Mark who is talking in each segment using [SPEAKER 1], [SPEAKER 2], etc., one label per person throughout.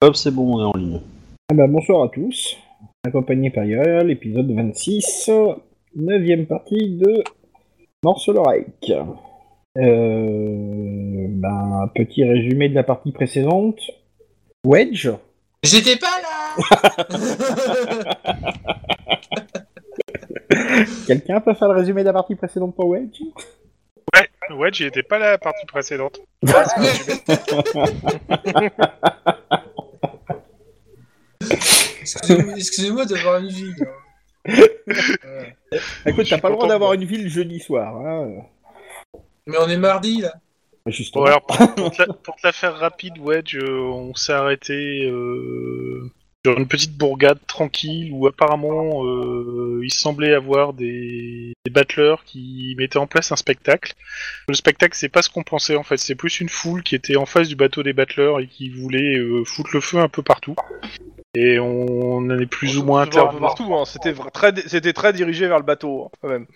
[SPEAKER 1] Hop, c'est bon, on est en ligne.
[SPEAKER 2] Ah bah, bonsoir à tous, accompagné par Yael, épisode 26, euh, neuvième partie de Morcelorike. Euh, ben, petit résumé de la partie précédente. Wedge,
[SPEAKER 3] J'étais pas là
[SPEAKER 2] quelqu'un peut faire le résumé de la partie précédente pour Wedge
[SPEAKER 4] Ouais, j'y étais pas là, la partie précédente.
[SPEAKER 3] Excusez- Excusez-moi d'avoir une vie. hein. Ouais.
[SPEAKER 2] Écoute,
[SPEAKER 4] Je
[SPEAKER 2] t'as
[SPEAKER 4] suis
[SPEAKER 2] pas le droit
[SPEAKER 4] content,
[SPEAKER 2] d'avoir
[SPEAKER 4] moi.
[SPEAKER 2] une ville jeudi soir. Hein. Bah,
[SPEAKER 3] Mais on est mardi là.
[SPEAKER 2] Justement.
[SPEAKER 4] Bon, alors, pour, pour te la, pour te la faire rapide, Wedge, euh, on s'est arrêté euh, sur une petite bourgade tranquille où apparemment euh, il semblait avoir des, des battleurs qui mettaient en place un spectacle. Le spectacle, c'est pas ce qu'on pensait en fait, c'est plus une foule qui était en face du bateau des battleurs et qui voulait euh, foutre le feu un peu partout. Et on en est plus ou moins
[SPEAKER 5] On se voit un peu
[SPEAKER 4] intervenu.
[SPEAKER 5] partout. hein. C'était vra- très, c'était très dirigé vers le bateau hein, quand même.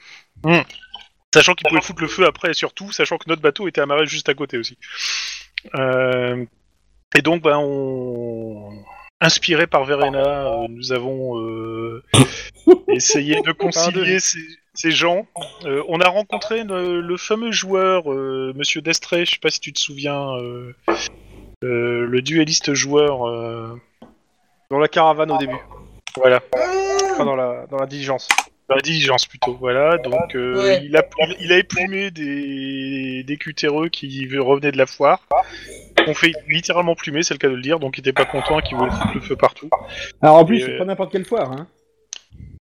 [SPEAKER 4] Sachant qu'ils pouvaient foutre le feu après, et surtout, sachant que notre bateau était amarré juste à côté aussi. Euh, et donc, ben, on... inspiré par Verena, euh, nous avons euh, essayé de concilier ces, ces gens. Euh, on a rencontré le, le fameux joueur, euh, Monsieur Destré, je sais pas si tu te souviens, euh, euh, le dueliste joueur. euh,
[SPEAKER 5] Dans la caravane au début.
[SPEAKER 4] voilà.
[SPEAKER 5] Enfin, dans la, dans la diligence.
[SPEAKER 4] Bah, diligence plutôt, voilà. Donc, euh,
[SPEAKER 3] Ouais.
[SPEAKER 4] il, a, il, il a éplumé des, des cutéreux qui revenaient de la foire. On fait littéralement plumer, c'est le cas de le dire, donc il était pas content et qu'il voulait foutre le feu partout.
[SPEAKER 2] Alors en plus,
[SPEAKER 4] Et,
[SPEAKER 2] c'est
[SPEAKER 4] euh,
[SPEAKER 2] pas n'importe quelle foire. Hein.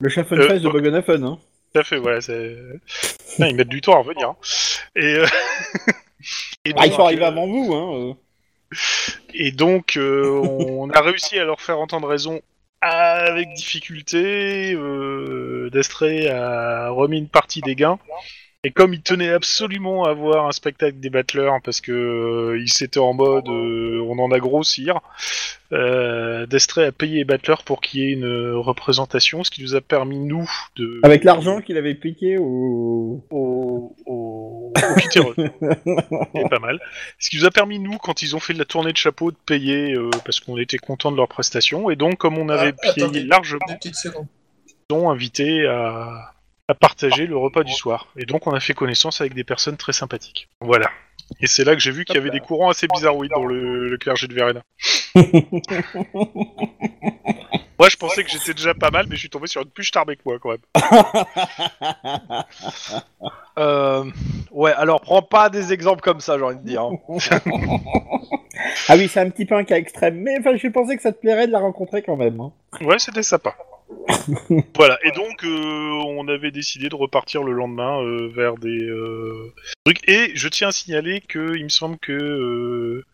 [SPEAKER 2] Le
[SPEAKER 4] Euh,
[SPEAKER 2] Schaffenfest de
[SPEAKER 4] ouais.
[SPEAKER 2] Bogenhafen. Hein.
[SPEAKER 4] Tout à fait, voilà. c'est- Putain, ils mettent du temps à revenir. hein. Et, euh, et
[SPEAKER 2] Ah, ils
[SPEAKER 4] donc,
[SPEAKER 2] sont arrivés
[SPEAKER 4] euh,
[SPEAKER 2] avant vous. Hein. euh.
[SPEAKER 4] Et donc, euh, on a réussi à leur faire entendre raison avec difficulté. Euh, Destré a remis une partie des gains. Et comme il tenait absolument à voir un spectacle des battleurs, parce que euh, ils étaient en mode euh, on en a grossir, euh, Destré a payé les battleurs pour qu'il y ait une euh, représentation, ce qui nous a permis, nous, de.
[SPEAKER 2] Avec l'argent qu'il avait piqué au.
[SPEAKER 4] Au, au, au Kittereux. Et pas mal. Ce qui nous a permis, nous, quand ils ont fait de la tournée de chapeau, de payer euh, parce qu'on était content de leur prestation. Et donc, comme on avait
[SPEAKER 3] Ah,
[SPEAKER 4] payé
[SPEAKER 3] attendez.
[SPEAKER 4] largement,
[SPEAKER 3] Deux petites secondes.
[SPEAKER 4] ils ont invité à, à partager le repas du soir. Et donc, on a fait connaissance avec des personnes très sympathiques. Voilà. Et c'est là que j'ai vu qu'il y avait des courants assez bizarroïdes dans le, le clergé de Verena. Moi, je pensais que j'étais déjà pas mal, mais je suis tombé sur une puche tarbecois quand même.
[SPEAKER 5] Euh, ouais, alors prends pas des exemples comme ça, j'ai envie de dire. hein.
[SPEAKER 2] Ah oui, c'est un petit peu un cas extrême, mais enfin, j'ai pensé que ça te plairait de la rencontrer quand même. hein.
[SPEAKER 4] Ouais, c'était sympa. voilà, et donc euh, on avait décidé de repartir le lendemain euh, vers des euh, trucs. Et je tiens à signaler que il me semble que euh,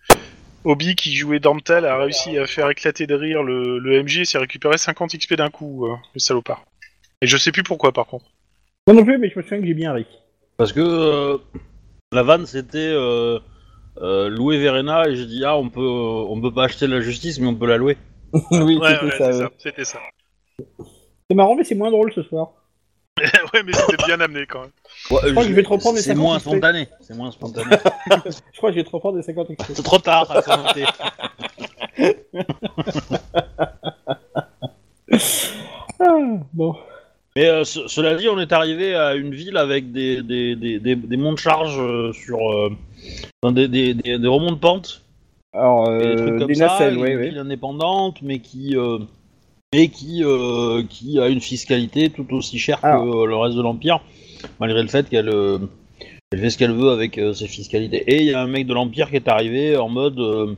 [SPEAKER 4] Obi qui jouait Dormtal a réussi à faire éclater de rire le, le MJ et s'est récupéré 50 XP d'un coup, euh, le salopard. Et je sais plus pourquoi par contre.
[SPEAKER 2] Moi non plus, mais je me souviens que j'ai bien ri.
[SPEAKER 1] Parce que euh, la vanne c'était euh, euh, louer Verena et j'ai dit ah on peut euh, on peut pas acheter la justice mais on peut la louer.
[SPEAKER 2] oui,
[SPEAKER 4] Ouais,
[SPEAKER 2] c'était
[SPEAKER 4] ouais,
[SPEAKER 2] ça.
[SPEAKER 4] c'est
[SPEAKER 2] ouais.
[SPEAKER 4] ça, c'était ça.
[SPEAKER 2] C'est marrant, mais c'est moins drôle ce soir.
[SPEAKER 4] ouais, mais c'était bien amené quand même.
[SPEAKER 1] je
[SPEAKER 2] crois que je vais te reprendre les
[SPEAKER 1] C'est
[SPEAKER 2] 50
[SPEAKER 1] moins
[SPEAKER 2] XP.
[SPEAKER 1] spontané. C'est moins spontané.
[SPEAKER 2] Je crois que j'ai trop fort des 50 extraits.
[SPEAKER 1] c'est trop tard. à commenter.
[SPEAKER 2] Ah, bon.
[SPEAKER 1] Mais euh, ce- cela dit, on est arrivé à une ville avec des, des, des, des, des monts de charge euh, sur. euh, enfin, des, des, des, des remonts de pente.
[SPEAKER 2] Alors,
[SPEAKER 1] et des trucs
[SPEAKER 2] euh,
[SPEAKER 1] comme
[SPEAKER 2] des
[SPEAKER 1] ça.
[SPEAKER 2] nacelles,
[SPEAKER 1] une
[SPEAKER 2] oui,
[SPEAKER 1] ville
[SPEAKER 2] oui.
[SPEAKER 1] indépendante, mais qui. euh, mais qui, euh, qui a une fiscalité tout aussi chère
[SPEAKER 2] Alors.
[SPEAKER 1] que euh, le reste de l'Empire, malgré le fait qu'elle. euh, elle fait ce qu'elle veut avec euh, ses fiscalités. Et il y a un mec de l'Empire qui est arrivé en mode. euh,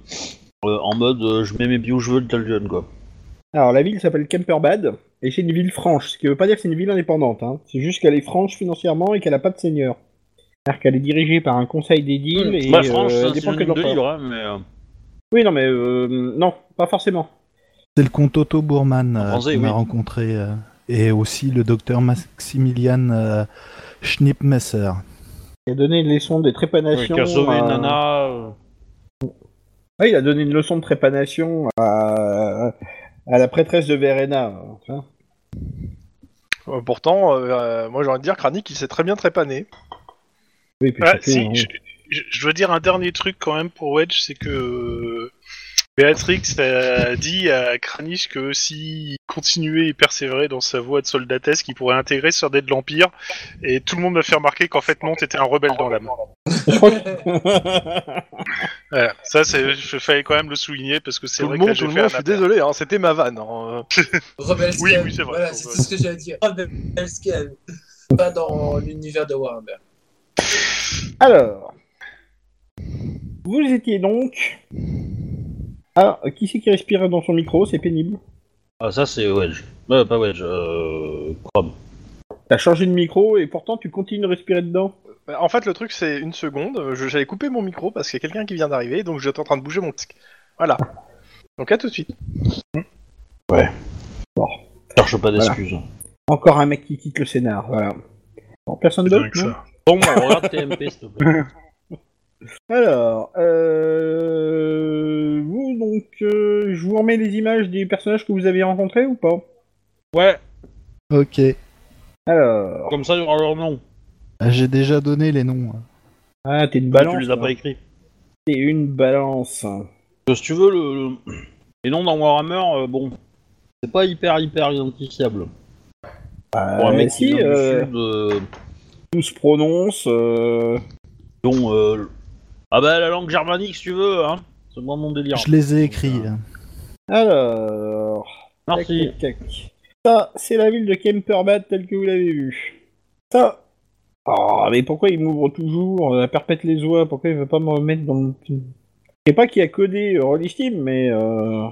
[SPEAKER 1] euh, en mode euh, je mets mes pieds où je veux de tel jeune, quoi.
[SPEAKER 2] Alors, la ville s'appelle Kemperbad, et c'est une ville franche, ce qui veut pas dire que c'est une ville indépendante. Hein. C'est juste qu'elle est franche financièrement et qu'elle a pas de seigneur. C'est-à-dire qu'elle est dirigée par un conseil des deals et
[SPEAKER 1] Bah, France,
[SPEAKER 2] euh,
[SPEAKER 1] c'est
[SPEAKER 2] elle
[SPEAKER 1] un
[SPEAKER 2] dépend que
[SPEAKER 1] synonyme
[SPEAKER 2] de
[SPEAKER 1] de
[SPEAKER 2] l'empereur.
[SPEAKER 1] livre, hein, mais. euh,
[SPEAKER 2] Oui, non, mais euh, non, pas forcément.
[SPEAKER 6] C'est le comte Otto Bourman euh,
[SPEAKER 1] français,
[SPEAKER 6] qu'on
[SPEAKER 1] oui.
[SPEAKER 6] a rencontré euh, et aussi le docteur Maximilian euh, Schnippmesser.
[SPEAKER 2] Il a donné une leçon des trépanations.
[SPEAKER 1] qui a sauvé
[SPEAKER 2] à-
[SPEAKER 1] Nana. euh,
[SPEAKER 2] Ouais, il a donné une leçon de trépanation à, à la prêtresse de Verena. Enfin,
[SPEAKER 5] Euh, Pourtant, euh, moi j'ai envie de dire, Kranik il s'est très bien trépané.
[SPEAKER 2] oui, puis
[SPEAKER 4] Ah,
[SPEAKER 2] surtout,
[SPEAKER 4] si,
[SPEAKER 2] hein.
[SPEAKER 4] je, je- je veux dire un dernier truc quand même pour Wedge, c'est que euh, Béatrix a dit à Kranich que s'il continuait et persévérait dans sa voie de soldatesque, il pourrait intégrer Sœur de l'Empire, et tout le monde m'a fait remarquer qu'en fait, non, t'étais un rebelle dans l'âme.
[SPEAKER 2] Je crois que-
[SPEAKER 4] Voilà. Ça, c'est, il fallait quand même le souligner, parce que c'est
[SPEAKER 5] Tout
[SPEAKER 4] vrai
[SPEAKER 5] le monde,
[SPEAKER 4] que j'ai
[SPEAKER 5] tout le
[SPEAKER 4] fait
[SPEAKER 5] monde,
[SPEAKER 4] un
[SPEAKER 5] je suis
[SPEAKER 4] appel.
[SPEAKER 5] désolé, hein, c'était ma vanne. hein.
[SPEAKER 3] Rebel
[SPEAKER 4] Oui,
[SPEAKER 3] Scale.
[SPEAKER 4] oui, c'est vrai.
[SPEAKER 3] Voilà, c'est tout ce que j'allais dire. Rebel Scale. Pas dans l'univers de Warhammer.
[SPEAKER 2] Alors, vous étiez donc. Ah, qui c'est qui respirait dans son micro C'est pénible.
[SPEAKER 1] Ah, ça c'est Wedge. Euh, pas Wedge, euh. Chrome.
[SPEAKER 2] T'as changé de micro et pourtant tu continues de respirer dedans.
[SPEAKER 5] Bah, En fait, le truc, c'est une seconde. je- J'avais coupé mon micro parce qu'il y a quelqu'un qui vient d'arriver, donc j'étais en train de bouger mon casque. Voilà. Donc à tout de suite.
[SPEAKER 1] Cherche pas d'excuses.
[SPEAKER 2] Encore un mec qui quitte le scénar, voilà. Bon, personne d'autre
[SPEAKER 4] Dingue, ça.
[SPEAKER 2] non
[SPEAKER 1] Bon, bah, regarde TMP s'il te plaît.
[SPEAKER 2] Alors, euh... vous donc, euh, je vous remets les images des personnages que vous avez rencontrés ou pas
[SPEAKER 1] Ouais,
[SPEAKER 6] Ok.
[SPEAKER 2] Alors,
[SPEAKER 1] comme ça il y aura leur nom.
[SPEAKER 6] Ah, J'ai déjà donné les noms. hein.
[SPEAKER 2] ah, t'es une
[SPEAKER 1] Bah, tu
[SPEAKER 2] balance.
[SPEAKER 1] les as
[SPEAKER 2] toi.
[SPEAKER 1] pas écrits.
[SPEAKER 2] T'es une balance.
[SPEAKER 1] Que, si tu veux, le, le- les noms dans Warhammer, euh, bon, c'est pas hyper hyper identifiable. Pour un
[SPEAKER 2] Euh,
[SPEAKER 1] mec qui
[SPEAKER 2] si,
[SPEAKER 1] vient du
[SPEAKER 2] euh,
[SPEAKER 1] sud, Bah, euh,
[SPEAKER 2] tout se prononce. euh,
[SPEAKER 1] dont, euh, ah bah la langue germanique si tu veux, hein. C'est moi mon délire.
[SPEAKER 6] Je les ai écrits. hein.
[SPEAKER 2] Alors.
[SPEAKER 1] Merci.
[SPEAKER 2] tac, tac, tac. Ça, c'est la ville de Kemperbad telle que vous l'avez vue. Ça. Ah, mais pourquoi il m'ouvre toujours la perpète les oies Pourquoi il veut pas me remettre dans le. Je sais pas qui a codé euh, Roll Steam, mais. Euh...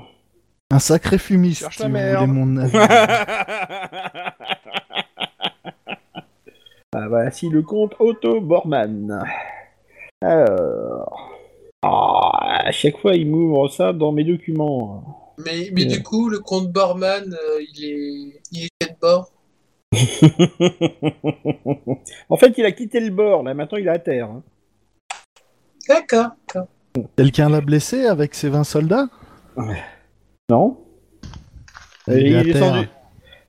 [SPEAKER 6] Un sacré fumiste,
[SPEAKER 5] Cherche
[SPEAKER 6] si
[SPEAKER 5] la
[SPEAKER 6] vous
[SPEAKER 5] merde.
[SPEAKER 6] voulez mon avis.
[SPEAKER 2] ah bah, si le compte Otto Borman. Alors. Ah, à chaque fois, il m'ouvre ça dans mes documents.
[SPEAKER 3] Mais, mais
[SPEAKER 2] Ouais.
[SPEAKER 3] du coup, le compte Borman, euh, il est il est de bord.
[SPEAKER 2] en fait, il a quitté le bord, là maintenant il est à terre. hein.
[SPEAKER 3] D'accord. d'accord.
[SPEAKER 6] Quelqu'un l'a blessé avec ses 20 soldats
[SPEAKER 2] Non
[SPEAKER 6] Il est à terre.
[SPEAKER 2] descendu.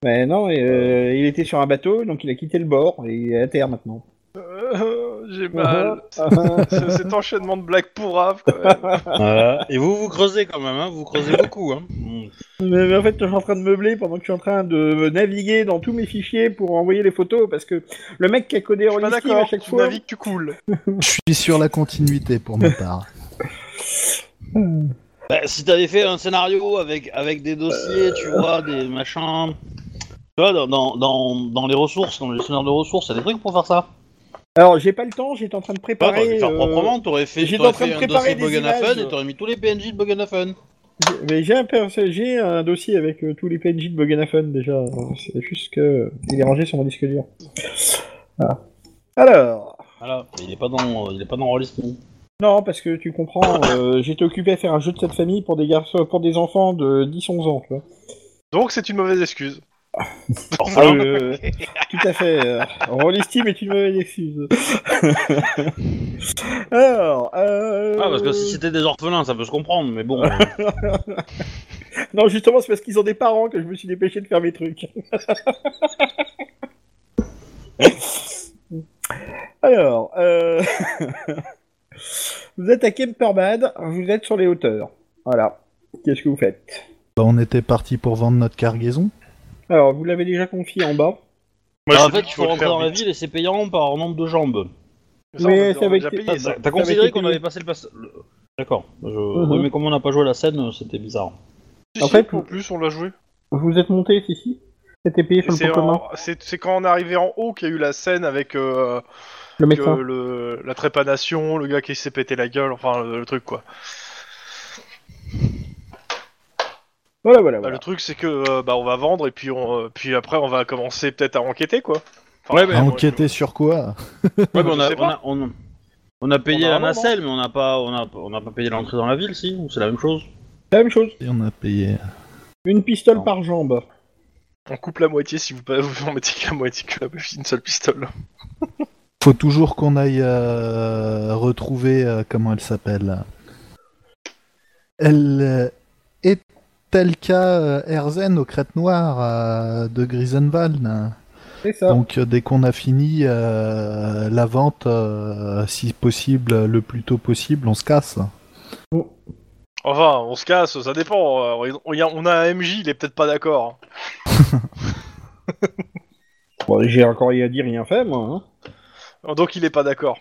[SPEAKER 2] Mais non, euh, il était sur un bateau, donc il a quitté le bord et il est à terre maintenant.
[SPEAKER 5] Euh, J'ai mal. Ce- Cet enchaînement de blagues pourraves, quand même.
[SPEAKER 1] Euh, Voilà. Et vous vous creusez quand même, hein. Vous creusez beaucoup, hein.
[SPEAKER 2] mais, mais en fait, je suis en train de meubler pendant que je suis en train de naviguer dans tous mes fichiers pour envoyer les photos parce que le mec qui a codé
[SPEAKER 5] Je suis
[SPEAKER 2] en
[SPEAKER 5] pas
[SPEAKER 2] à
[SPEAKER 5] d'accord.
[SPEAKER 2] chaque
[SPEAKER 5] Tu
[SPEAKER 2] fois.
[SPEAKER 5] navigues, tu coules.
[SPEAKER 6] Je suis sur la continuité pour ma part.
[SPEAKER 1] Bah, si t'avais fait un scénario avec, avec des dossiers, tu vois, des machins. Tu vois, dans, dans, dans, dans les ressources, dans le gestionnaire de ressources, t'as des trucs pour faire ça.
[SPEAKER 2] Alors, j'ai pas le temps, j'étais en train de
[SPEAKER 1] Tu vois, T'aurais
[SPEAKER 2] préparer.
[SPEAKER 1] pu faire
[SPEAKER 2] euh,
[SPEAKER 1] proprement, t'aurais fait,
[SPEAKER 2] j'étais
[SPEAKER 1] t'aurais
[SPEAKER 2] en train de
[SPEAKER 1] fait un dossier
[SPEAKER 2] préparer des images.
[SPEAKER 1] Boganafen et t'aurais mis tous les PNJ de Boganafen.
[SPEAKER 2] j'ai- mais j'ai un, perso- j'ai un dossier avec euh, tous les PNJ de Boganafen déjà. C'est juste que euh, il est rangé sur mon disque dur. Voilà. Alors.
[SPEAKER 1] Voilà, Mais il est pas dans, il est pas dans Rolliston.
[SPEAKER 2] Non, parce que tu comprends, euh, j'étais occupé à faire un jeu de cette famille pour des garçons, pour des enfants de 10-11 ans, tu vois.
[SPEAKER 5] Donc c'est une mauvaise excuse.
[SPEAKER 2] Ah, euh, tout à fait. Euh, Rollistim est une mauvaise excuse. Alors, euh...
[SPEAKER 1] Ah, parce que si c'était des orphelins, ça peut se comprendre, mais bon. euh,
[SPEAKER 2] non, justement, c'est parce qu'ils ont des parents que je me suis dépêché de faire mes trucs. Alors, euh... vous êtes à Kemperbad, vous êtes sur les hauteurs. Voilà. Qu'est-ce que vous faites
[SPEAKER 6] Bah, on était parti pour vendre notre cargaison.
[SPEAKER 2] Alors, vous l'avez déjà confié en bas.
[SPEAKER 4] Moi, je
[SPEAKER 1] Bah, en
[SPEAKER 4] dis
[SPEAKER 1] fait,
[SPEAKER 4] qu'il
[SPEAKER 1] il
[SPEAKER 4] faut
[SPEAKER 1] faut
[SPEAKER 4] le
[SPEAKER 1] rentrer
[SPEAKER 4] faire
[SPEAKER 1] dans la
[SPEAKER 4] vite.
[SPEAKER 1] ville et c'est payant par nombre de jambes.
[SPEAKER 5] on
[SPEAKER 2] Mais
[SPEAKER 5] l'a-
[SPEAKER 2] ça
[SPEAKER 5] on l'a
[SPEAKER 2] va
[SPEAKER 5] déjà
[SPEAKER 2] être-
[SPEAKER 5] payé,
[SPEAKER 1] T'as
[SPEAKER 5] ça.
[SPEAKER 1] t'as
[SPEAKER 2] avait
[SPEAKER 1] considéré
[SPEAKER 2] été
[SPEAKER 1] qu'on avait passé le passe. le- Euh, D'accord. Je-
[SPEAKER 2] Mhm.
[SPEAKER 1] Oui, mais comme on n'a pas joué à la scène, c'était bizarre.
[SPEAKER 5] Si,
[SPEAKER 2] En
[SPEAKER 5] si,
[SPEAKER 2] fait,
[SPEAKER 5] en plus, on l'a joué.
[SPEAKER 2] Vous êtes monté, si, si. C'était payé sur
[SPEAKER 5] C'est
[SPEAKER 2] le pot commun.
[SPEAKER 5] en- c'est- c'est quand on est arrivé en haut qu'il y a eu la scène avec euh,
[SPEAKER 2] Le
[SPEAKER 5] que euh,
[SPEAKER 2] médecin.
[SPEAKER 5] le- la trépanation, le gars qui s'est pété la gueule, enfin le, le truc quoi.
[SPEAKER 2] Voilà, voilà,
[SPEAKER 5] Bah,
[SPEAKER 2] voilà.
[SPEAKER 5] le truc c'est que euh, bah, on va vendre et puis, on, euh, puis après on va commencer peut-être à enquêter quoi. Enfin,
[SPEAKER 1] Ouais, mais-
[SPEAKER 5] euh,
[SPEAKER 6] à
[SPEAKER 5] moi,
[SPEAKER 6] enquêter sur quoi
[SPEAKER 5] Ouais,
[SPEAKER 1] Ouais,
[SPEAKER 5] mais
[SPEAKER 1] mais on
[SPEAKER 5] je
[SPEAKER 1] a,
[SPEAKER 5] sais
[SPEAKER 1] on a, on, on a payé
[SPEAKER 5] On a
[SPEAKER 1] la
[SPEAKER 5] un moment.
[SPEAKER 1] nacelle, mais on n'a pas, on a, on n'a pas payé l'entrée dans la ville, si Ou c'est la même chose
[SPEAKER 2] La même chose.
[SPEAKER 6] Et on a payé.
[SPEAKER 2] Une pistole
[SPEAKER 1] Non.
[SPEAKER 2] par jambe.
[SPEAKER 5] je- On coupe la moitié si vous, vous en mettez que la moitié que la une seule pistole.
[SPEAKER 6] Faut toujours qu'on aille euh, retrouver euh, comment elle s'appelle. Elle euh, est Telka euh, Erzen aux crêtes noires euh, de Grisenwald.
[SPEAKER 2] C'est ça.
[SPEAKER 6] Donc euh, dès qu'on a fini euh, la vente, euh, si possible euh, le plus tôt possible, on se casse.
[SPEAKER 5] Enfin, on se casse, ça dépend. euh, On y a, on a un MJ, il est peut-être pas d'accord.
[SPEAKER 2] Bon, j'ai encore rien dit, rien fait, moi. hein.
[SPEAKER 5] Donc il est pas d'accord.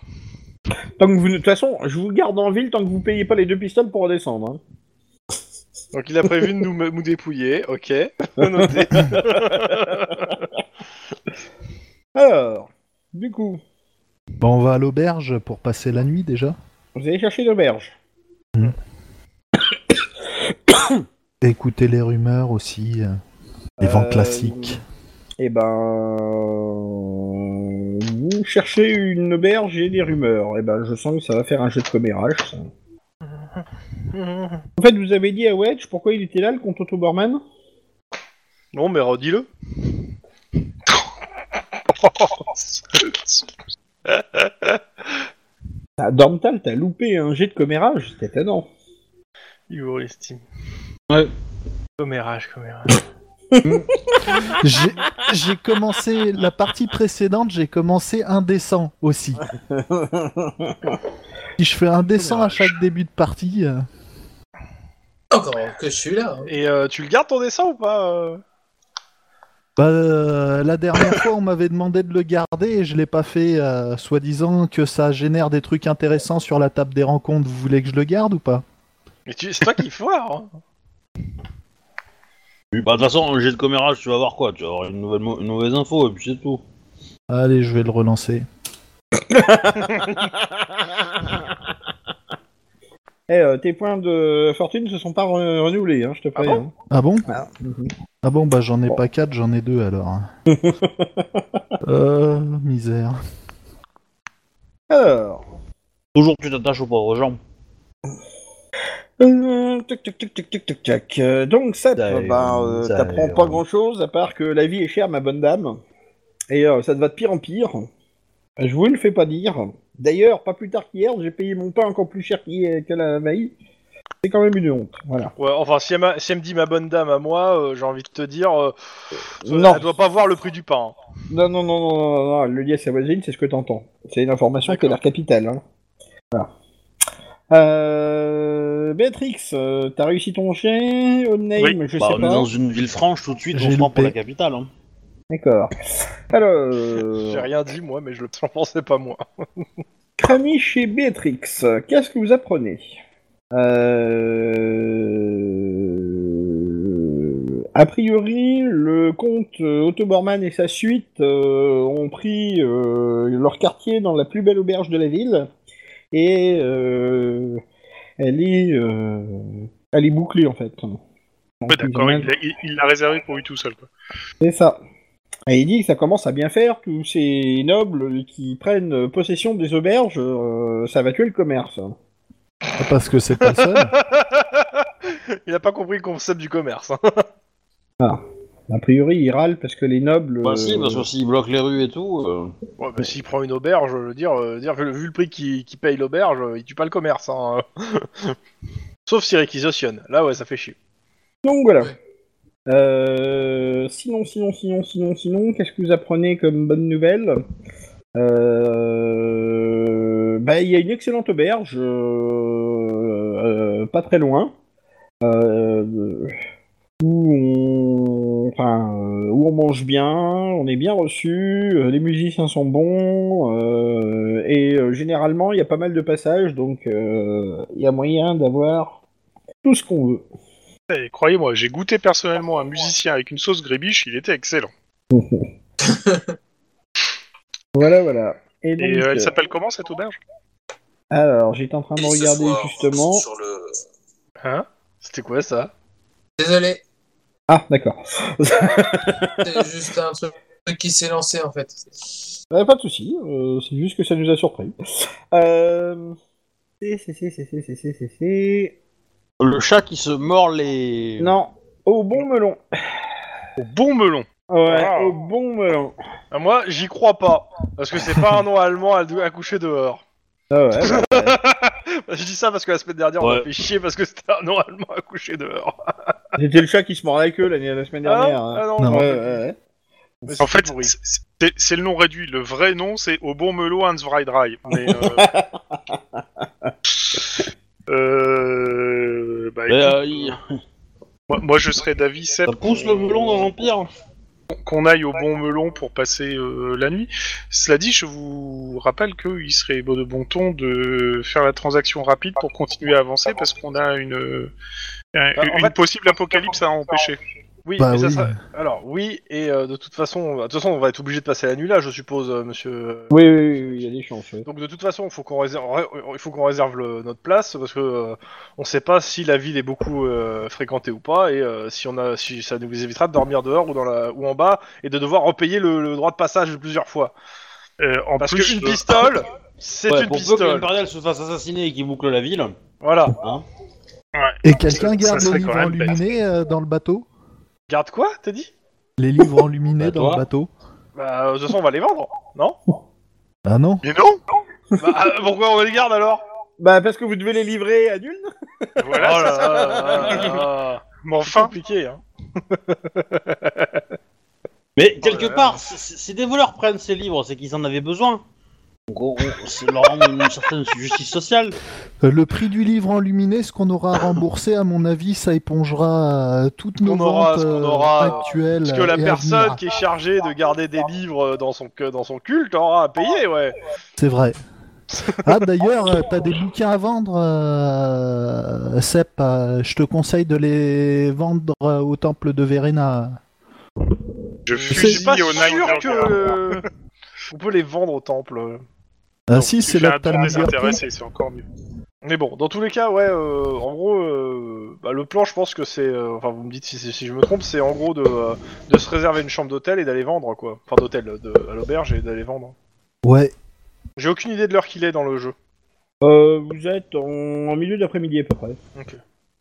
[SPEAKER 2] Tant que vous, ne- de toute façon, je vous garde en ville tant que vous payez pas les deux pistoles pour redescendre. hein.
[SPEAKER 5] Donc il a prévu de nous, nous dépouiller, ok. Noté.
[SPEAKER 2] Alors, du coup,
[SPEAKER 6] Bon, on va à l'auberge pour passer la nuit déjà.
[SPEAKER 2] vous allez chercher l'auberge.
[SPEAKER 6] Écouter les rumeurs aussi, euh, les vents
[SPEAKER 2] Euh,
[SPEAKER 6] classiques.
[SPEAKER 2] Et ben, vous cherchez une auberge et des rumeurs. Et ben, je sens que ça va faire un jeu de commérage. ça. En fait, vous avez dit à Wedge pourquoi il était là, le compte Autobarman
[SPEAKER 5] non mais redis-le.
[SPEAKER 2] ah, Dormtal, t'as loupé un jet de commérage, c'était étonnant.
[SPEAKER 5] Humoristime.
[SPEAKER 1] Ouais.
[SPEAKER 5] Commérage, commérage.
[SPEAKER 6] J'ai- J'ai commencé la partie précédente, j'ai commencé indécent aussi. Si je fais indécent à chaque début de partie, euh,
[SPEAKER 3] Encore que je suis là. hein.
[SPEAKER 5] Et euh, tu le gardes ton dessin ou pas euh
[SPEAKER 6] bah, euh, la dernière fois on m'avait demandé de le garder et je l'ai pas fait, euh, soi-disant que ça génère des trucs intéressants sur la table des rencontres. Vous voulez que je le garde ou pas
[SPEAKER 5] Mais tu- c'est toi qui fais voir. hein.
[SPEAKER 1] Oui, bah, de toute façon, j'ai de commérage, tu vas voir quoi Tu vas avoir une nouvelle, mo- une mauvaise info, et puis c'est tout.
[SPEAKER 6] Allez, je vais le relancer.
[SPEAKER 2] Eh, euh, tes points de fortune se sont pas re- renouvelés, hein, je te préviens.
[SPEAKER 6] Ah bon
[SPEAKER 2] Ah, mhm.
[SPEAKER 6] Ah bon, bah j'en ai
[SPEAKER 2] Bon.
[SPEAKER 6] pas quatre, j'en ai deux alors. euh, misère.
[SPEAKER 2] Alors,
[SPEAKER 1] Toujours tu t'attaches aux pauvres gens.
[SPEAKER 2] euh, tac, tac, tac, tac, tac, tac, tac. Euh, donc ça,
[SPEAKER 1] D'ailleurs,
[SPEAKER 2] bah, euh,
[SPEAKER 1] d'ailleurs.
[SPEAKER 2] t'apprends pas grand-chose, à part que la vie est chère, ma bonne dame, et euh, ça te va de pire en pire. Je vous le fais pas dire. D'ailleurs, pas plus tard qu'hier, j'ai payé mon pain encore plus cher qu'hier- que la maïs. C'est quand même une honte, voilà.
[SPEAKER 5] Ouais, enfin, si elle, m'a- si elle me dit ma bonne dame à moi, euh, j'ai envie de te dire. euh,
[SPEAKER 2] Non.
[SPEAKER 5] Elle doit pas voir le prix du pain. hein.
[SPEAKER 2] Non, non, non, non, non, non, elle le dit à sa voisine, c'est ce que t'entends. C'est une information qui a l'air capitale. Hein. Voilà. Euh, Béatrix, euh, t'as réussi ton chien, au name,
[SPEAKER 1] Oui,
[SPEAKER 2] je
[SPEAKER 1] bah,
[SPEAKER 2] sais
[SPEAKER 1] on
[SPEAKER 2] pas.
[SPEAKER 1] est dans une ville franche tout de suite, on
[SPEAKER 6] J'ai
[SPEAKER 1] se prend
[SPEAKER 6] loupé.
[SPEAKER 1] pour la capitale. Hein.
[SPEAKER 2] D'accord. Alors,
[SPEAKER 5] J'ai
[SPEAKER 2] euh,
[SPEAKER 5] rien dit, moi, mais je le j'en pensais pas, moi.
[SPEAKER 2] Crami chez Béatrix, qu'est-ce que vous apprenez Euh, A priori, le comte euh, Otto Bormann et sa suite euh, ont pris euh, leur quartier dans la plus belle auberge de la ville et euh, elle est, euh, elle est bouclée en fait.
[SPEAKER 4] Ouais, d'accord,
[SPEAKER 2] ils ont-
[SPEAKER 4] il l'a- il il l'a réservé pour lui tout seul. Quoi.
[SPEAKER 2] C'est ça. Et il dit que ça commence à bien faire, tous ces nobles qui prennent possession des auberges, euh, ça va tuer le commerce.
[SPEAKER 6] Ah, Parce que c'est pas le seul.
[SPEAKER 5] Il a pas compris le concept du commerce. hein.
[SPEAKER 2] A priori, il râle parce que les nobles...
[SPEAKER 1] Bah, si,
[SPEAKER 2] euh,
[SPEAKER 1] parce que s'ils bloquent les rues et tout. euh,
[SPEAKER 5] Ouais, bah, s'il prend une auberge, euh, dire, euh, dire que le- vu le prix qu'il qu'il paye l'auberge, euh, il tue pas le commerce. hein. Sauf s'il réquisitionne. Là, ouais, ça fait chier.
[SPEAKER 2] Donc voilà. Euh, sinon, sinon, sinon, sinon, sinon, qu'est-ce que vous apprenez comme bonne nouvelle Euh, bah, Il y a une excellente auberge, euh, euh, pas très loin, euh, où, on, enfin, euh, où on mange bien, on est bien reçu, euh, les musiciens sont bons, euh, et euh, généralement il y a pas mal de passages, donc euh, il y a moyen d'avoir tout ce qu'on veut.
[SPEAKER 4] Et Eh, Croyez-moi, j'ai goûté personnellement un musicien avec une sauce grébiche, il était excellent.
[SPEAKER 2] Voilà, voilà. Et donc,
[SPEAKER 4] Et euh,
[SPEAKER 2] euh,
[SPEAKER 4] elle s'appelle comment cette auberge
[SPEAKER 2] alors, j'étais en train de
[SPEAKER 3] Et ce
[SPEAKER 2] regarder
[SPEAKER 3] soir,
[SPEAKER 2] justement.
[SPEAKER 3] sur le-
[SPEAKER 5] Hein C'était quoi ça
[SPEAKER 3] Désolé,
[SPEAKER 2] Ah, d'accord.
[SPEAKER 3] c'est juste un truc qui s'est lancé en fait.
[SPEAKER 2] Euh, pas de souci. euh, c'est juste que ça nous a surpris. Euh... C'est, c'est, c'est, c'est, c'est, c'est, c'est, c'est, c'est-
[SPEAKER 1] Le chat qui se mord les.
[SPEAKER 2] Non, au bon melon.
[SPEAKER 4] Au bon melon.
[SPEAKER 2] Ouais,
[SPEAKER 4] Ah.
[SPEAKER 2] au bon melon.
[SPEAKER 5] Ah, Moi, j'y crois pas. Parce que c'est pas un nom allemand à à coucher dehors.
[SPEAKER 2] Ah ouais, bah,
[SPEAKER 5] Je dis ça parce que la semaine dernière, on
[SPEAKER 1] Ouais.
[SPEAKER 5] a fait chier parce que c'était un nom allemand à coucher dehors.
[SPEAKER 2] c'était le chat qui se mord la queue l'année- la semaine dernière.
[SPEAKER 5] Ah,
[SPEAKER 2] hein.
[SPEAKER 5] ah non,
[SPEAKER 6] Non.
[SPEAKER 5] non.
[SPEAKER 2] Ouais, ouais, ouais.
[SPEAKER 5] Mais
[SPEAKER 4] En
[SPEAKER 5] c'est
[SPEAKER 4] fait,
[SPEAKER 5] pourri.
[SPEAKER 4] c'est- c'est- c'est le nom réduit. Le vrai nom, c'est Au bon melon Hans Vreidrei. Mais, euh, euh, bah, Moi, je serais d'avis, Seb,
[SPEAKER 1] Ça pousse le melon dans l'Empire.
[SPEAKER 4] qu'on aille au bon melon pour passer euh, la nuit. Cela dit, je vous rappelle qu'il serait de bon ton de faire la transaction rapide pour continuer à avancer parce qu'on a une, euh, un-
[SPEAKER 5] Bah, en
[SPEAKER 4] une
[SPEAKER 5] fait,
[SPEAKER 4] possible apocalypse à empêcher.
[SPEAKER 5] Oui,
[SPEAKER 6] Bah
[SPEAKER 5] mais ça
[SPEAKER 6] oui.
[SPEAKER 5] sera- Alors, oui, et euh, de toute façon, de toute façon, on va être obligé de passer la nuit là, je suppose, euh, monsieur.
[SPEAKER 2] Oui, oui, oui, oui, il y a des chances. ouais.
[SPEAKER 5] Donc de toute façon, faut qu'on réserve, il faut qu'on réserve le- notre place parce que euh, on sait pas si la ville est beaucoup euh, fréquentée ou pas et euh, si on a, si ça nous évitera de dormir dehors ou dans la, ou en bas et de devoir repayer le, le droit de passage plusieurs fois.
[SPEAKER 4] Euh, en
[SPEAKER 5] Parce
[SPEAKER 4] plus,
[SPEAKER 5] qu'une
[SPEAKER 4] euh,
[SPEAKER 5] pistole, c'est
[SPEAKER 1] Ouais,
[SPEAKER 5] une
[SPEAKER 1] pour peu que
[SPEAKER 5] pistole.
[SPEAKER 1] l'Imperial se fasse assassiner et qu'il boucle la ville.
[SPEAKER 5] Voilà.
[SPEAKER 6] Et quelqu'un
[SPEAKER 4] Ça- ça
[SPEAKER 6] garde
[SPEAKER 4] serait
[SPEAKER 6] les
[SPEAKER 4] quand
[SPEAKER 6] livres
[SPEAKER 4] même bête.
[SPEAKER 6] enluminés euh, dans le bateau
[SPEAKER 5] Garde quoi, t'as dit
[SPEAKER 6] Les livres enluminés
[SPEAKER 1] Bah,
[SPEAKER 6] dans
[SPEAKER 1] toi.
[SPEAKER 6] le bateau
[SPEAKER 5] Bah euh, de toute façon, on va les vendre, non
[SPEAKER 6] Ah non
[SPEAKER 4] Mais non
[SPEAKER 5] Bah euh, pourquoi on les garde alors
[SPEAKER 2] Bah, parce que vous devez les livrer à Dune
[SPEAKER 4] Voilà,
[SPEAKER 5] Oh là
[SPEAKER 4] c'est ça.
[SPEAKER 5] là là là là.
[SPEAKER 4] Mais enfin,
[SPEAKER 5] Compliqué. Hein.
[SPEAKER 1] Mais quelque
[SPEAKER 5] là là.
[SPEAKER 1] part, si- si si des voleurs prennent ces livres, c'est qu'ils en avaient besoin. Donc on, on- c'est leur rendre une certaine justice sociale.
[SPEAKER 6] Euh, Le prix du livre enluminé, ce qu'on aura remboursé, à mon avis, ça épongera euh, toutes nos
[SPEAKER 5] Qu'on aura,
[SPEAKER 6] ventes
[SPEAKER 5] ce qu'on
[SPEAKER 6] euh,
[SPEAKER 5] aura, euh,
[SPEAKER 6] actuelles.
[SPEAKER 5] Parce que la
[SPEAKER 6] et à
[SPEAKER 5] personne
[SPEAKER 6] venir.
[SPEAKER 5] qui est chargée de garder des livres dans son dans son culte aura à payer, ouais.
[SPEAKER 6] C'est vrai. Ah d'ailleurs, euh, t'as des bouquins à vendre, euh... Sep. euh, je te conseille de les vendre euh, au temple de Verena.
[SPEAKER 4] je
[SPEAKER 5] Je suis
[SPEAKER 4] fusille
[SPEAKER 5] pas
[SPEAKER 4] au Nine
[SPEAKER 5] sûr
[SPEAKER 4] Burger.
[SPEAKER 5] que euh, on peut les vendre au temple.
[SPEAKER 6] Ah
[SPEAKER 4] Non,
[SPEAKER 6] si,
[SPEAKER 4] tu
[SPEAKER 6] c'est
[SPEAKER 4] fais
[SPEAKER 6] la
[SPEAKER 4] un tour
[SPEAKER 6] Talmud
[SPEAKER 4] désintéressé, c'est encore mieux.
[SPEAKER 5] Mais bon, dans tous les cas, ouais. euh, en gros, euh, bah, le plan, je pense que c'est. euh, enfin, vous me dites si, si- si je me trompe, c'est en gros de, euh, de se réserver une chambre d'hôtel et d'aller vendre, quoi. Enfin, d'hôtel, de, à l'auberge et d'aller vendre.
[SPEAKER 6] Ouais.
[SPEAKER 5] J'ai aucune idée de l'heure qu'il est dans le jeu.
[SPEAKER 2] euh, Vous êtes en, en milieu d'après-midi à peu près.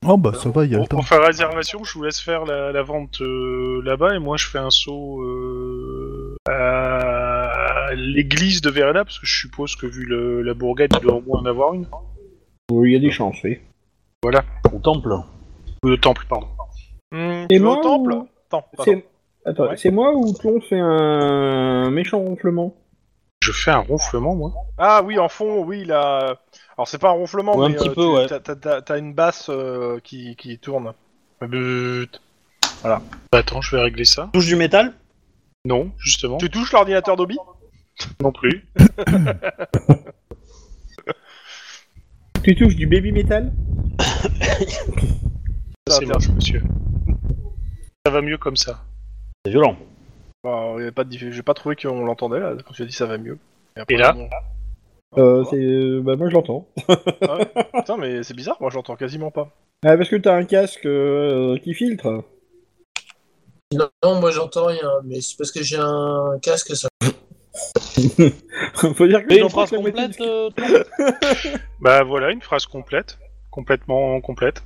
[SPEAKER 6] Oh bah ça va, il y a le
[SPEAKER 4] Pour,
[SPEAKER 6] temps.
[SPEAKER 4] pour faire réservation, je vous laisse faire la, la vente euh, là-bas et moi je fais un saut euh, à l'église de Verena parce que je suppose que vu le- la bourgade, il doit au moins en avoir une.
[SPEAKER 2] Oui, il y a des chances, oui.
[SPEAKER 1] Au temple.
[SPEAKER 4] Le temple, pardon.
[SPEAKER 5] Hmm,
[SPEAKER 2] Et
[SPEAKER 5] tu vas
[SPEAKER 2] moi,
[SPEAKER 5] au temple
[SPEAKER 2] ou-
[SPEAKER 5] Attends, pardon.
[SPEAKER 2] C'est... Attends,
[SPEAKER 5] Ouais.
[SPEAKER 2] c'est moi ou Tlon fait un méchant ronflement
[SPEAKER 4] Je fais un ronflement, moi.
[SPEAKER 5] Ah oui, en fond, oui, là. Alors, c'est pas un ronflement,
[SPEAKER 1] Ouais, un
[SPEAKER 5] mais
[SPEAKER 1] petit
[SPEAKER 5] euh,
[SPEAKER 1] peu,
[SPEAKER 5] tu-
[SPEAKER 1] ouais.
[SPEAKER 5] t'as- t'as- t'as t'as une basse euh, qui, qui tourne. But.
[SPEAKER 4] Bah, Attends, je vais régler ça.
[SPEAKER 1] Touche du métal.
[SPEAKER 4] Non, justement.
[SPEAKER 5] Tu touches l'ordinateur d'Obi
[SPEAKER 4] Non plus.
[SPEAKER 2] Tu touches du baby metal
[SPEAKER 5] Ça
[SPEAKER 4] C'est
[SPEAKER 5] intéresse.
[SPEAKER 4] moche, monsieur. Ça va mieux comme ça.
[SPEAKER 1] C'est violent.
[SPEAKER 5] Bah, y avait pas de diff- J'ai pas trouvé qu'on l'entendait là, quand tu as dit ça va mieux. après,
[SPEAKER 4] Et là
[SPEAKER 5] bon.
[SPEAKER 1] Oh.
[SPEAKER 2] euh, c'est... euh, Bah, moi je l'entends.
[SPEAKER 5] Ah ouais. Putain, mais c'est bizarre, moi j'entends quasiment pas.
[SPEAKER 2] Ah, parce que t'as un casque euh, qui filtre.
[SPEAKER 3] Non, non, moi j'entends rien, mais c'est parce que j'ai un casque, ça.
[SPEAKER 2] Faut dire que
[SPEAKER 1] Et
[SPEAKER 2] j'en
[SPEAKER 1] une
[SPEAKER 2] pense
[SPEAKER 1] phrase
[SPEAKER 2] la moitié de
[SPEAKER 1] complète.
[SPEAKER 2] ce qui-
[SPEAKER 1] euh,
[SPEAKER 4] Bah voilà, une phrase complète. Complètement complète.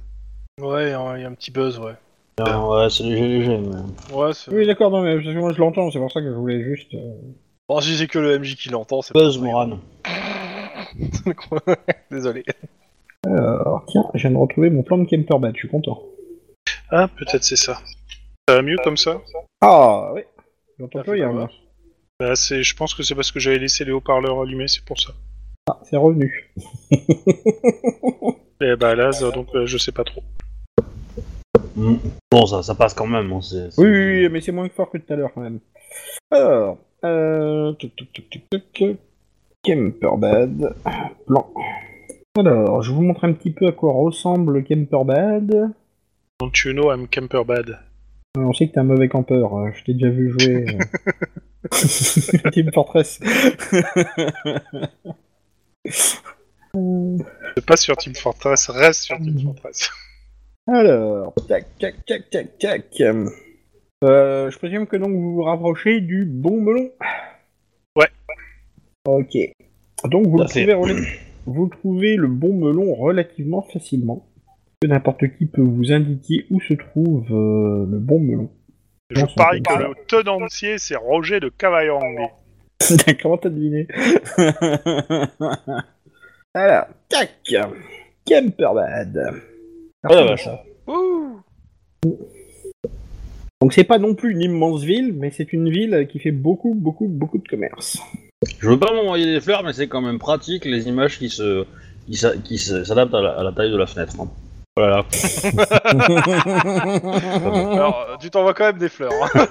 [SPEAKER 5] Ouais, hein, il y a un petit buzz, ouais.
[SPEAKER 1] Non, Euh, ouais, c'est léger, léger. mais-
[SPEAKER 5] Ouais, c'est.
[SPEAKER 2] Oui, d'accord, non, mais parce que moi je l'entends, c'est pour ça que je voulais juste. euh,
[SPEAKER 5] Bon, si c'est que le MJ qui l'entend, c'est
[SPEAKER 1] Buzz,
[SPEAKER 5] pas
[SPEAKER 1] Moran.
[SPEAKER 5] Désolé.
[SPEAKER 2] Alors, tiens, je viens de retrouver mon plan de Kemperbat, je suis content.
[SPEAKER 4] Ah, peut-être c'est ça. Ça va mieux comme ça
[SPEAKER 2] Ah, oui. J'entends
[SPEAKER 5] Ça
[SPEAKER 2] plus
[SPEAKER 5] fait
[SPEAKER 2] rien,
[SPEAKER 5] pas
[SPEAKER 2] là.
[SPEAKER 4] Bah, c'est, je pense que c'est parce que j'avais laissé les haut-parleurs allumés, c'est pour ça.
[SPEAKER 2] Ah, c'est revenu.
[SPEAKER 4] Et bah là, ça- donc euh, je sais pas trop.
[SPEAKER 1] Mm. Bon, ça, ça passe quand même. hein, c'est- c'est-
[SPEAKER 2] Oui, oui, oui, mais c'est moins fort que tout à l'heure, quand même. Alors, euh. tuc, tuc, tuc, tuc, tuc. Kemperbad. Plan. Alors, je vous montre un petit peu à quoi ressemble Kemperbad.
[SPEAKER 4] Don't you know I'm camper bad
[SPEAKER 2] Euh, On sait que t'es un mauvais campeur, euh, je t'ai déjà vu jouer. euh, Team Fortress.
[SPEAKER 4] C'est pas sur Team Fortress, reste sur Team Fortress.
[SPEAKER 2] Alors, tac, tac, tac, tac, tac. Euh, je présume que donc vous vous rapprochez du bon melon.
[SPEAKER 4] Ouais.
[SPEAKER 2] Ok. Donc vous
[SPEAKER 1] Tout
[SPEAKER 2] le,
[SPEAKER 1] à fait.
[SPEAKER 2] trouvez, rela- vous trouvez le bon melon relativement facilement. Que n'importe qui peut vous indiquer où se trouve euh, le bon melon.
[SPEAKER 4] Je
[SPEAKER 2] Non, c'est
[SPEAKER 4] parie que
[SPEAKER 2] pas
[SPEAKER 4] le tenancier, c'est Roger de Cavaillon.
[SPEAKER 2] Comment t'as deviné Alors, tac Camperbad.
[SPEAKER 1] Oh la vache.
[SPEAKER 5] Ouh
[SPEAKER 2] Donc c'est pas non plus une immense ville, mais c'est une ville qui fait beaucoup, beaucoup, beaucoup de commerce.
[SPEAKER 1] Je veux pas m'envoyer des fleurs, mais c'est quand même pratique les images qui se qui s'a- qui se- s'adaptent à, la- à la taille de la fenêtre. hein. Voilà.
[SPEAKER 5] Alors, euh, tu t'envoies quand même des fleurs. hein.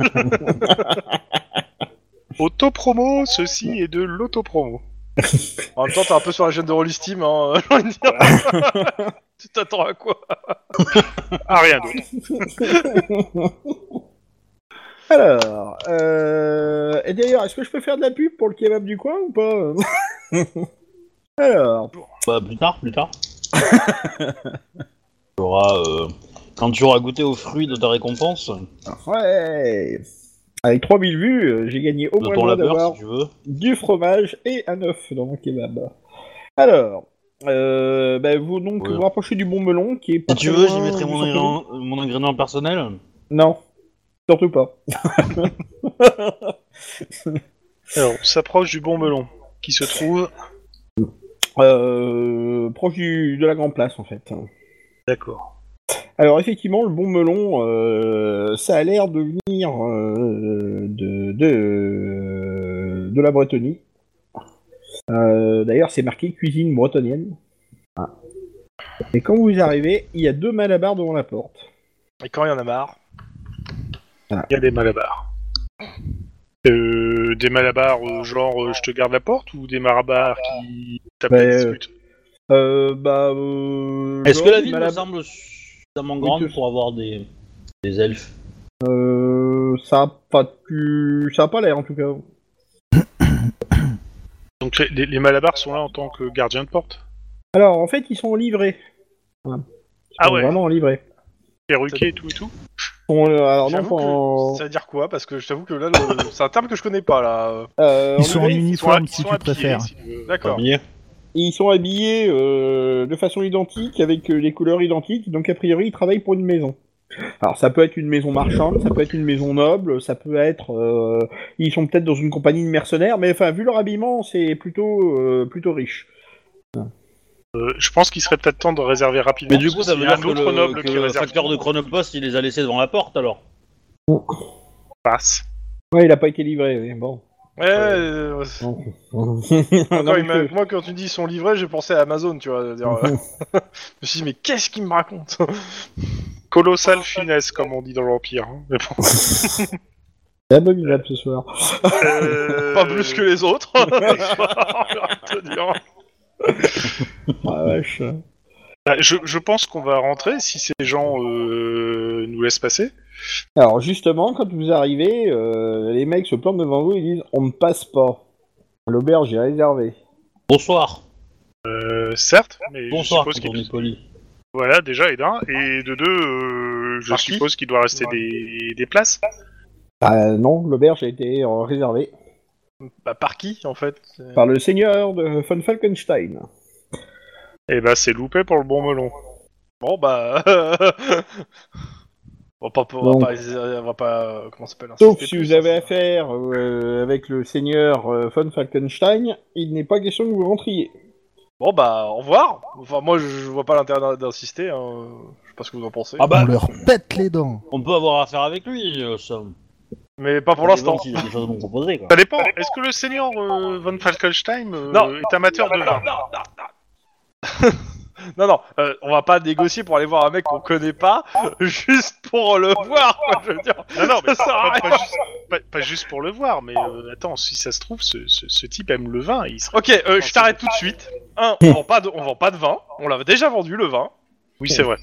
[SPEAKER 4] Autopromo, ceci est de l'autopromo.
[SPEAKER 5] En même temps, t'es un peu sur la chaîne de Rollis Team, hein, j'ai envie de dire. tu t'attends à quoi
[SPEAKER 4] Ah, rien d'autre.
[SPEAKER 2] Alors, euh... et d'ailleurs, est-ce que je peux faire de la pub pour le kebab du coin ou pas Alors,
[SPEAKER 1] Bah, plus tard, plus tard. tu auras, euh, quand tu auras goûté aux fruits de ta récompense,
[SPEAKER 2] ouais. Avec 3000 vues, euh, j'ai gagné au
[SPEAKER 1] de
[SPEAKER 2] moins
[SPEAKER 1] ton
[SPEAKER 2] le droit
[SPEAKER 1] labeur,
[SPEAKER 2] d'avoir
[SPEAKER 1] si tu veux.
[SPEAKER 2] du fromage et un œuf dans mon kebab. Alors, euh, bah, vous donc
[SPEAKER 1] Ouais.
[SPEAKER 2] vous rapprochez du bon melon qui est. pas
[SPEAKER 1] Si tu
[SPEAKER 2] très
[SPEAKER 1] veux,
[SPEAKER 2] loin
[SPEAKER 1] j'y mettrai
[SPEAKER 2] du
[SPEAKER 1] mon
[SPEAKER 2] centre-ville.
[SPEAKER 1] ingrédient, mon ingrédient personnel.
[SPEAKER 2] Non, surtout pas.
[SPEAKER 4] Alors, on s'approche du bon melon, qui se trouve.
[SPEAKER 2] Euh, proche du, de la grande place en fait.
[SPEAKER 4] D'accord.
[SPEAKER 2] Alors effectivement, le bon melon, euh, ça a l'air de venir euh, de, de, de la Bretonie. Euh, D'ailleurs, c'est marqué cuisine bretonnienne. Ah. Et quand vous arrivez, il y a deux malabars devant la porte.
[SPEAKER 5] Et quand il y en a marre
[SPEAKER 4] Il y a des malabars. Euh, des malabars, euh, genre euh, je te garde la porte, ou des malabars qui tapent
[SPEAKER 2] Bah,
[SPEAKER 4] et
[SPEAKER 2] euh,
[SPEAKER 4] discutent
[SPEAKER 2] Euh, bah, euh,
[SPEAKER 1] Est-ce que
[SPEAKER 2] genre,
[SPEAKER 1] la
[SPEAKER 2] des
[SPEAKER 1] ville me
[SPEAKER 2] malab-
[SPEAKER 1] semble suffisamment
[SPEAKER 2] Oui,
[SPEAKER 1] grande
[SPEAKER 2] tout-
[SPEAKER 1] pour avoir des, des elfes
[SPEAKER 2] euh, ça a pas pu- ça a pas l'air en tout cas.
[SPEAKER 4] Donc les- les, les malabars sont là en tant que gardiens de porte
[SPEAKER 2] Alors en fait, ils sont livrés. Voilà. Ils
[SPEAKER 4] Ah
[SPEAKER 2] sont
[SPEAKER 4] ouais.
[SPEAKER 2] Vraiment livrés.
[SPEAKER 4] Perruqués et tout et tout
[SPEAKER 2] Ils sont, euh, alors non,
[SPEAKER 5] J'avoue
[SPEAKER 2] pas
[SPEAKER 5] que
[SPEAKER 2] en-
[SPEAKER 5] Ça veut dire quoi Parce que je t'avoue que là, le- c'est un terme que je connais pas, là. euh.
[SPEAKER 2] euh,
[SPEAKER 6] Ils
[SPEAKER 2] en
[SPEAKER 6] sont en
[SPEAKER 2] livré,
[SPEAKER 6] uniforme
[SPEAKER 4] Ils sont
[SPEAKER 6] si tu
[SPEAKER 4] habillés,
[SPEAKER 6] préfères.
[SPEAKER 4] si tu veux.
[SPEAKER 5] D'accord.
[SPEAKER 1] Familiers
[SPEAKER 2] Ils sont habillés euh, de façon identique, avec euh, les couleurs identiques, donc a priori ils travaillent pour une maison. Alors ça peut être une maison marchande, ça peut être une maison noble, ça peut être... euh, ils sont peut-être dans une compagnie de mercenaires, mais enfin vu leur habillement c'est plutôt euh, plutôt riche.
[SPEAKER 4] Euh, je pense qu'il serait peut-être temps de réserver rapidement.
[SPEAKER 1] Mais du coup,
[SPEAKER 4] parce
[SPEAKER 1] ça
[SPEAKER 4] qu'il
[SPEAKER 1] veut
[SPEAKER 4] y a
[SPEAKER 1] dire que
[SPEAKER 4] un autre
[SPEAKER 1] le,
[SPEAKER 4] noble
[SPEAKER 1] que
[SPEAKER 4] qui
[SPEAKER 1] le
[SPEAKER 4] réserve
[SPEAKER 1] facteur
[SPEAKER 4] tout.
[SPEAKER 1] de Chronopost, il les a laissés devant la porte alors.
[SPEAKER 4] passe.
[SPEAKER 2] Ouais il a pas été livré, mais bon.
[SPEAKER 5] Ouais, euh, c'est-
[SPEAKER 2] Non,
[SPEAKER 5] quand il
[SPEAKER 2] mais
[SPEAKER 5] m'a-
[SPEAKER 2] que-
[SPEAKER 5] moi, quand tu dis ils sont livrés, j'ai pensé à Amazon, tu vois. dire, euh, je me suis dit, mais qu'est-ce qu'il me raconte
[SPEAKER 4] Colossale finesse, comme on dit dans l'Empire. hein. Mais bon.
[SPEAKER 2] C'est abominable ce soir.
[SPEAKER 4] Euh,
[SPEAKER 5] Pas plus que les autres.
[SPEAKER 4] je te dirais.
[SPEAKER 2] Ah, vache.
[SPEAKER 4] Bah, je, je pense qu'on va rentrer si ces gens euh, nous laissent passer.
[SPEAKER 2] Alors justement, quand vous arrivez, euh, les mecs se plantent devant vous et disent on ne passe pas. L'auberge est réservée.
[SPEAKER 1] Bonsoir.
[SPEAKER 4] Euh, certes, mais
[SPEAKER 1] Bonsoir,
[SPEAKER 4] je suppose
[SPEAKER 1] quand on
[SPEAKER 4] qu'il
[SPEAKER 1] est poli.
[SPEAKER 4] voilà déjà et d'un et de deux, euh, je
[SPEAKER 5] Marquis.
[SPEAKER 4] suppose qu'il doit rester des, des places.
[SPEAKER 2] Ah non, l'auberge a été euh, réservée.
[SPEAKER 5] bah, par qui, en fait C'est-
[SPEAKER 2] par le seigneur de von Falkenstein.
[SPEAKER 4] Et bah c'est loupé pour le bon melon.
[SPEAKER 5] Bon, bah. on va pas. On
[SPEAKER 2] Donc.
[SPEAKER 5] va pas, euh, on va pas, euh, comment ça s'appelle
[SPEAKER 2] Sauf
[SPEAKER 5] insister
[SPEAKER 2] si
[SPEAKER 5] plus,
[SPEAKER 2] vous avez
[SPEAKER 5] hein,
[SPEAKER 2] affaire euh, avec le seigneur euh, von Falkenstein, il n'est pas question que vous rentriez.
[SPEAKER 5] Bon bah au revoir. Enfin moi je, je vois pas l'intérêt d'in- d'insister. hein. Je sais pas ce que vous en pensez.
[SPEAKER 1] Ah bah,
[SPEAKER 6] On leur pète les dents.
[SPEAKER 1] on peut avoir affaire avec lui, euh, ça.
[SPEAKER 5] Mais pas pour l'instant.
[SPEAKER 1] S'il y a des choses à nous proposer, quoi.
[SPEAKER 4] Ça dépend. Est-ce que le seigneur euh, von Falkenstein euh,
[SPEAKER 5] Non,
[SPEAKER 4] est amateur de vin
[SPEAKER 5] Non non, euh, on va pas négocier pour aller voir un mec qu'on connaît pas juste pour le voir. Quoi, je veux dire.
[SPEAKER 4] Non, non, mais
[SPEAKER 5] Ça sert
[SPEAKER 4] pas, pas-
[SPEAKER 5] à rien.
[SPEAKER 4] pas juste, pas- pas juste pour le voir, mais euh, attends, si ça se trouve, ce, ce- ce type aime le vin, il serait...
[SPEAKER 5] Ok, euh, je t'arrête tout de suite. Un, on vend pas de, on vend pas de vin. On l'a déjà vendu le vin.
[SPEAKER 4] Oui, c'est vrai.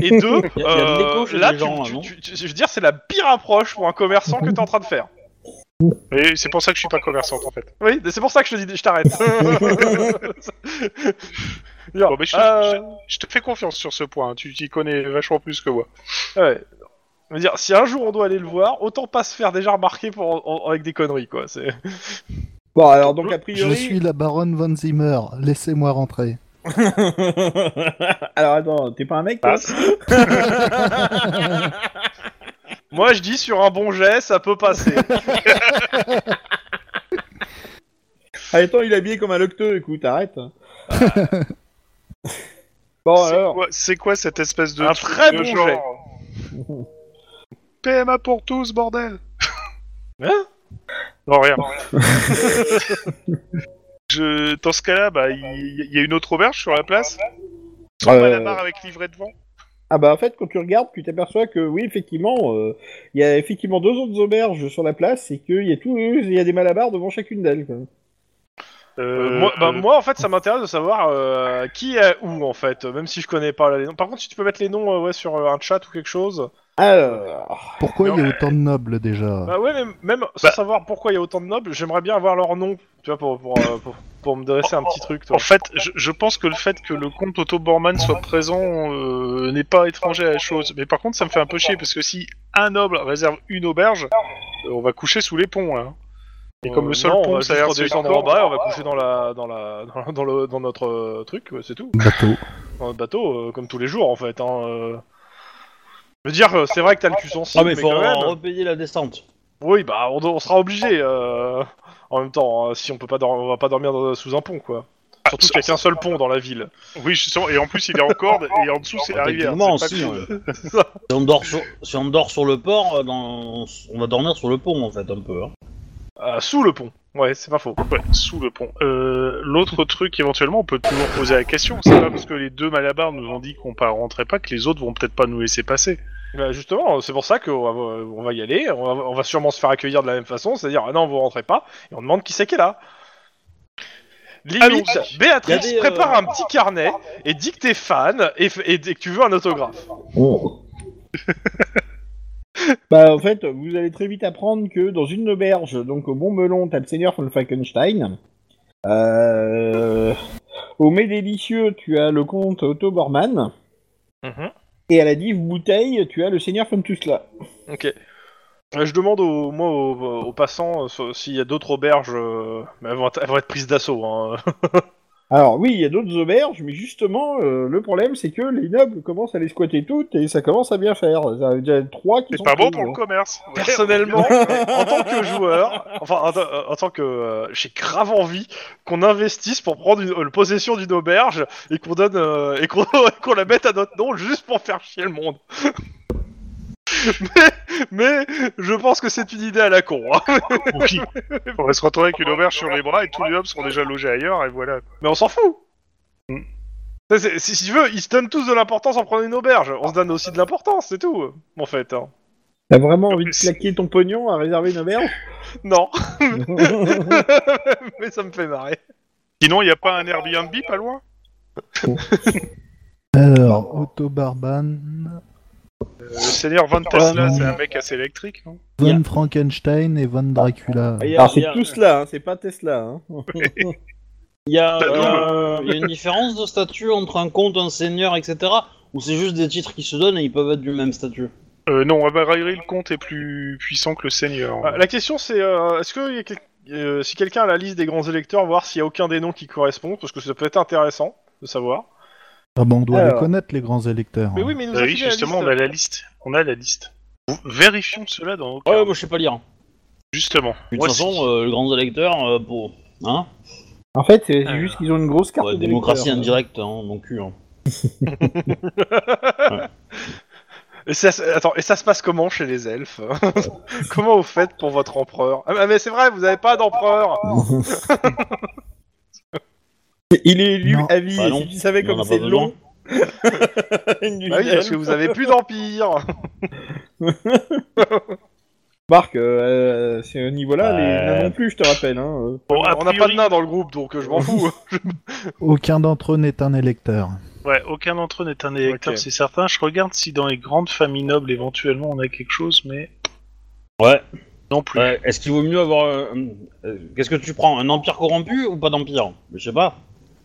[SPEAKER 5] Et deux,
[SPEAKER 1] Il y a de
[SPEAKER 5] euh,
[SPEAKER 1] l'écho chez
[SPEAKER 5] là
[SPEAKER 1] les
[SPEAKER 5] tu-
[SPEAKER 1] gens,
[SPEAKER 5] tu-
[SPEAKER 1] non
[SPEAKER 5] tu- tu- je veux dire c'est la pire approche pour un commerçant que t'es en train de faire.
[SPEAKER 4] Et c'est pour ça que je suis pas commerçante, en fait.
[SPEAKER 5] Oui, c'est pour ça que je te dis, je t'arrête.
[SPEAKER 4] Bon, mais je,
[SPEAKER 5] Euh,
[SPEAKER 4] je te fais confiance sur ce point, hein, tu t'y connais vachement plus que moi.
[SPEAKER 5] Ouais. Je veux dire, si un jour on doit aller le voir, autant pas se faire déjà remarquer pour, en- avec des conneries, quoi. C'est...
[SPEAKER 2] Bon, alors donc a
[SPEAKER 6] Je
[SPEAKER 2] priori.
[SPEAKER 6] suis la baronne von Zimmer. Laissez-moi rentrer.
[SPEAKER 2] alors attends, t'es pas un mec toi
[SPEAKER 4] Ah.
[SPEAKER 5] Moi, je dis sur un bon jet, ça peut passer.
[SPEAKER 2] Ah, Attends, il est habillé comme un locteux, écoute, arrête. bon
[SPEAKER 4] Ah. c'est,
[SPEAKER 2] alors.
[SPEAKER 4] quoi, c'est quoi cette espèce de...
[SPEAKER 5] Oh Un
[SPEAKER 4] truc
[SPEAKER 5] très
[SPEAKER 4] de
[SPEAKER 5] bon
[SPEAKER 4] genre,
[SPEAKER 5] jet.
[SPEAKER 4] euh, PMA pour tous, bordel
[SPEAKER 5] Hein
[SPEAKER 4] Non, rien. je, dans ce cas-là, bah, il il y, a une autre auberge sur la place
[SPEAKER 2] euh,
[SPEAKER 4] Malabar avec livret de vent
[SPEAKER 2] Ah bah en fait, quand tu regardes, tu t'aperçois que oui, effectivement, euh, il y a effectivement deux autres auberges sur la place et qu'il y, a tout- il y a des malabars devant chacune d'elles. quoi.
[SPEAKER 5] Euh, moi, bah, moi, en fait, ça m'intéresse de savoir euh, qui est où, en fait, même si je connais pas les noms. Par contre, si tu peux mettre les noms euh, ouais, sur euh, un chat ou quelque chose.
[SPEAKER 2] Alors,
[SPEAKER 6] Pourquoi
[SPEAKER 5] Non,
[SPEAKER 6] il y a autant de nobles déjà
[SPEAKER 5] Bah ouais, mais même sans
[SPEAKER 4] Bah.
[SPEAKER 5] savoir pourquoi il y a autant de nobles, j'aimerais bien avoir leur nom, tu vois, pour, pour, euh, pour, pour me dresser un petit truc, toi.
[SPEAKER 4] En fait, je, je pense que le fait que le comte Otto Bormann soit présent euh, n'est pas étranger à la chose. Mais par contre, ça me fait un peu chier parce que si un noble réserve une auberge, euh, on va coucher sous les ponts hein. là. Et comme
[SPEAKER 5] Euh,
[SPEAKER 4] le seul
[SPEAKER 5] non, on
[SPEAKER 4] pont,
[SPEAKER 5] va
[SPEAKER 4] ça a
[SPEAKER 5] juste
[SPEAKER 4] l'air de celui
[SPEAKER 5] redescendre en
[SPEAKER 4] d'Angkor,
[SPEAKER 5] bas, on va coucher dans la dans la dans, dans le dans notre euh, truc, ouais, c'est tout.
[SPEAKER 6] Bateau.
[SPEAKER 5] Dans notre bateau, euh, comme tous les jours en fait. Hein, euh. Je veux dire, euh, c'est vrai que t'as le cul sensible,
[SPEAKER 1] Ah, mais
[SPEAKER 5] mais
[SPEAKER 1] faut
[SPEAKER 5] quand même.
[SPEAKER 1] repayer la descente.
[SPEAKER 5] Oui, bah on, on sera obligé. euh, En même temps, hein, si on peut pas, dor- on va pas dormir dans- sous un pont quoi. Surtout
[SPEAKER 4] ça-
[SPEAKER 5] qu'il y a qu'un seul pont dans la ville.
[SPEAKER 4] Oui, je sens- et en plus, il est en corde et en dessous, c'est la rivière.
[SPEAKER 1] Techniquement,
[SPEAKER 4] C'est pas
[SPEAKER 1] Ah, si,
[SPEAKER 4] cool.
[SPEAKER 1] ouais.
[SPEAKER 5] ça.
[SPEAKER 1] si, on dort sur, si on dort sur le port, euh, dans- on va dormir sur le pont en fait un peu. hein.
[SPEAKER 5] Ah, sous le pont. Ouais, c'est pas faux.
[SPEAKER 4] Ouais, sous le pont. Euh, L'autre truc, éventuellement, on peut toujours poser la question. C'est pas parce que les deux Malabars nous ont dit qu'on pas rentrait pas que les autres vont peut-être pas nous laisser passer.
[SPEAKER 5] Bah, justement, c'est pour ça qu'on va, on va y aller. On va, on va sûrement se faire accueillir de la même façon, c'est-à-dire ah non, vous rentrez pas. Et on demande qui c'est qui est là. Limite,
[SPEAKER 4] Allons-y.
[SPEAKER 5] Béatrix,
[SPEAKER 1] Y a des, euh,
[SPEAKER 5] prépare un petit carnet et dis que t'es fan et, f- et que tu veux un autographe.
[SPEAKER 2] bah en fait, vous allez très vite apprendre que dans une auberge, donc au Bon Melon, t'as le Seigneur von Falkenstein. Euh, au Mets Délicieux, tu as le comte Otto Bormann. Et à la dive Bouteille, tu as le Seigneur von Tusla.
[SPEAKER 5] Ok. Euh, Je demande au, moi aux aux passants euh, so- s'il y a d'autres auberges, euh, mais elles vont être, elles vont être prises d'assaut. hein.
[SPEAKER 2] Alors oui, il y a d'autres auberges, mais justement, euh, le problème c'est que les nobles commencent à les squatter toutes et ça commence à bien faire. Il y a déjà trois qui
[SPEAKER 4] C'est
[SPEAKER 2] sont
[SPEAKER 4] pas bon
[SPEAKER 2] prises,
[SPEAKER 4] pour le
[SPEAKER 2] hein.
[SPEAKER 4] commerce. Ouais.
[SPEAKER 5] Personnellement, en tant que joueur, enfin en, tant- euh, en tant que, euh, j'ai grave envie qu'on investisse pour prendre une, euh, possession d'une auberge et qu'on donne euh, et qu'on qu'on la mette à notre nom juste pour faire chier le monde. mais, mais je pense que c'est une idée à la con. hein.
[SPEAKER 4] Oui. On va se retrouver avec une auberge sur les bras et tous les hommes seront déjà logés ailleurs et voilà. Mm.
[SPEAKER 5] Mais on s'en fout. Ça, c'est- Si, si tu veux, ils se donnent tous de l'importance en prenant une auberge. On se donne aussi de l'importance, c'est tout, en fait. hein.
[SPEAKER 2] T'as vraiment envie de
[SPEAKER 4] C'est-
[SPEAKER 2] claquer ton pognon à réserver une auberge
[SPEAKER 5] Non, mais ça me fait marrer.
[SPEAKER 4] Sinon, il n'y a pas un Airbnb pas loin
[SPEAKER 6] Alors, Otto Barban,
[SPEAKER 4] Le seigneur Van
[SPEAKER 5] Euh,
[SPEAKER 4] Tesla, c'est un mec assez électrique. non
[SPEAKER 6] Von Frankenstein et Von Dracula.
[SPEAKER 1] Il y a-
[SPEAKER 2] Alors
[SPEAKER 1] il
[SPEAKER 2] c'est
[SPEAKER 1] y a-
[SPEAKER 2] Tusla, hein, c'est pas Tesla. hein.
[SPEAKER 1] Il y, a,
[SPEAKER 4] Bah,
[SPEAKER 1] euh, il y a une différence de statut entre un comte, un seigneur, etc. Ou c'est juste des titres qui se donnent et ils peuvent être du même statut
[SPEAKER 4] euh, Non, à Bariri, le comte est plus puissant que le seigneur.
[SPEAKER 5] Euh, La question c'est euh, est-ce que y a quel- euh, si quelqu'un a la liste des grands électeurs, voir s'il y a aucun des noms qui correspond, parce que ça peut être intéressant de savoir.
[SPEAKER 6] Ah bah, on doit
[SPEAKER 2] Alors.
[SPEAKER 6] les connaître, les grands électeurs. hein.
[SPEAKER 5] Mais oui, mais il nous
[SPEAKER 4] Bah
[SPEAKER 5] a
[SPEAKER 4] oui,
[SPEAKER 5] filé la
[SPEAKER 4] justement, on
[SPEAKER 5] liste.
[SPEAKER 4] a la liste. On a la liste. Vérifions cela dans nos
[SPEAKER 5] Oh.
[SPEAKER 1] Ouais,
[SPEAKER 4] cartes.
[SPEAKER 1] moi je sais pas lire.
[SPEAKER 4] Justement.
[SPEAKER 1] De toute
[SPEAKER 4] Voici.
[SPEAKER 1] façon, euh, le grand électeur, euh, pour. Hein
[SPEAKER 2] En fait, c'est juste qu'ils ont une grosse carte.
[SPEAKER 1] Ah. Ouais,
[SPEAKER 2] de
[SPEAKER 1] Démocratie
[SPEAKER 2] lecteur.
[SPEAKER 1] indirecte, hein, mon cul. hein.
[SPEAKER 5] Et ça, se- attends, et ça se passe comment chez les elfes Comment vous faites pour votre empereur Ah mais c'est vrai, vous n'avez pas d'empereur Ah
[SPEAKER 2] Il est élu
[SPEAKER 6] Non.
[SPEAKER 2] à vie.
[SPEAKER 1] Bah non,
[SPEAKER 2] si tu savais
[SPEAKER 1] il en
[SPEAKER 2] comme
[SPEAKER 1] a
[SPEAKER 2] c'est
[SPEAKER 1] pas Ah
[SPEAKER 2] long.
[SPEAKER 5] Bah oui, parce que vous avez plus d'empire
[SPEAKER 2] Marc, euh, c'est au niveau-là, les
[SPEAKER 1] Ouais.
[SPEAKER 2] nains non plus, je te rappelle. Hein. euh.
[SPEAKER 4] Bon, a
[SPEAKER 5] On n'a pas de
[SPEAKER 4] priori-
[SPEAKER 5] nains dans le groupe, donc euh, je m'en fous
[SPEAKER 6] Aucun d'entre eux n'est un électeur.
[SPEAKER 4] Ouais, aucun d'entre eux n'est un électeur,
[SPEAKER 5] Ok.
[SPEAKER 4] c'est certain. Je regarde si dans les grandes familles nobles, éventuellement, on a quelque chose, mais
[SPEAKER 1] Ouais.
[SPEAKER 4] non plus.
[SPEAKER 1] ouais. Est-ce qu'il vaut mieux avoir. euh, euh, Qu'est-ce que tu prends Un empire corrompu ou pas d'empire Je sais pas.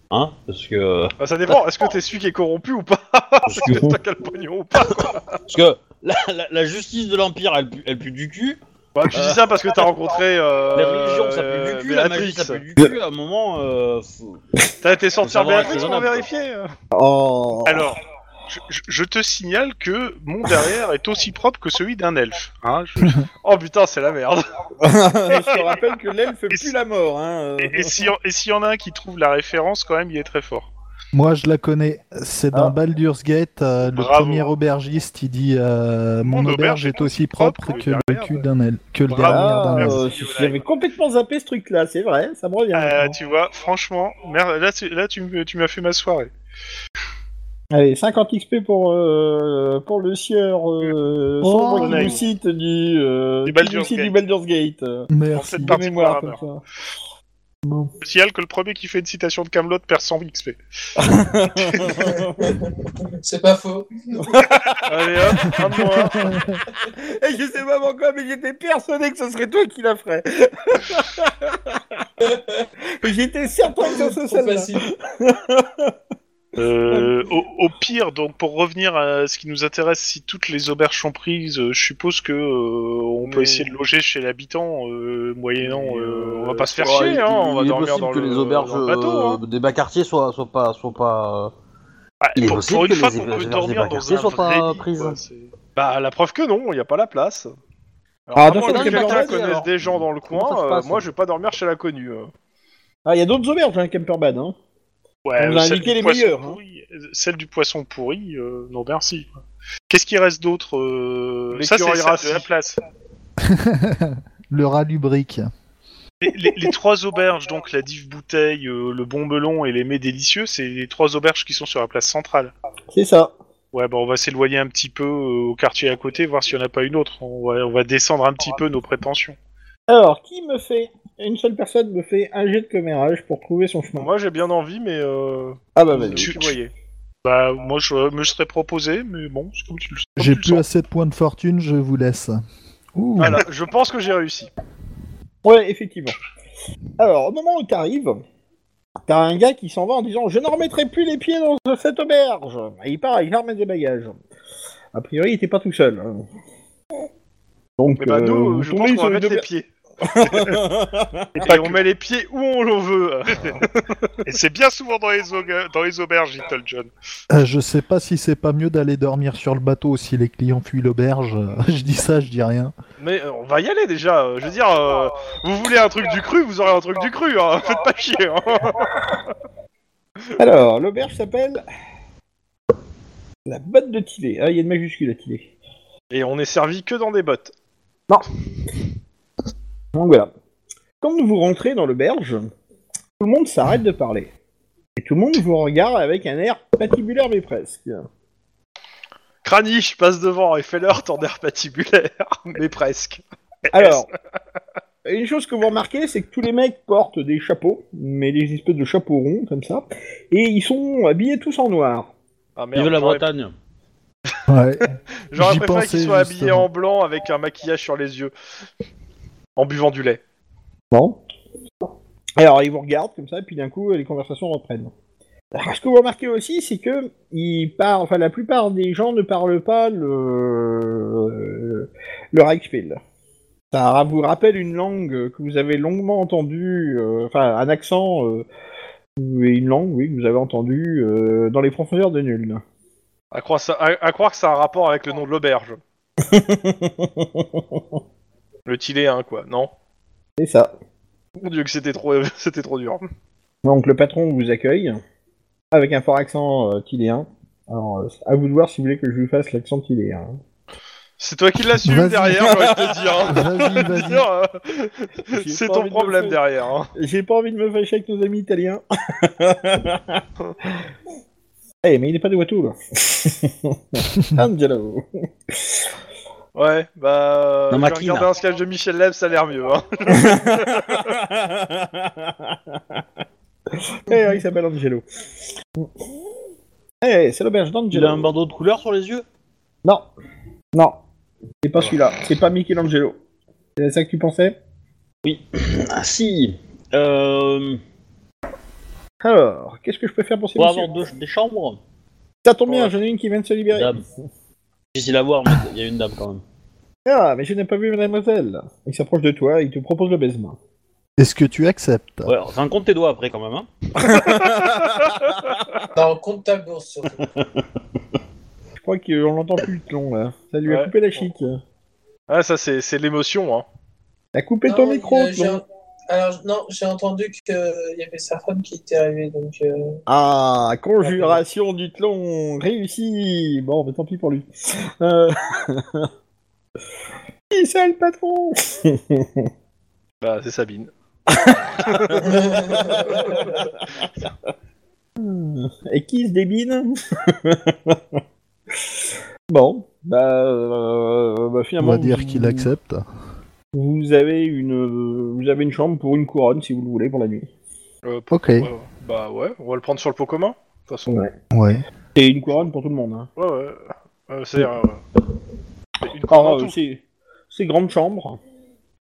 [SPEAKER 1] Hein Parce que.
[SPEAKER 5] Bah, Ça dépend, est-ce que t'es celui qui est corrompu ou pas
[SPEAKER 1] Parce que,
[SPEAKER 5] T'as qu'à le pognon ou pas
[SPEAKER 1] parce que la, la- la justice de l'empire, elle, pue- elle pue du cul.
[SPEAKER 5] bah, Tu dis ça parce que t'as rencontré... Euh,
[SPEAKER 1] La religion, ça pue
[SPEAKER 5] euh,
[SPEAKER 1] du cul. La magie,
[SPEAKER 5] Béatrix.
[SPEAKER 1] ça pue du cul. À un moment. euh, faut-
[SPEAKER 5] T'as été sortir
[SPEAKER 1] savoir être
[SPEAKER 5] Béatrix pour
[SPEAKER 1] raisonnable,
[SPEAKER 5] vérifier
[SPEAKER 2] Oh.
[SPEAKER 4] Alors, je, je- je te signale que mon derrière est aussi propre que celui d'un elfe. hein. Je-
[SPEAKER 5] Oh putain, c'est la merde.
[SPEAKER 2] je te rappelle que l'elfe pue la mort. Hein.
[SPEAKER 4] et, et si on- et s'il y en a un qui trouve la référence, quand même, il est très fort.
[SPEAKER 6] Moi, je la connais. C'est dans
[SPEAKER 2] Ah.
[SPEAKER 6] Baldur's Gate. euh, le
[SPEAKER 4] Bravo.
[SPEAKER 6] premier aubergiste, il dit euh, Mon
[SPEAKER 4] Mon
[SPEAKER 6] auberge
[SPEAKER 4] auberge
[SPEAKER 6] est aussi propre que le
[SPEAKER 4] derrière,
[SPEAKER 6] cul
[SPEAKER 4] ouais.
[SPEAKER 6] d'un elfe. Que le
[SPEAKER 4] Bravo.
[SPEAKER 6] derrière
[SPEAKER 2] Ah,
[SPEAKER 6] d'un elfe.
[SPEAKER 2] euh, j'avais complètement zappé ce truc-là, c'est vrai, ça me revient.
[SPEAKER 4] Euh,
[SPEAKER 2] maintenant.
[SPEAKER 4] tu vois, franchement, merde, là, tu, là, tu, me- tu m'as fait ma soirée.
[SPEAKER 2] Allez, 50 XP pour, euh, pour le sieur euh,
[SPEAKER 6] Oh,
[SPEAKER 2] sombre qui
[SPEAKER 4] nice.
[SPEAKER 2] nous cite du, euh, qui
[SPEAKER 4] Du
[SPEAKER 2] nous
[SPEAKER 4] Baldur's
[SPEAKER 2] cite
[SPEAKER 4] Gate.
[SPEAKER 2] du Baldur's Gate. euh,
[SPEAKER 6] Merci.
[SPEAKER 4] cette
[SPEAKER 2] de
[SPEAKER 4] partie
[SPEAKER 2] mémoire,
[SPEAKER 4] pour la
[SPEAKER 2] comme ça.
[SPEAKER 4] Je signale que le premier qui fait une citation de Camelot perd 100 XP.
[SPEAKER 3] C'est pas faux.
[SPEAKER 5] Allez hop, un de moins.
[SPEAKER 2] Et Eh, je sais pas pourquoi, mais j'étais persuadé que ce serait toi qui la ferais. j'étais certain que ce
[SPEAKER 3] Trop
[SPEAKER 2] serait
[SPEAKER 3] facile.
[SPEAKER 4] Euh, au, au pire, donc pour revenir à ce qui nous intéresse, si toutes les auberges sont prises, euh, je suppose que euh, on peut
[SPEAKER 5] Mais-
[SPEAKER 4] essayer de loger chez l'habitant, euh, moyennant.
[SPEAKER 5] Mais,
[SPEAKER 4] euh,
[SPEAKER 5] euh,
[SPEAKER 4] on va pas se faire
[SPEAKER 5] ouais,
[SPEAKER 4] chier,
[SPEAKER 5] il-
[SPEAKER 4] hein, on va
[SPEAKER 5] il est
[SPEAKER 4] dormir
[SPEAKER 5] possible
[SPEAKER 4] dans
[SPEAKER 5] que
[SPEAKER 4] le,
[SPEAKER 5] les auberges, euh,
[SPEAKER 4] dans le bateau. hein.
[SPEAKER 1] des bas quartiers soient, soient pas. Soient pas
[SPEAKER 4] Bah,
[SPEAKER 1] il est
[SPEAKER 4] pour,
[SPEAKER 1] possible
[SPEAKER 4] pour une
[SPEAKER 1] que
[SPEAKER 4] fois
[SPEAKER 1] les
[SPEAKER 4] qu'on peut
[SPEAKER 1] hébergeurs
[SPEAKER 4] dormir dans
[SPEAKER 1] débarqués
[SPEAKER 4] un
[SPEAKER 1] soient
[SPEAKER 4] vrai
[SPEAKER 1] pas
[SPEAKER 4] lit,
[SPEAKER 1] prises.
[SPEAKER 4] quoi, c'est-
[SPEAKER 5] Bah la preuve que non, il y a pas la place. Alors,
[SPEAKER 2] Ah,
[SPEAKER 5] à
[SPEAKER 2] donc,
[SPEAKER 5] moins
[SPEAKER 2] c'est
[SPEAKER 5] que
[SPEAKER 2] le
[SPEAKER 5] quelqu'un
[SPEAKER 2] Cambodge,
[SPEAKER 5] connaisse
[SPEAKER 2] alors.
[SPEAKER 5] des gens dans le
[SPEAKER 2] Comment ça se
[SPEAKER 5] coin, euh,
[SPEAKER 2] passe,
[SPEAKER 5] moi
[SPEAKER 2] hein
[SPEAKER 5] je vais pas dormir chez la connue. euh.
[SPEAKER 2] Ah, il y a d'autres auberges, hein, Camperbad. Hein.
[SPEAKER 4] Ouais,
[SPEAKER 2] On
[SPEAKER 4] euh,
[SPEAKER 2] a
[SPEAKER 4] celle
[SPEAKER 2] indiqué
[SPEAKER 4] du
[SPEAKER 2] les
[SPEAKER 4] poisson
[SPEAKER 2] meilleurs, hein.
[SPEAKER 4] pourri- euh, Celle du poisson pourri, euh, non merci. quoi. Qu'est-ce qui reste d'autre euh,
[SPEAKER 5] L'écurie
[SPEAKER 4] Ça, c'est celle
[SPEAKER 5] rassis.
[SPEAKER 4] de la place.
[SPEAKER 6] Le rat lubrique.
[SPEAKER 4] Les, les- les trois auberges, donc la dive bouteille, euh, le bon melon et les mets délicieux, c'est les trois auberges qui sont sur la place centrale.
[SPEAKER 2] C'est ça.
[SPEAKER 4] Ouais, bah on va s'éloigner un petit peu euh, au quartier à côté, voir s'il n'y en a pas une autre. On va, on va descendre un petit peu nos prétentions.
[SPEAKER 2] Alors, qui me fait Une seule personne me fait un jet de commérage pour trouver son chemin.
[SPEAKER 5] Moi j'ai bien envie, mais euh,
[SPEAKER 2] Ah bah vas-y.
[SPEAKER 4] Tu-
[SPEAKER 5] vous voyez.
[SPEAKER 4] Bah, moi, je me serais proposé, mais bon, c'est comme tu le comme
[SPEAKER 6] J'ai
[SPEAKER 4] tu le
[SPEAKER 6] plus
[SPEAKER 4] sens.
[SPEAKER 6] assez de points de fortune, je vous laisse. Ouh.
[SPEAKER 5] Voilà, je pense que j'ai réussi.
[SPEAKER 2] Ouais, effectivement. Alors, au moment où t'arrives, t'as un gars qui s'en va en disant Je ne remettrai plus les pieds dans ce- cette auberge Et il part avec l'arme et des bagages. A priori, il était pas tout seul. hein. Donc,
[SPEAKER 5] Mais bah
[SPEAKER 2] euh,
[SPEAKER 5] nous,
[SPEAKER 2] vous
[SPEAKER 5] je
[SPEAKER 2] tombez
[SPEAKER 5] pense qu'on
[SPEAKER 2] sur
[SPEAKER 5] va
[SPEAKER 2] une
[SPEAKER 5] mettre les
[SPEAKER 2] auberge-
[SPEAKER 5] pieds.
[SPEAKER 4] Et
[SPEAKER 5] Et
[SPEAKER 4] pas
[SPEAKER 5] on
[SPEAKER 4] que-
[SPEAKER 5] met les pieds où on le veut.
[SPEAKER 4] Et c'est bien souvent dans les, auga- dans les auberges, Little John.
[SPEAKER 6] Euh, je sais pas si c'est pas mieux d'aller dormir sur le bateau si les clients fuient l'auberge. Euh, je dis ça, je dis rien.
[SPEAKER 5] Mais euh, on va y aller déjà. euh, Je veux dire, euh, vous voulez un truc du cru, vous aurez un truc du cru. Hein. Faites pas chier. Hein.
[SPEAKER 2] Alors, l'auberge s'appelle. La botte de Tillet. Ah, il y a une majuscule à Tillet.
[SPEAKER 5] Et on est servi que dans des bottes.
[SPEAKER 2] Donc voilà. Quand vous rentrez dans l'auberge, tout le monde s'arrête de parler. Et tout le monde vous regarde avec un air patibulaire, mais presque.
[SPEAKER 5] Kranich passe devant et fait leur tendeur patibulaire, mais presque.
[SPEAKER 2] Alors, une chose que vous remarquez, c'est que tous les mecs portent des chapeaux, mais des espèces de chapeaux ronds, comme ça, et ils sont habillés tous en noir.
[SPEAKER 5] Ah,
[SPEAKER 1] Vive la
[SPEAKER 5] j'aurais-
[SPEAKER 1] Bretagne.
[SPEAKER 6] Ouais.
[SPEAKER 5] J'aurais
[SPEAKER 6] J'y
[SPEAKER 5] préféré qu'ils
[SPEAKER 6] pensais,
[SPEAKER 5] soient habillés
[SPEAKER 6] justement.
[SPEAKER 5] en blanc avec un maquillage sur les yeux. En buvant du lait.
[SPEAKER 2] Bon. Alors, ils vous regardent, comme ça, et puis d'un coup, les conversations reprennent. Alors, ce que vous remarquez aussi, c'est que ils parlent, enfin, la plupart des gens ne parlent pas le, le Reichsfield. Ça vous rappelle une langue que vous avez longuement entendue, euh, enfin, un accent, euh, et une langue, oui, que vous avez entendue euh, dans les profondeurs de Nul.
[SPEAKER 5] À croire, ça- à- à croire que ça a un rapport avec le nom de l'auberge. Le Tillet 1, quoi. Non
[SPEAKER 2] C'est ça.
[SPEAKER 5] Mon dieu, que c'était trop, c'était trop dur.
[SPEAKER 2] Donc le patron vous accueille avec un fort accent euh, tiléen. Alors euh, à vous de voir si vous voulez que je vous fasse l'accent tiléen.
[SPEAKER 5] C'est toi qui l'assumes
[SPEAKER 6] Vas-y.
[SPEAKER 5] derrière, j'ai envie de te dire. hein.
[SPEAKER 6] Vas-y,
[SPEAKER 5] Je veux
[SPEAKER 6] vas-y.
[SPEAKER 5] dire, euh,
[SPEAKER 2] J'ai
[SPEAKER 5] C'est
[SPEAKER 2] pas
[SPEAKER 5] ton
[SPEAKER 2] envie de le
[SPEAKER 5] problème
[SPEAKER 2] faire.
[SPEAKER 5] derrière. hein.
[SPEAKER 2] J'ai pas envie de me fâcher avec nos amis italiens. Eh mais il est pas de Watou là. Angelo.
[SPEAKER 5] Ouais, bah.
[SPEAKER 1] Dans
[SPEAKER 5] je
[SPEAKER 1] ma
[SPEAKER 5] vais
[SPEAKER 1] clean.
[SPEAKER 5] regarder un sketch de Michel Leb, ça a l'air mieux. Hein.
[SPEAKER 2] Eh ouais, il s'appelle Angelo. Eh c'est l'auberge
[SPEAKER 1] Il
[SPEAKER 2] d'Angelo.
[SPEAKER 1] a un bandeau de couleur sur les yeux
[SPEAKER 2] Non. Non. C'est pas celui-là. C'est pas Michelangelo. C'est ça que tu pensais
[SPEAKER 1] Ah si Euh,
[SPEAKER 2] Alors, qu'est-ce que je peux faire pour ces
[SPEAKER 1] Pour
[SPEAKER 2] messieurs
[SPEAKER 1] avoir deux- des chambres
[SPEAKER 2] Ça tombe bien, j'en ai une qui vient de se libérer.
[SPEAKER 1] Dame. Difficile à voir, mais il y a une dame quand même.
[SPEAKER 2] Ah, mais je n'ai pas vu mademoiselle. Il s'approche de toi, il te propose le baisement.
[SPEAKER 6] Est-ce que tu acceptes
[SPEAKER 1] Ouais, enfin, compte tes doigts après quand même. Hein.
[SPEAKER 3] Non, compte ta bourse surtout.
[SPEAKER 2] Je crois qu'on l'entend plus le long là. Ça lui a
[SPEAKER 5] Ouais.
[SPEAKER 2] coupé la chic.
[SPEAKER 5] Ah, ça, c'est c'est de l'émotion. Hein.
[SPEAKER 2] T'as coupé
[SPEAKER 3] Non,
[SPEAKER 2] ton
[SPEAKER 3] il-
[SPEAKER 2] micro,
[SPEAKER 3] euh, j'ai
[SPEAKER 2] Tlon.
[SPEAKER 3] un- Alors, non, j'ai entendu qu'il y avait sa femme qui était arrivée, donc... euh,
[SPEAKER 2] Ah, conjuration du Tlon, réussi. Bon, mais tant pis pour lui. Euh... Qui c'est le patron
[SPEAKER 5] Bah, c'est Sabine.
[SPEAKER 2] Et qui se débine Bon, bah, euh, bah,
[SPEAKER 6] On
[SPEAKER 2] finalement.
[SPEAKER 6] va dire
[SPEAKER 2] vous-
[SPEAKER 6] qu'il accepte.
[SPEAKER 2] Vous avez une, euh, vous avez une chambre pour une couronne si vous le voulez pour la nuit.
[SPEAKER 5] Euh, pour-
[SPEAKER 6] Ok.
[SPEAKER 5] euh, bah ouais, on va le prendre sur le pot commun. De toute façon.
[SPEAKER 2] Ouais.
[SPEAKER 6] Ouais.
[SPEAKER 2] C'est une couronne pour tout le monde. Hein.
[SPEAKER 5] Ouais, ouais. Euh, C'est-à-dire. euh, une couronne en
[SPEAKER 2] Alors,
[SPEAKER 5] tout.
[SPEAKER 2] euh, c'est c'est grande chambre.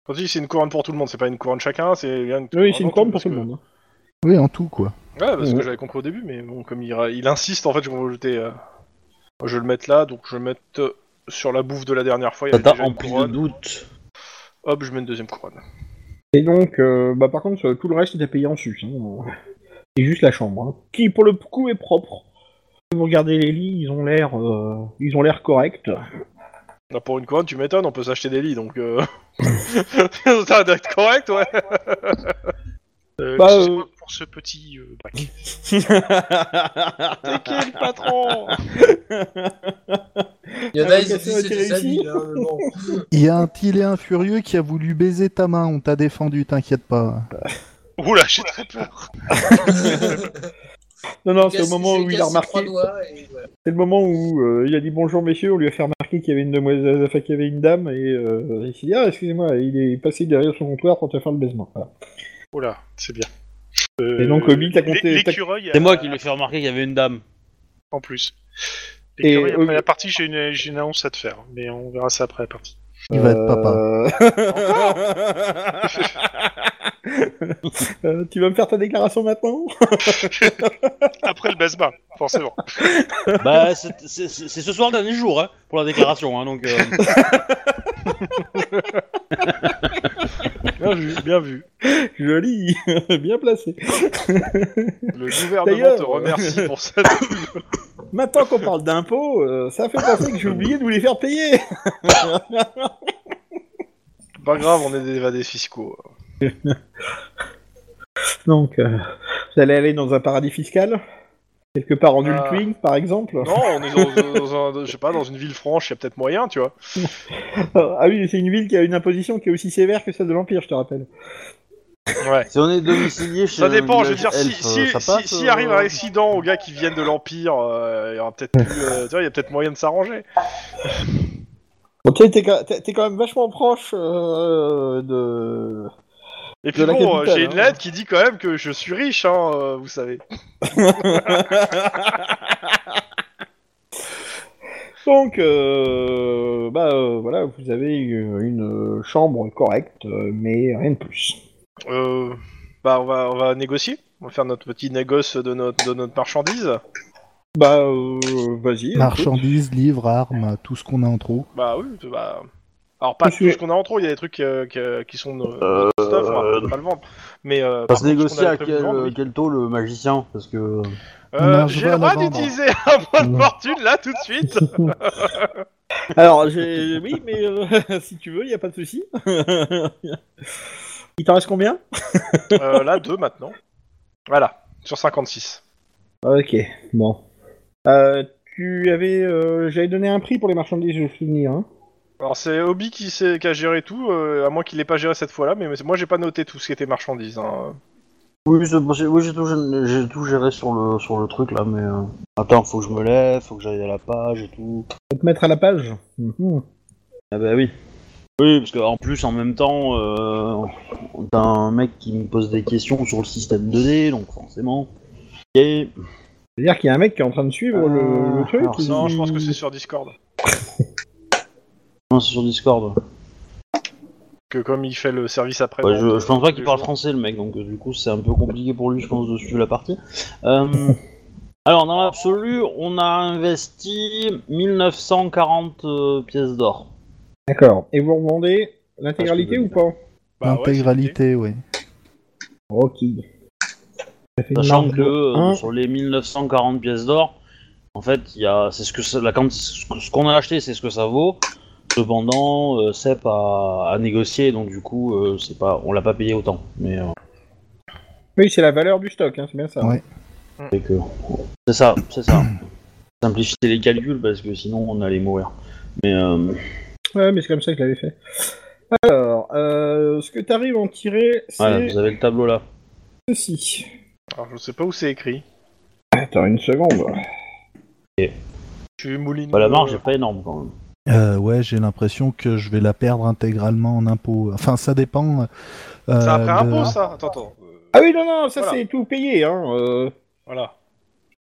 [SPEAKER 5] Quand je dis c'est une couronne pour tout le monde, c'est pas une couronne chacun, c'est bien une couronne.
[SPEAKER 2] Oui, c'est
[SPEAKER 5] en
[SPEAKER 2] une
[SPEAKER 5] tout,
[SPEAKER 2] couronne pour
[SPEAKER 5] parce
[SPEAKER 2] tout le
[SPEAKER 5] que-
[SPEAKER 2] monde. hein.
[SPEAKER 6] Oui, en tout, quoi.
[SPEAKER 5] Ouais, parce que
[SPEAKER 2] Ouais.
[SPEAKER 5] j'avais compris au début, mais bon, comme il, ra- il insiste, en fait, je vais, jeter, euh, je vais le mettre là, donc je vais le mettre euh, sur la bouffe de la dernière fois. Il y avait
[SPEAKER 1] Tata
[SPEAKER 5] déjà une
[SPEAKER 1] empli de
[SPEAKER 5] couronne.
[SPEAKER 1] doute.
[SPEAKER 5] Hop, je mets une deuxième couronne.
[SPEAKER 2] Et donc, euh, bah, par contre, euh, tout le reste est à payer en sus. hein. C'est juste la chambre, hein. qui pour le coup est propre. Si Vous regardez les lits, ils ont l'air, euh, ils ont l'air corrects.
[SPEAKER 5] Là, pour une couronne, tu m'étonnes, on peut s'acheter des lits, donc. Euh... Ça doit être correct, ouais.
[SPEAKER 4] Euh,
[SPEAKER 5] Ah,
[SPEAKER 2] Bah,
[SPEAKER 4] excusez-moi pour ce petit euh, break.
[SPEAKER 5] C'est qui le patron
[SPEAKER 3] Il y en a, ils ont dit
[SPEAKER 2] Invocation
[SPEAKER 3] c'est des
[SPEAKER 2] a été
[SPEAKER 3] amis, hein, mais bon.
[SPEAKER 6] Il y a un petit léon furieux qui a voulu baiser ta main, on t'a défendu, t'inquiète pas.
[SPEAKER 4] Oula, j'ai très peur.
[SPEAKER 2] Non, non, c'est
[SPEAKER 3] Casse-
[SPEAKER 2] au moment
[SPEAKER 3] je
[SPEAKER 2] où il a
[SPEAKER 3] casse ses
[SPEAKER 2] remarqué.
[SPEAKER 3] trois doigts et voilà.
[SPEAKER 2] C'est le moment où euh, il a dit bonjour messieurs, on lui a fait remarquer qu'il y avait une demoiselle, enfin, qu'il y avait une dame, et euh, il s'est dit ah excusez-moi, il est passé derrière son comptoir pour te faire le baisement. Voilà.
[SPEAKER 4] Oula, c'est bien.
[SPEAKER 2] Et
[SPEAKER 5] Euh,
[SPEAKER 2] donc, Obi, t'as compté-
[SPEAKER 4] l'é-
[SPEAKER 2] t'as-
[SPEAKER 4] L'écureuil.
[SPEAKER 1] C'est
[SPEAKER 4] a-
[SPEAKER 1] moi qui lui ai fait remarquer qu'il y avait une dame.
[SPEAKER 4] En plus.
[SPEAKER 2] Et,
[SPEAKER 4] L'écureuil, après
[SPEAKER 2] euh,
[SPEAKER 4] la partie, j'ai une, j'ai une annonce à te faire, mais on verra ça après la partie.
[SPEAKER 6] Il va être papa.
[SPEAKER 2] Euh, tu vas me faire ta déclaration maintenant
[SPEAKER 4] Après le basse forcément.
[SPEAKER 1] bah, c'est c'est- c'est ce soir le dernier jour hein, pour la déclaration. Hein, donc, euh,
[SPEAKER 5] Bien vu, bien vu.
[SPEAKER 2] Joli, bien placé.
[SPEAKER 5] Le gouvernement
[SPEAKER 2] D'ailleurs,
[SPEAKER 5] te
[SPEAKER 2] euh,
[SPEAKER 5] remercie pour cette.
[SPEAKER 2] Maintenant qu'on parle d'impôts, euh, ça fait penser que j'ai oublié de vous les faire payer.
[SPEAKER 5] Pas grave, on est des évadés fiscaux.
[SPEAKER 2] Donc, euh, vous allez aller dans un paradis fiscal Quelque part en
[SPEAKER 5] Ah.
[SPEAKER 2] Ultwing, par exemple
[SPEAKER 5] Non, on est dans, dans un, je sais pas, dans une ville franche, il y a peut-être moyen, tu vois.
[SPEAKER 2] Ah oui, c'est une ville qui a une imposition qui est aussi sévère que celle de l'Empire, je te rappelle.
[SPEAKER 5] Ouais.
[SPEAKER 1] si on est domicilié chez
[SPEAKER 5] Ça
[SPEAKER 1] un
[SPEAKER 5] dépend, je veux
[SPEAKER 1] village
[SPEAKER 5] dire, si,
[SPEAKER 1] elfe,
[SPEAKER 5] si,
[SPEAKER 1] ça
[SPEAKER 5] si-
[SPEAKER 1] passe,
[SPEAKER 5] si
[SPEAKER 1] euh,
[SPEAKER 5] arrive un accident aux gars qui viennent de l'Empire, euh, il y aura peut-être plus, euh, tu vois, il y a peut-être moyen de s'arranger.
[SPEAKER 2] Ok, t'es quand t'es- t'es quand même vachement proche euh, de...
[SPEAKER 5] Et
[SPEAKER 2] De
[SPEAKER 5] puis
[SPEAKER 2] la
[SPEAKER 5] bon, euh,
[SPEAKER 2] capitale,
[SPEAKER 5] j'ai
[SPEAKER 2] hein.
[SPEAKER 5] une lettre qui dit quand même que je suis riche, hein, euh, vous savez.
[SPEAKER 2] Donc, euh, bah euh, voilà, vous avez une, une chambre correcte, euh, mais rien de plus.
[SPEAKER 5] Euh, bah, on va, on va négocier. On va faire notre petit négoce de notre, de notre marchandise.
[SPEAKER 2] Bah, euh, vas-y.
[SPEAKER 6] Marchandises, livres, armes, tout ce qu'on a en trop.
[SPEAKER 5] Bah oui, bah. Alors, pas
[SPEAKER 2] Monsieur-
[SPEAKER 5] tout ce qu'on a en trop, il y a des trucs euh, que- qui sont nos- notre stuff, on va pas le vendre. Mais, euh,
[SPEAKER 1] Ça
[SPEAKER 5] par
[SPEAKER 1] Euh, se
[SPEAKER 5] contre, ce qu'on
[SPEAKER 1] négocie
[SPEAKER 5] avait
[SPEAKER 1] à
[SPEAKER 5] prévu
[SPEAKER 1] quel,
[SPEAKER 5] de vendre,
[SPEAKER 1] euh,
[SPEAKER 5] oui.
[SPEAKER 1] quel taux le magicien Parce que.
[SPEAKER 5] Euh,
[SPEAKER 6] Non, je
[SPEAKER 5] J'ai
[SPEAKER 6] vais
[SPEAKER 5] le
[SPEAKER 6] la
[SPEAKER 5] droit
[SPEAKER 6] vendre.
[SPEAKER 5] d'utiliser un point de fortune là tout de suite.
[SPEAKER 2] Alors, j'ai... oui, mais euh, si tu veux, il a pas de souci. Il t'en reste combien
[SPEAKER 5] Euh, là, deux maintenant. Voilà, sur 56.
[SPEAKER 2] Ok, bon. Euh, tu avais... euh, j'avais donné un prix pour les marchandises, je me souviens. Hein.
[SPEAKER 5] Alors, c'est Obi qui, sait- qui a géré tout, euh, à moins qu'il l'ait pas géré cette fois-là, mais moi j'ai pas noté tout ce qui était marchandises. hein.
[SPEAKER 1] Oui, c'est possible. Oui, j'ai tout, gé- j'ai tout géré sur le, sur le truc là, mais. euh, Attends, faut que je me lève, faut que j'aille à la page et tout.
[SPEAKER 2] Faut te mettre à la page Mhm.
[SPEAKER 1] Ah bah oui. Oui, parce qu'en plus, en même temps, euh, t'as un mec qui me pose des questions sur le système 2D, donc forcément. Et.
[SPEAKER 2] C'est-à-dire qu'il y a un mec qui est en train de suivre le, le truc.
[SPEAKER 1] Alors,
[SPEAKER 2] il-
[SPEAKER 5] Non, Euh, je pense que c'est sur Discord.
[SPEAKER 1] Non, c'est sur Discord.
[SPEAKER 5] Que comme il fait le service après.
[SPEAKER 1] Ouais,
[SPEAKER 5] donc,
[SPEAKER 1] Bah, je, je pense
[SPEAKER 5] euh,
[SPEAKER 1] pas qu'il
[SPEAKER 5] les
[SPEAKER 1] parle
[SPEAKER 5] gens-
[SPEAKER 1] français, le mec, donc euh, du coup, c'est un peu compliqué pour lui, je pense, de suivre la partie. Euh, alors, dans l'absolu, on a investi 1940 euh, pièces d'or.
[SPEAKER 2] D'accord. Et vous revendez l'intégralité
[SPEAKER 1] Ah, je
[SPEAKER 2] ou pas
[SPEAKER 5] Bah ouais,
[SPEAKER 6] L'intégralité, oui.
[SPEAKER 2] Ok. Ça fait une
[SPEAKER 1] Sachant
[SPEAKER 2] marge
[SPEAKER 1] que
[SPEAKER 2] de
[SPEAKER 1] euh,
[SPEAKER 2] un.
[SPEAKER 1] sur les 1940 pièces d'or, en fait, il y a, c'est ce que ça- la quanti- ce que- ce qu'on a acheté, c'est ce que ça vaut. Cependant, euh, CEP a, a négocié, donc du coup, euh, c'est pas, on l'a pas payé autant. Mais euh,
[SPEAKER 2] Oui, c'est la valeur du stock, hein, c'est bien ça.
[SPEAKER 6] Ouais.
[SPEAKER 1] c'est que- c'est ça, c'est ça. Simplifier les calculs parce que sinon, on allait mourir. Mais euh,
[SPEAKER 2] Ouais, mais c'est comme ça que je l'avais fait. Alors, euh, ce que tu arrives à en tirer, c'est
[SPEAKER 1] voilà, vous avez le tableau là.
[SPEAKER 2] ceci.
[SPEAKER 5] Alors, je sais pas où c'est écrit.
[SPEAKER 2] Attends une seconde.
[SPEAKER 5] Tu moulines.
[SPEAKER 1] Bah, la marge est pas énorme quand même.
[SPEAKER 6] Euh, ouais, j'ai l'impression que je vais la perdre intégralement en impôts. Enfin, ça dépend. euh,
[SPEAKER 5] Ça a pris
[SPEAKER 6] de-
[SPEAKER 5] impôt, ça Attends, attends. Euh,
[SPEAKER 2] Ah oui, non, non, ça
[SPEAKER 5] Voilà.
[SPEAKER 2] c'est tout payé. Hein. euh.
[SPEAKER 5] Voilà.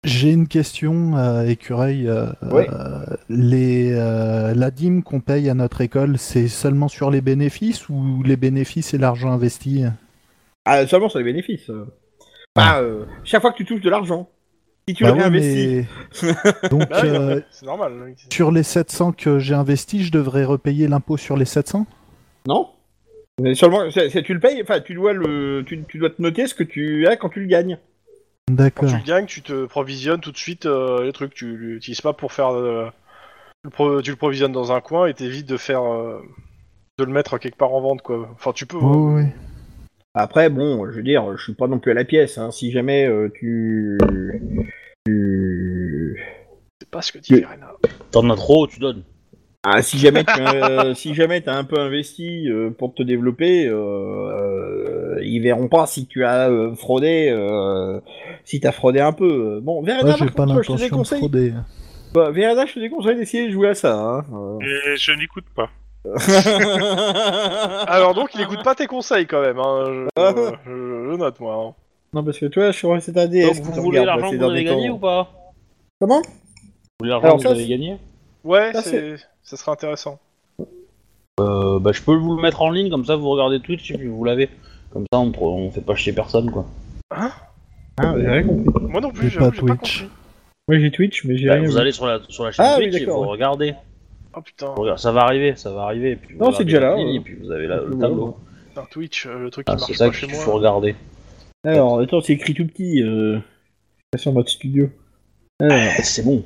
[SPEAKER 6] J'ai une question, euh, écureuil. euh,
[SPEAKER 2] Ouais.
[SPEAKER 6] euh, les, euh, la dîme qu'on paye à notre école, c'est seulement sur les bénéfices ou les bénéfices et l'argent investi
[SPEAKER 2] Ah, seulement sur les bénéfices. euh. Bah, euh, chaque fois que tu touches de l'argent, si tu
[SPEAKER 6] Bah
[SPEAKER 2] le
[SPEAKER 6] ouais,
[SPEAKER 2] réinvestis.
[SPEAKER 6] mais- Donc,
[SPEAKER 5] Bah oui,
[SPEAKER 6] euh,
[SPEAKER 5] bah, C'est normal. oui.
[SPEAKER 6] sur les 700 que j'ai investis, je devrais repayer l'impôt sur les 700
[SPEAKER 2] Non Mais seulement, c'est- c'est- tu le payes, enfin, tu dois le, tu, tu dois te noter ce que tu as quand tu le gagnes.
[SPEAKER 5] Quand
[SPEAKER 6] D'accord.
[SPEAKER 5] tu le gagnes, tu te provisionnes tout de suite euh, les trucs. Tu l'utilises pas pour faire. euh, le pro- tu le provisionnes dans un coin et t'évites de faire. euh, de le mettre quelque part en vente, quoi. Enfin, tu peux. hein.
[SPEAKER 6] Oh, oui.
[SPEAKER 2] Après, bon, je veux dire, je suis pas non plus à la pièce. Hein. Si jamais euh, tu, tu,
[SPEAKER 5] C'est pas ce que dit
[SPEAKER 2] Oui.
[SPEAKER 5] Irena.
[SPEAKER 1] T'en as trop, tu donnes.
[SPEAKER 2] Ah, si jamais tu euh, si jamais t'as un peu investi euh, pour te développer, euh, euh, ils verront pas si tu as euh, fraudé, euh, si t'as fraudé un peu. Bon, Verena,
[SPEAKER 6] Moi, j'ai
[SPEAKER 2] par
[SPEAKER 6] pas
[SPEAKER 2] contre, Ah, je te
[SPEAKER 6] l'intention de
[SPEAKER 2] déconseille.
[SPEAKER 6] frauder.
[SPEAKER 2] Bah, Verena, je te déconseille d'essayer de jouer à ça. Hein. Euh.
[SPEAKER 4] Et je n'écoute pas.
[SPEAKER 5] Alors donc, il écoute pas tes conseils quand même. Hein. Je, euh, je- je note moi. hein.
[SPEAKER 2] non, parce que toi, je suis resté un DS.
[SPEAKER 1] Donc
[SPEAKER 2] qui
[SPEAKER 1] vous
[SPEAKER 2] te
[SPEAKER 1] voulez
[SPEAKER 2] regarde
[SPEAKER 1] l'argent
[SPEAKER 2] passer
[SPEAKER 1] que vous
[SPEAKER 2] bah, dans des
[SPEAKER 1] avez gagné
[SPEAKER 2] temps.
[SPEAKER 1] ou pas
[SPEAKER 2] Comment
[SPEAKER 1] Vous voulez l'argent
[SPEAKER 2] Alors,
[SPEAKER 1] que
[SPEAKER 2] ça,
[SPEAKER 1] vous avez
[SPEAKER 2] c'est-
[SPEAKER 1] gagné
[SPEAKER 5] Ouais,
[SPEAKER 2] Ça,
[SPEAKER 5] c'est, ça serait intéressant.
[SPEAKER 1] euh, Bah je peux vous le mettre en ligne, comme ça vous regardez Twitch et puis vous l'avez. Comme ça on, pro- on fait pas chier personne quoi.
[SPEAKER 2] Ah, j'ai rien compris.
[SPEAKER 5] Moi non plus,
[SPEAKER 6] J'ai
[SPEAKER 5] j'avoue,
[SPEAKER 6] pas
[SPEAKER 5] j'ai pas
[SPEAKER 6] Twitch.
[SPEAKER 5] compris.
[SPEAKER 2] Moi, j'ai Twitch, mais j'ai
[SPEAKER 1] Bah,
[SPEAKER 2] rien.
[SPEAKER 1] vous
[SPEAKER 2] vu.
[SPEAKER 1] allez sur la, sur la chaîne
[SPEAKER 2] Ah oui,
[SPEAKER 1] Twitch et
[SPEAKER 2] d'accord,
[SPEAKER 1] vous
[SPEAKER 2] ouais.
[SPEAKER 1] regardez.
[SPEAKER 5] Oh putain,
[SPEAKER 1] Regarde, Ça va arriver, ça va arriver. et puis vous
[SPEAKER 2] Non,
[SPEAKER 1] regardez
[SPEAKER 2] c'est déjà là,
[SPEAKER 1] la ligne,
[SPEAKER 2] ouais.
[SPEAKER 1] Et puis vous avez la- le
[SPEAKER 2] Ouais, ouais.
[SPEAKER 1] tableau.
[SPEAKER 5] putain, Twitch, euh, le truc qui
[SPEAKER 1] Ah, c'est
[SPEAKER 5] marche
[SPEAKER 1] ça
[SPEAKER 5] pas
[SPEAKER 1] qu'il
[SPEAKER 5] chez moi.
[SPEAKER 2] hein.
[SPEAKER 1] faut regarder.
[SPEAKER 2] Alors, attends, c'est écrit tout petit. Euh... Sur mode studio. Alors,
[SPEAKER 1] Eh, C'est bon.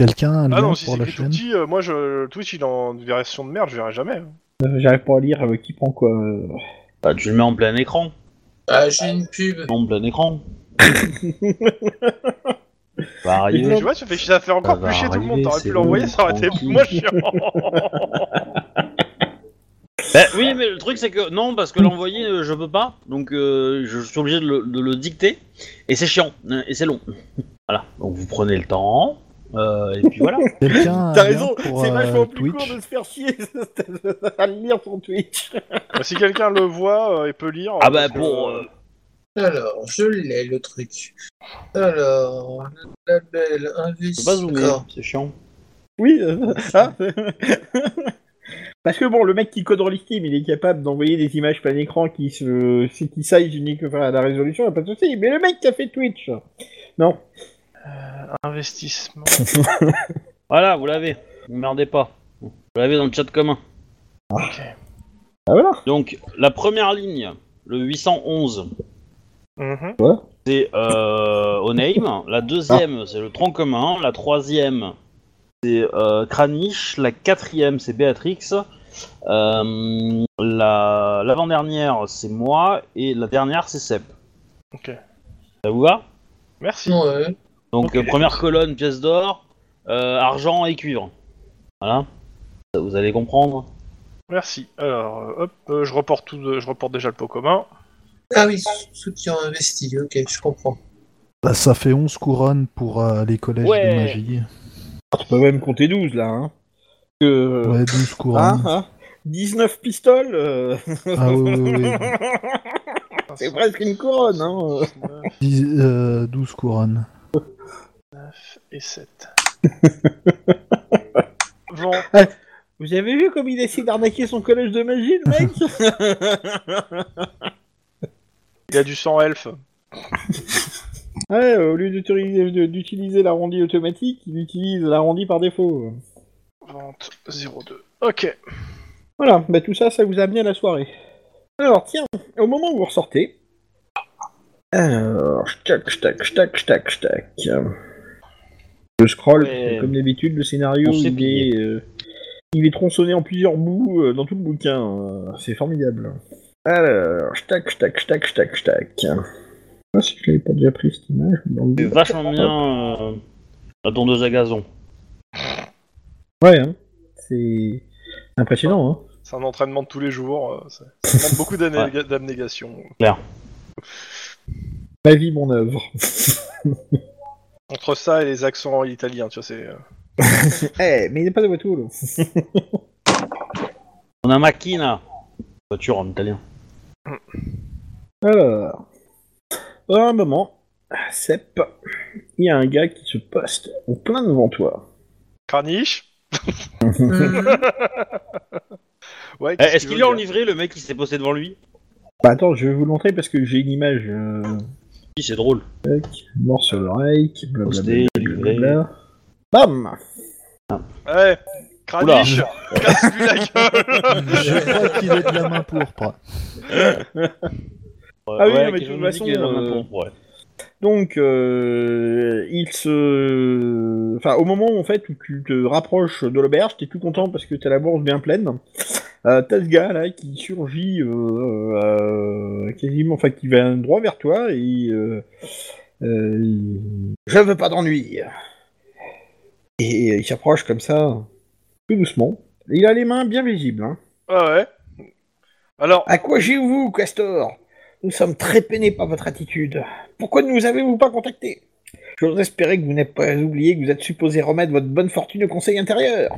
[SPEAKER 6] Quelqu'un a un
[SPEAKER 5] Ah
[SPEAKER 6] lien
[SPEAKER 5] non, si
[SPEAKER 6] pour
[SPEAKER 5] c'est
[SPEAKER 6] la
[SPEAKER 5] écrit tout
[SPEAKER 6] chaîne
[SPEAKER 5] petit, euh, moi je Twitch il est en version de merde, je verrai jamais. hein.
[SPEAKER 2] euh, j'arrive pas à lire euh, qui prend quoi. euh.
[SPEAKER 1] Bah, tu le mets en plein écran.
[SPEAKER 3] Ah, j'ai une pub.
[SPEAKER 1] En plein écran. ça va
[SPEAKER 5] Tu
[SPEAKER 1] arriver.
[SPEAKER 5] vois, ça fait, ça fait encore
[SPEAKER 1] va
[SPEAKER 5] plus chier tout le monde.
[SPEAKER 1] arriver,
[SPEAKER 5] T'aurais
[SPEAKER 1] c'est
[SPEAKER 5] pu l'envoyer,
[SPEAKER 1] bon,
[SPEAKER 5] ça aurait été
[SPEAKER 1] tranquille.
[SPEAKER 5] moins chiant.
[SPEAKER 1] Bah, oui, mais le truc c'est que non, parce que l'envoyer euh, je peux pas, donc euh, je suis obligé de le, de le dicter et c'est chiant euh, et c'est long. Voilà, donc vous prenez le temps euh, et puis voilà.
[SPEAKER 6] Quelqu'un a
[SPEAKER 2] T'as
[SPEAKER 6] un lien
[SPEAKER 2] raison,
[SPEAKER 6] pour,
[SPEAKER 2] c'est
[SPEAKER 6] euh,
[SPEAKER 2] vachement plus
[SPEAKER 6] Twitch
[SPEAKER 2] court de se faire chier à le lire sur Twitch.
[SPEAKER 5] Bah, si quelqu'un le voit euh, et peut lire.
[SPEAKER 1] Ah bah
[SPEAKER 5] parce que,
[SPEAKER 1] pour
[SPEAKER 5] euh,
[SPEAKER 1] euh,
[SPEAKER 3] Alors, je l'ai le truc. Alors, label
[SPEAKER 1] je peux pas zoomer,
[SPEAKER 3] investisseur.
[SPEAKER 1] c'est chiant.
[SPEAKER 2] Oui, euh, hein. Parce que bon, le mec qui code en Steam, il est capable d'envoyer des images plein écran qui se, c'est- qui size unique enfin, à la résolution, y a pas de souci. Mais le mec qui a fait Twitch, non.
[SPEAKER 5] Investissement.
[SPEAKER 1] Voilà, vous l'avez. Vous merdez pas. Vous l'avez dans le chat commun.
[SPEAKER 2] Ah voilà.
[SPEAKER 1] Donc la première ligne, le 811,
[SPEAKER 5] Mhm.
[SPEAKER 1] c'est euh, Oneim. La deuxième, c'est le tronc commun. La troisième, c'est euh, Kranich. La quatrième, c'est Béatrix. Euh, la- L'avant-dernière, c'est moi. Et la dernière, c'est Sep.
[SPEAKER 5] Ok.
[SPEAKER 1] Ça vous va
[SPEAKER 5] Merci.
[SPEAKER 3] Ouais.
[SPEAKER 1] Donc,
[SPEAKER 5] Ok.
[SPEAKER 1] euh, première colonne, pièce d'or, euh, argent et cuivre. Voilà. Ça, Vous allez comprendre.
[SPEAKER 5] Merci. Alors, euh, hop, euh, je, reporte tout de- je reporte déjà le pot commun.
[SPEAKER 3] Ah oui, ceux qui ont investi, ok, je comprends.
[SPEAKER 6] Bah, Ça fait 11 couronnes pour euh, les collèges
[SPEAKER 1] Ouais.
[SPEAKER 6] de magie.
[SPEAKER 2] Ah, Tu peux même compter 12 là. Hein. Que-
[SPEAKER 6] Ouais, 12
[SPEAKER 2] hein,
[SPEAKER 6] couronnes.
[SPEAKER 2] hein. 19 pistoles, euh,
[SPEAKER 6] Ah oui, oui, oui.
[SPEAKER 2] c'est presque une couronne. Hein.
[SPEAKER 6] 10, euh, 12 couronnes.
[SPEAKER 5] Et 7. Vent.
[SPEAKER 2] Vous avez vu comme il essaie d'arnaquer son collège de magie, le mec
[SPEAKER 5] Il y a du sang elfe.
[SPEAKER 2] Ouais, euh, au lieu d'autoriser- de- d'utiliser l'arrondi automatique, il utilise l'arrondi par défaut.
[SPEAKER 5] Vente 02. Ok.
[SPEAKER 2] Voilà, bah tout ça, ça vous a bien la soirée. Alors tiens, au moment où vous ressortez... Alors, tac, tac, tac, tac, tac. Je scroll,
[SPEAKER 1] Ouais.
[SPEAKER 2] parce que comme d'habitude, le scénario,
[SPEAKER 1] On s'est
[SPEAKER 2] il est, euh, il est tronçonné en plusieurs bouts euh, dans tout le bouquin. euh, C'est formidable. Alors, tac, tac, tac, tac, tac. Je sais pas Ah, si je l'avais pas déjà pris cette image. dans le-
[SPEAKER 1] C'est vachement bien euh, la tondeuse à gazon.
[SPEAKER 2] Ouais, hein. c'est impressionnant. Hein.
[SPEAKER 5] C'est un entraînement de tous les jours. euh, ça- Ça demande beaucoup d'amné- d'abnégation.
[SPEAKER 2] Ma vie, mon œuvre.
[SPEAKER 5] Entre ça et les accents italiens, tu vois, c'est. euh,
[SPEAKER 2] Eh, mais il n'est pas de voiture. là.
[SPEAKER 1] On a Machina. Voiture en italien.
[SPEAKER 2] Alors, à un moment, Sep, il y a un gars qui se poste en plein devant toi.
[SPEAKER 5] Craniche Ouais,
[SPEAKER 1] Eh,
[SPEAKER 5] qu'est-ce
[SPEAKER 1] Est-ce
[SPEAKER 5] que
[SPEAKER 1] qu'il
[SPEAKER 5] tu
[SPEAKER 1] est
[SPEAKER 5] veux
[SPEAKER 1] en
[SPEAKER 5] dire
[SPEAKER 1] livré le mec qui s'est posé devant lui
[SPEAKER 2] Bah, attends, je vais vous montrer parce que j'ai une image. euh,
[SPEAKER 1] Oui, c'est drôle.
[SPEAKER 2] Tac, morceau l'oreille, blablabla.
[SPEAKER 1] Posté,
[SPEAKER 2] blablabla. Bam
[SPEAKER 5] Ouais, Craniche Casse-lui la gueule
[SPEAKER 6] Je crois qu'il est de la main pourpre.
[SPEAKER 2] Ah oui,
[SPEAKER 1] quelque
[SPEAKER 2] mais de toute
[SPEAKER 1] chose me dit
[SPEAKER 2] façon,
[SPEAKER 1] qu'il est dans la
[SPEAKER 2] euh,
[SPEAKER 1] pompe, ouais.
[SPEAKER 2] Donc, euh, il se. Enfin, au moment en fait où tu te rapproches de l'auberge, t'es tout content parce que t'as la bourse bien pleine. Euh, t'as ce gars là qui surgit euh, euh, quasiment, enfin qui va droit vers toi et. euh, euh, il- Je veux pas d'ennui Et il s'approche comme ça, tout doucement. Il a les mains bien visibles. Hein.
[SPEAKER 5] Ouais, ouais. Alors,
[SPEAKER 2] À quoi j'ai vous, Castor Nous sommes très peinés par votre attitude. Pourquoi ne nous avez-vous pas contactés J'ose espérer que vous n'avez pas oublié que vous êtes supposé remettre votre bonne fortune au Conseil intérieur.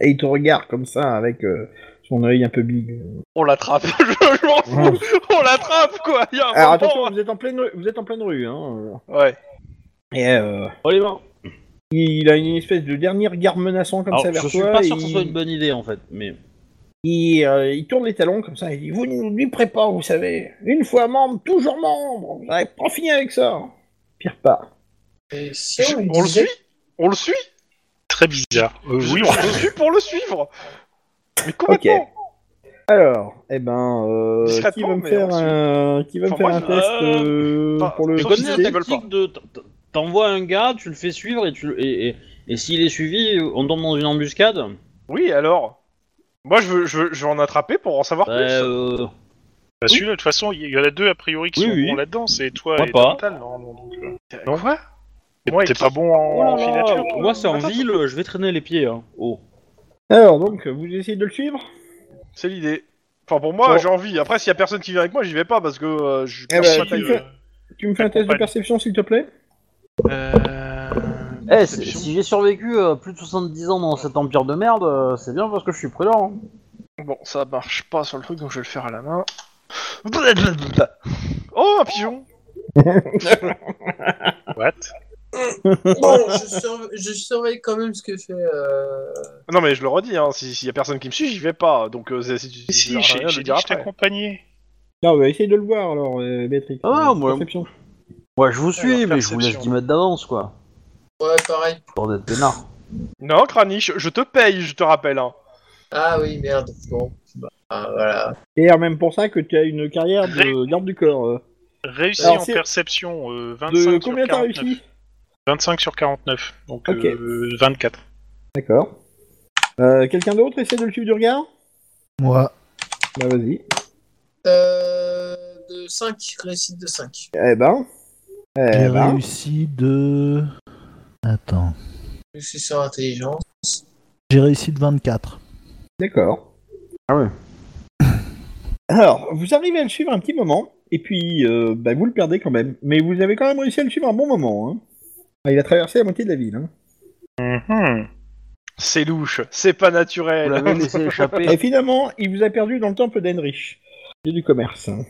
[SPEAKER 2] Et il te regarde comme ça, avec euh, son œil un peu big.
[SPEAKER 5] on l'attrape Je m'en fous On l'attrape, quoi Il y a
[SPEAKER 1] Ah,
[SPEAKER 2] Alors
[SPEAKER 5] un moment,
[SPEAKER 2] attention,
[SPEAKER 5] hein.
[SPEAKER 2] vous êtes en pleine, rue- vous êtes en pleine rue. Hein.
[SPEAKER 5] Ouais.
[SPEAKER 2] Et euh,
[SPEAKER 1] Oh, les mains.
[SPEAKER 2] il a une espèce de dernier regard menaçant comme
[SPEAKER 1] Alors,
[SPEAKER 2] ça
[SPEAKER 1] je
[SPEAKER 2] vers toi.
[SPEAKER 1] suis pas sûr que ce
[SPEAKER 2] et
[SPEAKER 1] soit une bonne idée en fait, mais
[SPEAKER 2] il, euh, il tourne les talons comme ça. Il dit Vous ne nous livrez pas, vous savez. Une fois membre, toujours membre. Vous n'avez pas fini avec ça. Pire part.
[SPEAKER 3] Et si on, lui
[SPEAKER 5] On le
[SPEAKER 3] disait-
[SPEAKER 5] suit On le suit
[SPEAKER 4] Très bizarre. Euh, oui,
[SPEAKER 5] On le suit pour le suivre Mais complètement
[SPEAKER 2] Alors, eh ben, euh, qui
[SPEAKER 5] Discrètement,
[SPEAKER 2] va me
[SPEAKER 5] mais
[SPEAKER 2] faire
[SPEAKER 5] on suit.
[SPEAKER 2] un, qui va me
[SPEAKER 5] Enfin,
[SPEAKER 2] faire
[SPEAKER 5] moi,
[SPEAKER 2] un
[SPEAKER 5] je-
[SPEAKER 2] test
[SPEAKER 5] euh,
[SPEAKER 2] euh,
[SPEAKER 5] pas-
[SPEAKER 2] pour le
[SPEAKER 5] je
[SPEAKER 1] tu
[SPEAKER 5] Sauf
[SPEAKER 1] connais
[SPEAKER 5] si
[SPEAKER 1] la
[SPEAKER 5] c'est- ils veulent
[SPEAKER 1] tactique de t- t- t'envoies un gars, tu le fais suivre et tu le- et, et, et s'il est suivi, on tombe dans une embuscade.
[SPEAKER 5] Oui, alors Moi, je veux, je veux, je veux en attraper pour en savoir
[SPEAKER 1] Bah,
[SPEAKER 5] plus.
[SPEAKER 1] euh,
[SPEAKER 4] bah, celui-là, de toute façon, il y en a deux a priori qui
[SPEAKER 1] Oui,
[SPEAKER 4] sont
[SPEAKER 1] oui.
[SPEAKER 4] bons là-dedans, c'est toi
[SPEAKER 1] Moi
[SPEAKER 4] et
[SPEAKER 1] pas.
[SPEAKER 4] Dental, normalement. donc, euh,
[SPEAKER 5] Non, ouais
[SPEAKER 4] T'es t'es pas bon
[SPEAKER 1] oh là
[SPEAKER 4] en, en
[SPEAKER 1] là,
[SPEAKER 4] filature toi
[SPEAKER 1] moi c'est en
[SPEAKER 5] Attends,
[SPEAKER 1] ville, je vais traîner les pieds. Hein. Oh.
[SPEAKER 2] Alors donc, vous essayez de le suivre
[SPEAKER 5] C'est l'idée. Enfin, pour moi,
[SPEAKER 2] Bon.
[SPEAKER 5] j'ai envie. Après, s'il y a personne qui vient avec moi, j'y vais pas parce que euh, je.
[SPEAKER 2] Eh ben,
[SPEAKER 5] je suis pas
[SPEAKER 2] tu
[SPEAKER 5] taille-
[SPEAKER 2] fais- Tu me fais un test de
[SPEAKER 4] Accompagne.
[SPEAKER 2] perception, s'il te plaît.
[SPEAKER 5] Euh,
[SPEAKER 1] Eh, c'est-
[SPEAKER 5] perception.
[SPEAKER 1] si j'ai survécu euh, plus de 70 ans dans cet empire de merde, euh, c'est bien parce que je suis prudent. hein.
[SPEAKER 5] Bon, ça marche pas sur le truc, donc je vais le faire à la main. Blablabla. Oh, un pigeon
[SPEAKER 4] What
[SPEAKER 3] Bon, je, surve- je surveille quand même ce que fait. euh,
[SPEAKER 5] Non, mais je le redis, hein, si- s'il y a personne qui me suit, j'y vais pas. Donc, euh, c'est- si tu
[SPEAKER 4] Mais Si,
[SPEAKER 5] tu-
[SPEAKER 4] j'ai j'ai dit
[SPEAKER 5] rien, je le
[SPEAKER 4] que
[SPEAKER 5] dirai
[SPEAKER 4] je
[SPEAKER 5] après.
[SPEAKER 4] t'accompagnais.
[SPEAKER 2] Non, bah, essayez de le voir alors, euh, Béatrix.
[SPEAKER 1] Ah,
[SPEAKER 2] Euh,
[SPEAKER 1] moi-
[SPEAKER 2] Perception.
[SPEAKER 1] Ouais, je
[SPEAKER 2] Eh,
[SPEAKER 1] vous suis,
[SPEAKER 4] Alors,
[SPEAKER 1] mais je vous laisse
[SPEAKER 4] perception.
[SPEAKER 1] 10 mètres d'avance quoi.
[SPEAKER 3] Ouais, pareil.
[SPEAKER 1] Pour d'être peinard.
[SPEAKER 5] Non, Kranich, je te paye, je te rappelle. Hein.
[SPEAKER 3] Ah oui, merde. Bon. Bah, voilà.
[SPEAKER 2] Et alors, même pour ça que tu as une carrière de garde du corps. euh,
[SPEAKER 4] Réussi
[SPEAKER 2] Alors,
[SPEAKER 4] en
[SPEAKER 2] c'est-
[SPEAKER 4] perception, euh, 25
[SPEAKER 2] de
[SPEAKER 4] sur
[SPEAKER 2] combien t'as
[SPEAKER 4] 49.
[SPEAKER 2] réussi
[SPEAKER 4] 25 sur 49, donc
[SPEAKER 2] Ok.
[SPEAKER 4] euh, 24.
[SPEAKER 2] D'accord. Euh, Quelqu'un d'autre essaie de le suivre du regard
[SPEAKER 6] Moi,
[SPEAKER 2] Bah vas-y.
[SPEAKER 3] Euh, de 5, réussite de 5.
[SPEAKER 2] Eh ben.
[SPEAKER 6] j'ai
[SPEAKER 2] Eh ben.
[SPEAKER 6] réussi de. Attends.
[SPEAKER 3] Je suis sur intelligence.
[SPEAKER 6] J'ai réussi de 24.
[SPEAKER 2] D'accord.
[SPEAKER 1] Ah ouais.
[SPEAKER 2] Alors, vous arrivez à le suivre un petit moment, et puis euh, bah, vous le perdez quand même. Mais vous avez quand même réussi à le suivre un bon moment. Hein. Ah, Il a traversé la moitié de la ville. Hein.
[SPEAKER 5] C'est louche, c'est pas
[SPEAKER 1] Vous
[SPEAKER 5] naturel.
[SPEAKER 1] l'avez laissé
[SPEAKER 2] Et
[SPEAKER 1] échapper.
[SPEAKER 2] finalement, il vous a perdu dans le temple d'Enrich, lieu du commerce, hein,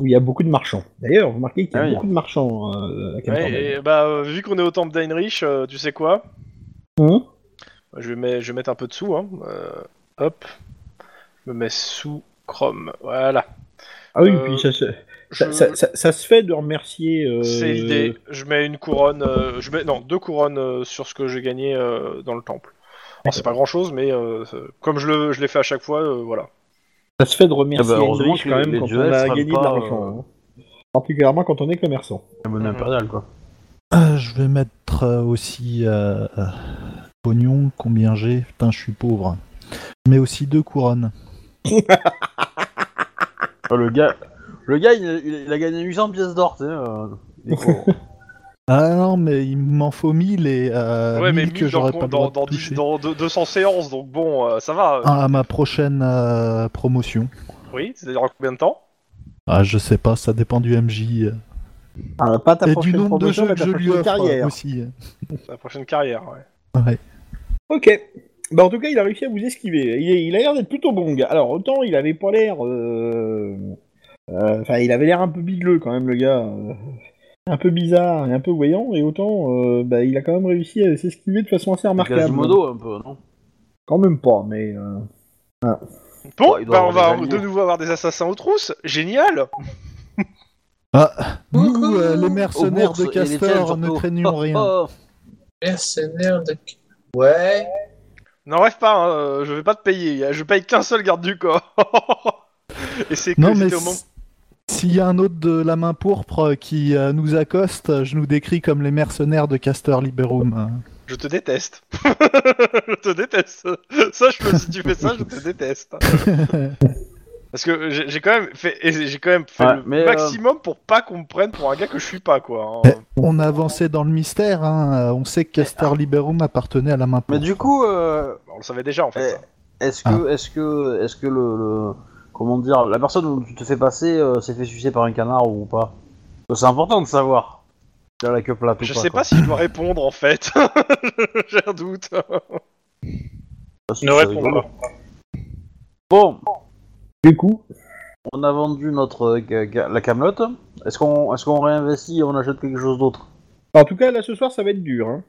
[SPEAKER 2] où il y a beaucoup de marchands. D'ailleurs, vous remarquez qu'il y a
[SPEAKER 1] Ah oui.
[SPEAKER 2] beaucoup de marchands euh, à
[SPEAKER 5] Ouais,
[SPEAKER 2] Camperdown.
[SPEAKER 5] et, bah, euh, vu qu'on est au temple d'Heinrich, euh, tu sais quoi
[SPEAKER 2] Hein
[SPEAKER 5] je vais, mettre, je vais mettre un peu de sous. Hein. Euh, hop. Je me mets sous Chrome. Voilà.
[SPEAKER 2] ah oui,
[SPEAKER 5] Euh,
[SPEAKER 2] puis ça, se- ça,
[SPEAKER 5] Je-
[SPEAKER 2] ça- ça- ça se fait de remercier. euh,
[SPEAKER 5] C'est l'idée. Je mets une couronne. euh, je mets non deux couronnes euh, sur ce que j'ai gagné euh, dans le temple. Alors, c'est pas grand chose, mais euh, c'est- comme je le je l'ai fait à chaque fois, euh, voilà.
[SPEAKER 2] Ça se fait de remercier
[SPEAKER 1] Ah bah, heureusement
[SPEAKER 2] Heinrich
[SPEAKER 1] que
[SPEAKER 2] quand
[SPEAKER 1] les-
[SPEAKER 2] même
[SPEAKER 1] les
[SPEAKER 2] quand
[SPEAKER 1] duels
[SPEAKER 2] on a
[SPEAKER 1] se
[SPEAKER 2] gagné de
[SPEAKER 1] valent pas, euh,
[SPEAKER 2] l'argent. hein. Particulièrement quand on est commerçant.
[SPEAKER 1] La bonne impériale, quoi.
[SPEAKER 6] Euh, je vais mettre euh, aussi. euh, euh, pognon, combien j'ai Putain, je suis pauvre. Je mets aussi deux couronnes.
[SPEAKER 1] Ah, le gars, le gars il, il- il a gagné 800 pièces d'or, tu sais. euh, il est pauvre.
[SPEAKER 6] Ah non, mais il m'en faut 1000 et euh,
[SPEAKER 5] ouais, mais
[SPEAKER 6] 1000 que
[SPEAKER 5] mille dans,
[SPEAKER 6] j'aurais pas
[SPEAKER 5] dans,
[SPEAKER 6] le droit
[SPEAKER 5] dans,
[SPEAKER 6] de
[SPEAKER 5] dans dix-
[SPEAKER 6] toucher Ah.
[SPEAKER 5] dans deux- 200 séances, donc bon, euh, ça va.
[SPEAKER 6] à, à ma prochaine euh, promotion.
[SPEAKER 5] Oui, c'est-à-dire en combien de temps
[SPEAKER 6] Ah, je sais pas, ça dépend du MJ. euh.
[SPEAKER 2] Ah, pas ta
[SPEAKER 6] Et
[SPEAKER 2] prochaine
[SPEAKER 6] du nombre de
[SPEAKER 2] promotion,
[SPEAKER 6] jeux
[SPEAKER 2] mais
[SPEAKER 6] que
[SPEAKER 2] ta
[SPEAKER 6] je lui
[SPEAKER 2] prochaine
[SPEAKER 6] offre
[SPEAKER 2] carrière.
[SPEAKER 6] aussi.
[SPEAKER 5] La prochaine carrière, ouais.
[SPEAKER 6] Ouais.
[SPEAKER 2] Ok. Bah en tout cas, il a réussi à vous esquiver. Il, est- il a l'air d'être plutôt bon. le gars. Alors autant il avait pas l'air. euh, euh, Enfin, il avait l'air un peu bigleux quand même, le gars. euh, Un peu bizarre et un peu voyant. Et autant, euh, bah, il a quand même réussi à s'esquiver de façon assez remarquable.
[SPEAKER 1] Quasimodo, un peu, non
[SPEAKER 2] Quand même pas, mais. euh,
[SPEAKER 5] Bon,
[SPEAKER 1] Ouais, il doit
[SPEAKER 5] bah on
[SPEAKER 1] avoir
[SPEAKER 5] va
[SPEAKER 1] des alliés.
[SPEAKER 5] de nouveau avoir des assassins aux trousses. Génial
[SPEAKER 6] Nous, euh, les
[SPEAKER 1] Aux
[SPEAKER 6] mercenaires
[SPEAKER 1] bourses
[SPEAKER 6] de
[SPEAKER 1] et les tiennes,
[SPEAKER 6] Castor,
[SPEAKER 1] surtout.
[SPEAKER 6] ne craignons
[SPEAKER 1] Oh,
[SPEAKER 6] rien.
[SPEAKER 1] oh.
[SPEAKER 3] Mercenaire de. Ouais.
[SPEAKER 5] N'en rêve pas, hein, euh, je vais pas te payer. Je paye qu'un seul garde du corps. Et c'est que
[SPEAKER 6] Non, mais
[SPEAKER 5] c'était au moment-
[SPEAKER 6] s- s'il y a un autre de la main pourpre qui euh, nous accoste, je nous décris comme les mercenaires de Castor Liberum. Euh,
[SPEAKER 5] Je te déteste. je te déteste. Sache-le, si tu fais ça, je te déteste. Parce que j'ai j'ai quand même fait, et j'ai quand même fait
[SPEAKER 1] Ouais,
[SPEAKER 5] le
[SPEAKER 1] mais, euh,
[SPEAKER 5] maximum pour pas qu'on me prenne pour un gars que je suis pas, quoi. hein.
[SPEAKER 6] Eh. On avançait dans le mystère, hein, euh, on sait que Castor Liberum appartenait à la main
[SPEAKER 1] Mais
[SPEAKER 6] pourpre.
[SPEAKER 1] du coup, euh,
[SPEAKER 5] On le savait déjà, en fait.
[SPEAKER 1] Eh.
[SPEAKER 5] ça.
[SPEAKER 1] est-ce
[SPEAKER 6] Ah.
[SPEAKER 1] que, est-ce que, est-ce que le, le- comment dire, la personne où tu te fais passer euh, s'est fait sucer par un canard ou pas Parce que C'est important de savoir. si elle a la queue plate ou
[SPEAKER 5] Je
[SPEAKER 1] pas,
[SPEAKER 5] sais
[SPEAKER 1] quoi.
[SPEAKER 5] pas si je dois répondre, en fait. j'ai un doute.
[SPEAKER 1] Parce que
[SPEAKER 4] Ne
[SPEAKER 1] c'est
[SPEAKER 4] réponds
[SPEAKER 1] rigolo.
[SPEAKER 4] pas.
[SPEAKER 1] Bon,
[SPEAKER 2] Du coup,
[SPEAKER 1] on a vendu notre euh, ga- ga- la camelote. Est-ce qu'on, est-ce qu'on réinvestit et on achète quelque chose d'autre
[SPEAKER 2] en tout cas, là ce soir, ça va être dur. Hein.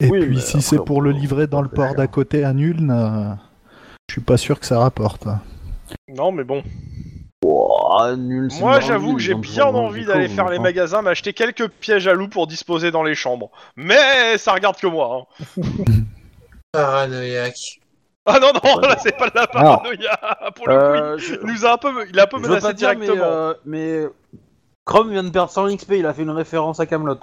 [SPEAKER 6] Et
[SPEAKER 1] Oui, mais
[SPEAKER 6] puis si
[SPEAKER 1] après,
[SPEAKER 6] c'est
[SPEAKER 1] on
[SPEAKER 6] pour le
[SPEAKER 1] peut-
[SPEAKER 6] livrer dans
[SPEAKER 1] on
[SPEAKER 6] le
[SPEAKER 1] peut
[SPEAKER 6] port
[SPEAKER 1] faire.
[SPEAKER 6] d'à côté à Nuln, euh, je suis pas sûr que ça rapporte.
[SPEAKER 5] Non, mais bon.
[SPEAKER 1] Ouah, Ah, nul, c'est
[SPEAKER 5] Moi,
[SPEAKER 1] une
[SPEAKER 5] j'avoue
[SPEAKER 1] envie,
[SPEAKER 5] que j'ai
[SPEAKER 1] donc,
[SPEAKER 5] bien
[SPEAKER 1] on- on
[SPEAKER 5] envie
[SPEAKER 1] fait
[SPEAKER 5] d'aller
[SPEAKER 1] quoi,
[SPEAKER 5] faire
[SPEAKER 1] on
[SPEAKER 5] les
[SPEAKER 1] fait
[SPEAKER 5] magasins, m'acheter quelques pièges à loups pour disposer dans les chambres. Mais ça regarde que moi. hein.
[SPEAKER 3] Paranoïaque.
[SPEAKER 5] Ah non, non,
[SPEAKER 1] Ouais,
[SPEAKER 5] là, c'est pas de la
[SPEAKER 2] Ah.
[SPEAKER 5] paranoïa. Pour le
[SPEAKER 1] pas.
[SPEAKER 5] coup,
[SPEAKER 1] Euh, je-
[SPEAKER 5] il nous a un peu, il a un peu
[SPEAKER 1] je veux pas
[SPEAKER 5] menacé
[SPEAKER 1] dire, mais,
[SPEAKER 5] directement.
[SPEAKER 1] euh, mais Chrome vient de perdre 100 XP. Il a fait une référence à Camelot.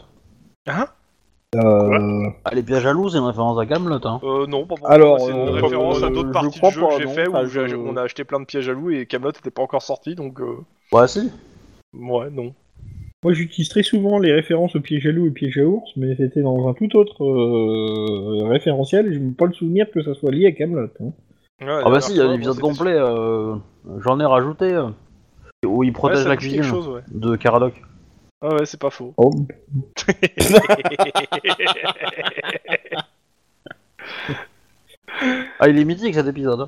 [SPEAKER 2] Euh,
[SPEAKER 1] Ah, les pièges à loup, c'est une référence à Camelot. Hein.
[SPEAKER 5] Euh, non, pas pour
[SPEAKER 2] Alors,
[SPEAKER 5] moi, c'est une
[SPEAKER 2] euh,
[SPEAKER 5] référence à
[SPEAKER 2] je
[SPEAKER 5] d'autres parties
[SPEAKER 2] crois
[SPEAKER 5] du jeu
[SPEAKER 2] pas,
[SPEAKER 5] que j'ai
[SPEAKER 2] non,
[SPEAKER 5] fait où
[SPEAKER 2] enfin,
[SPEAKER 5] j'ai-
[SPEAKER 2] je-
[SPEAKER 5] on a acheté plein de pièges à loups et Camelot n'était pas encore sorti donc euh,
[SPEAKER 1] Ouais, si. Ah,
[SPEAKER 5] ouais non.
[SPEAKER 2] Moi, j'utilise très souvent les références au piège à loup et piège à ours, mais c'était dans un tout autre euh, référentiel, et je n'ai pas le souvenir que ça soit lié à Camelot. hein.
[SPEAKER 1] Ah
[SPEAKER 5] Ouais,
[SPEAKER 1] bah
[SPEAKER 5] alors,
[SPEAKER 1] si, il y a
[SPEAKER 5] ouais, bon,
[SPEAKER 1] l'épisode
[SPEAKER 5] c'était
[SPEAKER 1] complet, euh, j'en ai rajouté, euh, où il
[SPEAKER 5] sûr. Ouais,
[SPEAKER 1] protège
[SPEAKER 5] ça
[SPEAKER 1] la
[SPEAKER 5] me dit quelque
[SPEAKER 1] cuisine
[SPEAKER 5] chose, ouais.
[SPEAKER 1] de Caradoc.
[SPEAKER 5] Ah ouais, c'est pas faux.
[SPEAKER 1] Oh. Ah, il est mythique cet épisode.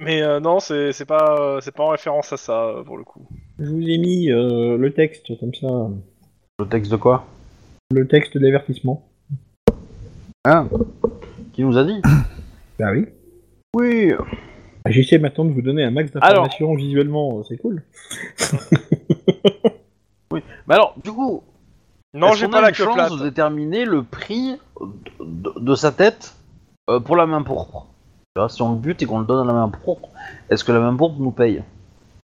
[SPEAKER 5] Mais euh, non, c'est c'est pas euh, c'est pas en référence à ça euh, pour le coup.
[SPEAKER 2] Je vous ai mis euh, le texte, comme ça,
[SPEAKER 1] Le texte de quoi
[SPEAKER 2] le texte de l'avertissement.
[SPEAKER 1] Hein Qui nous a dit
[SPEAKER 2] Bah oui. Ah,
[SPEAKER 1] Oui
[SPEAKER 2] J'essaie maintenant de vous donner un max d'informations visuellement, euh, c'est cool.
[SPEAKER 1] Mais alors, du coup,
[SPEAKER 5] Non,
[SPEAKER 1] est-ce
[SPEAKER 5] j'ai
[SPEAKER 1] qu'on
[SPEAKER 5] pas
[SPEAKER 1] a
[SPEAKER 5] la
[SPEAKER 1] une
[SPEAKER 5] queue
[SPEAKER 1] chance
[SPEAKER 5] plate.
[SPEAKER 1] de déterminer le prix de, de- de sa tête euh, pour la main pourpre Tu vois, Si on le bute et qu'on le donne à la main pourpre, est-ce que la main pourpre nous paye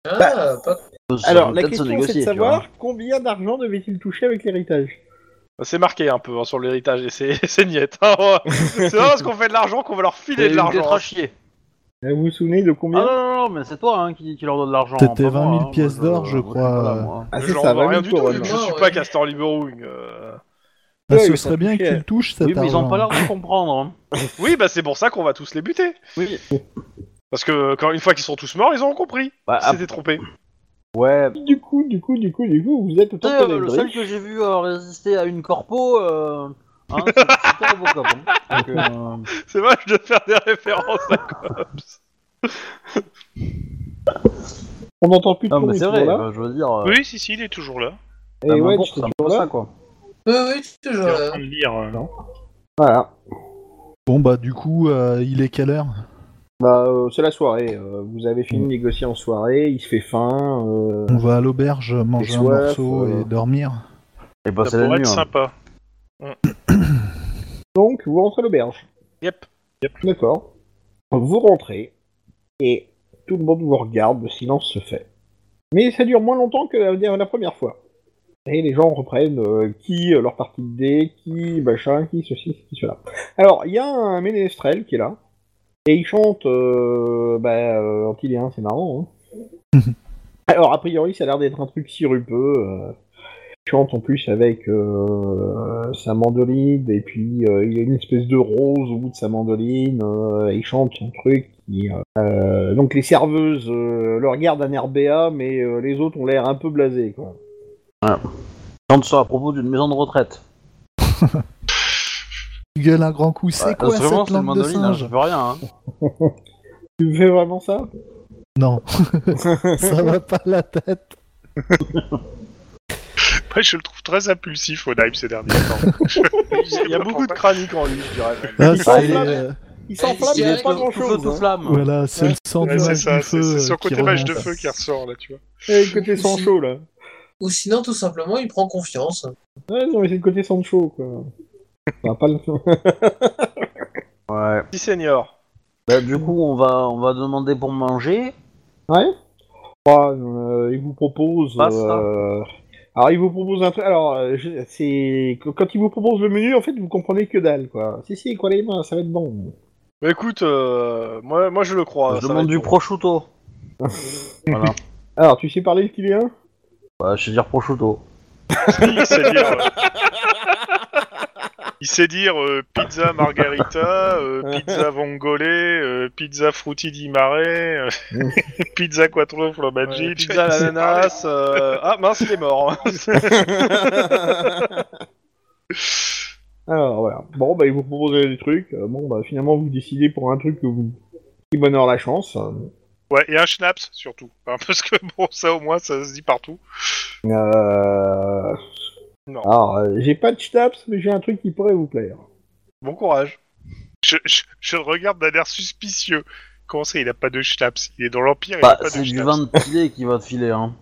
[SPEAKER 3] Ah, pas...
[SPEAKER 1] Peut- ça
[SPEAKER 2] Alors,
[SPEAKER 1] peut
[SPEAKER 2] la
[SPEAKER 1] peut-être se
[SPEAKER 2] question, c'est
[SPEAKER 1] négocier,
[SPEAKER 2] de
[SPEAKER 1] tu vois.
[SPEAKER 2] savoir combien d'argent devait-il toucher avec l'héritage
[SPEAKER 5] C'est marqué un peu hein, sur l'héritage et c'est c'est niette. hein, ouais. c'est pas parce qu'on fait de l'argent qu'on va leur filer
[SPEAKER 1] C'est
[SPEAKER 5] de
[SPEAKER 1] une tête
[SPEAKER 5] l'argent.
[SPEAKER 1] à
[SPEAKER 5] hein.
[SPEAKER 1] chier.
[SPEAKER 2] Euh, Vous vous souvenez de
[SPEAKER 1] Ah
[SPEAKER 2] combien
[SPEAKER 1] non, non, non, mais c'est toi hein, qui, qui leur donne de l'argent.
[SPEAKER 6] C'était
[SPEAKER 1] pas moi,
[SPEAKER 6] 20 000
[SPEAKER 1] hein.
[SPEAKER 6] pièces
[SPEAKER 1] Moi,
[SPEAKER 6] d'or, je
[SPEAKER 1] moi, suis pas
[SPEAKER 6] crois. euh,
[SPEAKER 1] là, moi.
[SPEAKER 2] Ah,
[SPEAKER 5] J'en vois rien du tout. vu que Je
[SPEAKER 3] Ouais,
[SPEAKER 5] suis
[SPEAKER 3] ouais.
[SPEAKER 5] pas Castor Liberowing. euh.
[SPEAKER 6] Ah,
[SPEAKER 2] Ouais,
[SPEAKER 6] ce
[SPEAKER 2] mais ça
[SPEAKER 6] serait bien
[SPEAKER 2] touchait.
[SPEAKER 6] qu'il le touche cet
[SPEAKER 1] Oui, mais ils ont
[SPEAKER 6] argent.
[SPEAKER 1] pas l'air de comprendre. hein.
[SPEAKER 5] Oui, bah c'est pour ça qu'on va tous les buter.
[SPEAKER 1] Oui.
[SPEAKER 5] Parce que quand une fois qu'ils sont tous morts, ils auront compris.
[SPEAKER 1] Bah,
[SPEAKER 5] C'était trompé.
[SPEAKER 1] Ouais.
[SPEAKER 2] Du coup, du coup, du coup, du coup, vous êtes au
[SPEAKER 1] Tu sais,
[SPEAKER 2] temple
[SPEAKER 1] euh, le seul
[SPEAKER 2] d'Eldritch.
[SPEAKER 1] que j'ai vu euh, résister à une corpo, euh, hein, c'est- c'était Robocop. hein. Donc, euh,
[SPEAKER 5] C'est vache de faire des références à Cops.
[SPEAKER 2] On n'entend plus de
[SPEAKER 1] Non, mais
[SPEAKER 2] bruit,
[SPEAKER 1] c'est
[SPEAKER 2] toujours
[SPEAKER 1] vrai,
[SPEAKER 2] là.
[SPEAKER 1] euh, je veux dire. euh,
[SPEAKER 4] Oui, si, si, il est toujours là.
[SPEAKER 1] la
[SPEAKER 2] Et
[SPEAKER 1] main
[SPEAKER 2] ouais,
[SPEAKER 1] courte,
[SPEAKER 2] c'est
[SPEAKER 1] c'est un peu
[SPEAKER 2] toujours
[SPEAKER 1] ça,
[SPEAKER 2] là.
[SPEAKER 1] quoi.
[SPEAKER 3] Oui, oui, toujours
[SPEAKER 4] Il est en
[SPEAKER 3] là.
[SPEAKER 4] train de lire. euh,
[SPEAKER 2] Voilà.
[SPEAKER 6] Bon bah du coup, euh, il est quelle heure
[SPEAKER 2] Bah, euh, c'est la soirée. euh, vous avez fini de négocier en soirée, il se fait faim. euh,
[SPEAKER 6] On va à l'auberge manger un
[SPEAKER 2] soif,
[SPEAKER 6] morceau
[SPEAKER 2] euh.
[SPEAKER 6] et dormir.
[SPEAKER 1] Et bah,
[SPEAKER 4] Ça
[SPEAKER 1] c'est la
[SPEAKER 4] pourrait
[SPEAKER 1] nuit.
[SPEAKER 4] être
[SPEAKER 1] hein.
[SPEAKER 4] sympa.
[SPEAKER 2] Donc, vous rentrez à l'auberge.
[SPEAKER 5] Yep.
[SPEAKER 2] D'accord. Vous rentrez, et tout le monde vous regarde, le silence se fait. Mais ça dure moins longtemps que la, la première fois. Et les gens reprennent euh, qui euh, leur partie de dés, qui machin, qui ceci, qui cela. Alors, il y a un ménestrel qui est là, et il chante, euh, bah, euh, antilien, c'est marrant. hein. Alors, a priori, ça a l'air d'être un truc sirupeux. euh, il chante en plus avec euh, sa mandoline, et puis euh, il a une espèce de rose au bout de sa mandoline, euh, il chante son truc. qui, euh, euh, donc les serveuses euh, le regardent d'un air béat, mais euh, les autres ont l'air un peu blasés. Quoi.
[SPEAKER 1] Voilà. Quand ce sera à propos d'une maison de retraite.
[SPEAKER 6] Tu gueules un grand coup, c'est
[SPEAKER 1] Ouais,
[SPEAKER 6] quoi
[SPEAKER 1] instrument,
[SPEAKER 6] cette
[SPEAKER 1] c'est le
[SPEAKER 6] langue de
[SPEAKER 1] mandoline, hein,
[SPEAKER 6] singe
[SPEAKER 1] je veux rien. hein.
[SPEAKER 2] Tu fais vraiment ça
[SPEAKER 6] Non, ça va pas la tête.
[SPEAKER 4] Ouais, je le trouve très impulsif au Nime ces derniers temps.
[SPEAKER 5] Il y a beaucoup de craniques en lui, je dirais.
[SPEAKER 6] Ah,
[SPEAKER 2] Il
[SPEAKER 6] c'est,
[SPEAKER 2] s'enflamme.
[SPEAKER 6] euh,
[SPEAKER 2] Il
[SPEAKER 3] Il
[SPEAKER 2] s'enflamme pour
[SPEAKER 3] est
[SPEAKER 2] pas hein.
[SPEAKER 3] tout-
[SPEAKER 2] grand
[SPEAKER 1] Tout feu,
[SPEAKER 2] chose.
[SPEAKER 4] hein.
[SPEAKER 1] tout flamme.
[SPEAKER 6] voilà, c'est le sang
[SPEAKER 4] Ouais,
[SPEAKER 6] du
[SPEAKER 4] c'est
[SPEAKER 6] match
[SPEAKER 4] ça,
[SPEAKER 6] du
[SPEAKER 4] c'est
[SPEAKER 6] feu.
[SPEAKER 4] c'est
[SPEAKER 6] euh,
[SPEAKER 4] son
[SPEAKER 6] qui
[SPEAKER 4] côté match de
[SPEAKER 6] remonte.
[SPEAKER 4] feu qui ressort là, tu vois.
[SPEAKER 2] Et Eh, le côté Sancho là.
[SPEAKER 3] Ou sinon, tout simplement, il prend confiance.
[SPEAKER 2] Ouais, non, mais c'est le côté Sancho quoi. Enfin, pas le...
[SPEAKER 1] Ouais.
[SPEAKER 5] Si, senior.
[SPEAKER 1] Bah, du coup, on va, on va demander pour manger.
[SPEAKER 2] Ouais. Bah, euh, il vous propose.
[SPEAKER 1] Pas ça.
[SPEAKER 2] euh, Alors, il vous propose un truc. Alors, euh, je- c'est qu- quand il vous propose le menu, en fait, vous comprenez que dalle, quoi. Si si, quoi les mains, ça va être bon.
[SPEAKER 5] Bah écoute, euh, moi, moi je le crois.
[SPEAKER 1] je
[SPEAKER 5] ça va
[SPEAKER 1] demande
[SPEAKER 5] être
[SPEAKER 1] du
[SPEAKER 5] bon.
[SPEAKER 1] prosciutto. voilà.
[SPEAKER 2] Alors, tu sais parler qu'il est un
[SPEAKER 1] Bah, je vais dire prosciutto.
[SPEAKER 4] Il sait dire, euh, il sait dire, euh, pizza margarita, euh, pizza vongole, euh, pizza frutti di mare, euh, pizza quattro
[SPEAKER 5] Ouais,
[SPEAKER 4] flambaggi. tu
[SPEAKER 5] pizza à
[SPEAKER 4] vois, il sait parler.
[SPEAKER 5] l'ananas. euh, Ah mince, il est mort.
[SPEAKER 2] Alors voilà. Bon, bah, il vous propose des trucs. Euh, Bon, bah, finalement, vous décidez pour un truc que vous qui bonheur la chance.
[SPEAKER 4] Ouais, et un schnapps surtout. Hein, parce que bon, ça au moins, ça se dit partout.
[SPEAKER 2] Euh...
[SPEAKER 5] Non.
[SPEAKER 2] Alors, euh, j'ai pas de schnaps, mais j'ai un truc qui pourrait vous plaire.
[SPEAKER 5] Bon courage.
[SPEAKER 4] Je, je, je le regarde d'un air suspicieux. Comment ça, il a pas de schnapps Il est dans l'Empire,
[SPEAKER 1] Bah,
[SPEAKER 4] il a pas
[SPEAKER 1] c'est
[SPEAKER 4] de
[SPEAKER 1] du
[SPEAKER 4] schnapps.
[SPEAKER 1] vin de filet qui va te filer, hein.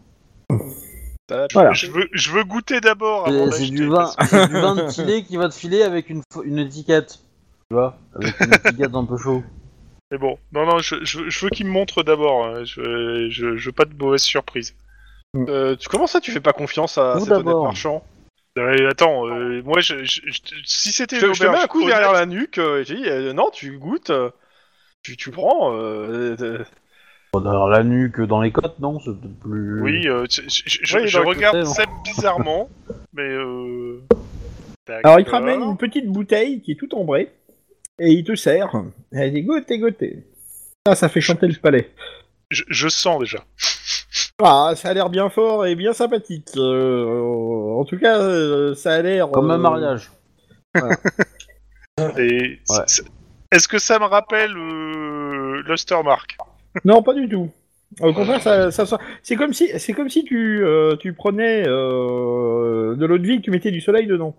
[SPEAKER 5] Ça va,
[SPEAKER 2] Voilà.
[SPEAKER 4] Je veux, je veux goûter d'abord avant
[SPEAKER 1] C'est c'est
[SPEAKER 4] d'acheter.
[SPEAKER 1] du vin,
[SPEAKER 4] parce que
[SPEAKER 1] c'est du vin de filet qui va te filer avec une, fo- une étiquette. Tu vois, avec une étiquette un peu chaud.
[SPEAKER 4] C'est bon. Non, non, je, je, je veux qu'il me montre d'abord. hein. Je, je, je veux pas de mauvaise surprise.
[SPEAKER 5] Euh, tu, comment ça, tu fais pas confiance à
[SPEAKER 1] Tout
[SPEAKER 5] cet honnête
[SPEAKER 1] d'abord.
[SPEAKER 5] marchand
[SPEAKER 4] Euh, attends, euh, moi, je, je- je- si c'était
[SPEAKER 5] je,
[SPEAKER 4] une
[SPEAKER 5] je te mets
[SPEAKER 4] auberge
[SPEAKER 5] un coup
[SPEAKER 4] honnête-
[SPEAKER 5] derrière la nuque euh, et je dis euh, non, tu goûtes, euh, tu, tu prends. euh, euh,
[SPEAKER 1] Bon, dans la nuque, dans les côtes, non C'est peut-être plus.
[SPEAKER 4] Oui, euh, je, je- je-
[SPEAKER 5] Oui,
[SPEAKER 4] je
[SPEAKER 5] donc,
[SPEAKER 4] regarde
[SPEAKER 1] c'est bon.
[SPEAKER 4] Seb bizarrement, mais. Euh...
[SPEAKER 2] Alors, il te
[SPEAKER 1] Euh,
[SPEAKER 4] d'accord.
[SPEAKER 2] ramène une petite bouteille qui est tout ambrée, et il te sert. Elle dit goûtez, goûtez. Ça, ça fait chanter le palais.
[SPEAKER 4] Je, je sens déjà.
[SPEAKER 2] Ah, ça a l'air bien fort et bien sympathique. Euh, en tout cas, euh, ça a l'air.
[SPEAKER 1] Comme un
[SPEAKER 2] euh,
[SPEAKER 1] mariage.
[SPEAKER 4] Et c'est- c'est- Est-ce que ça me rappelle euh, Lustermark
[SPEAKER 2] Non, pas du tout. Au contraire, ça, ça sent- c'est comme si, c'est comme si tu, euh, tu prenais euh, de l'eau de vie, que tu mettais du soleil dedans.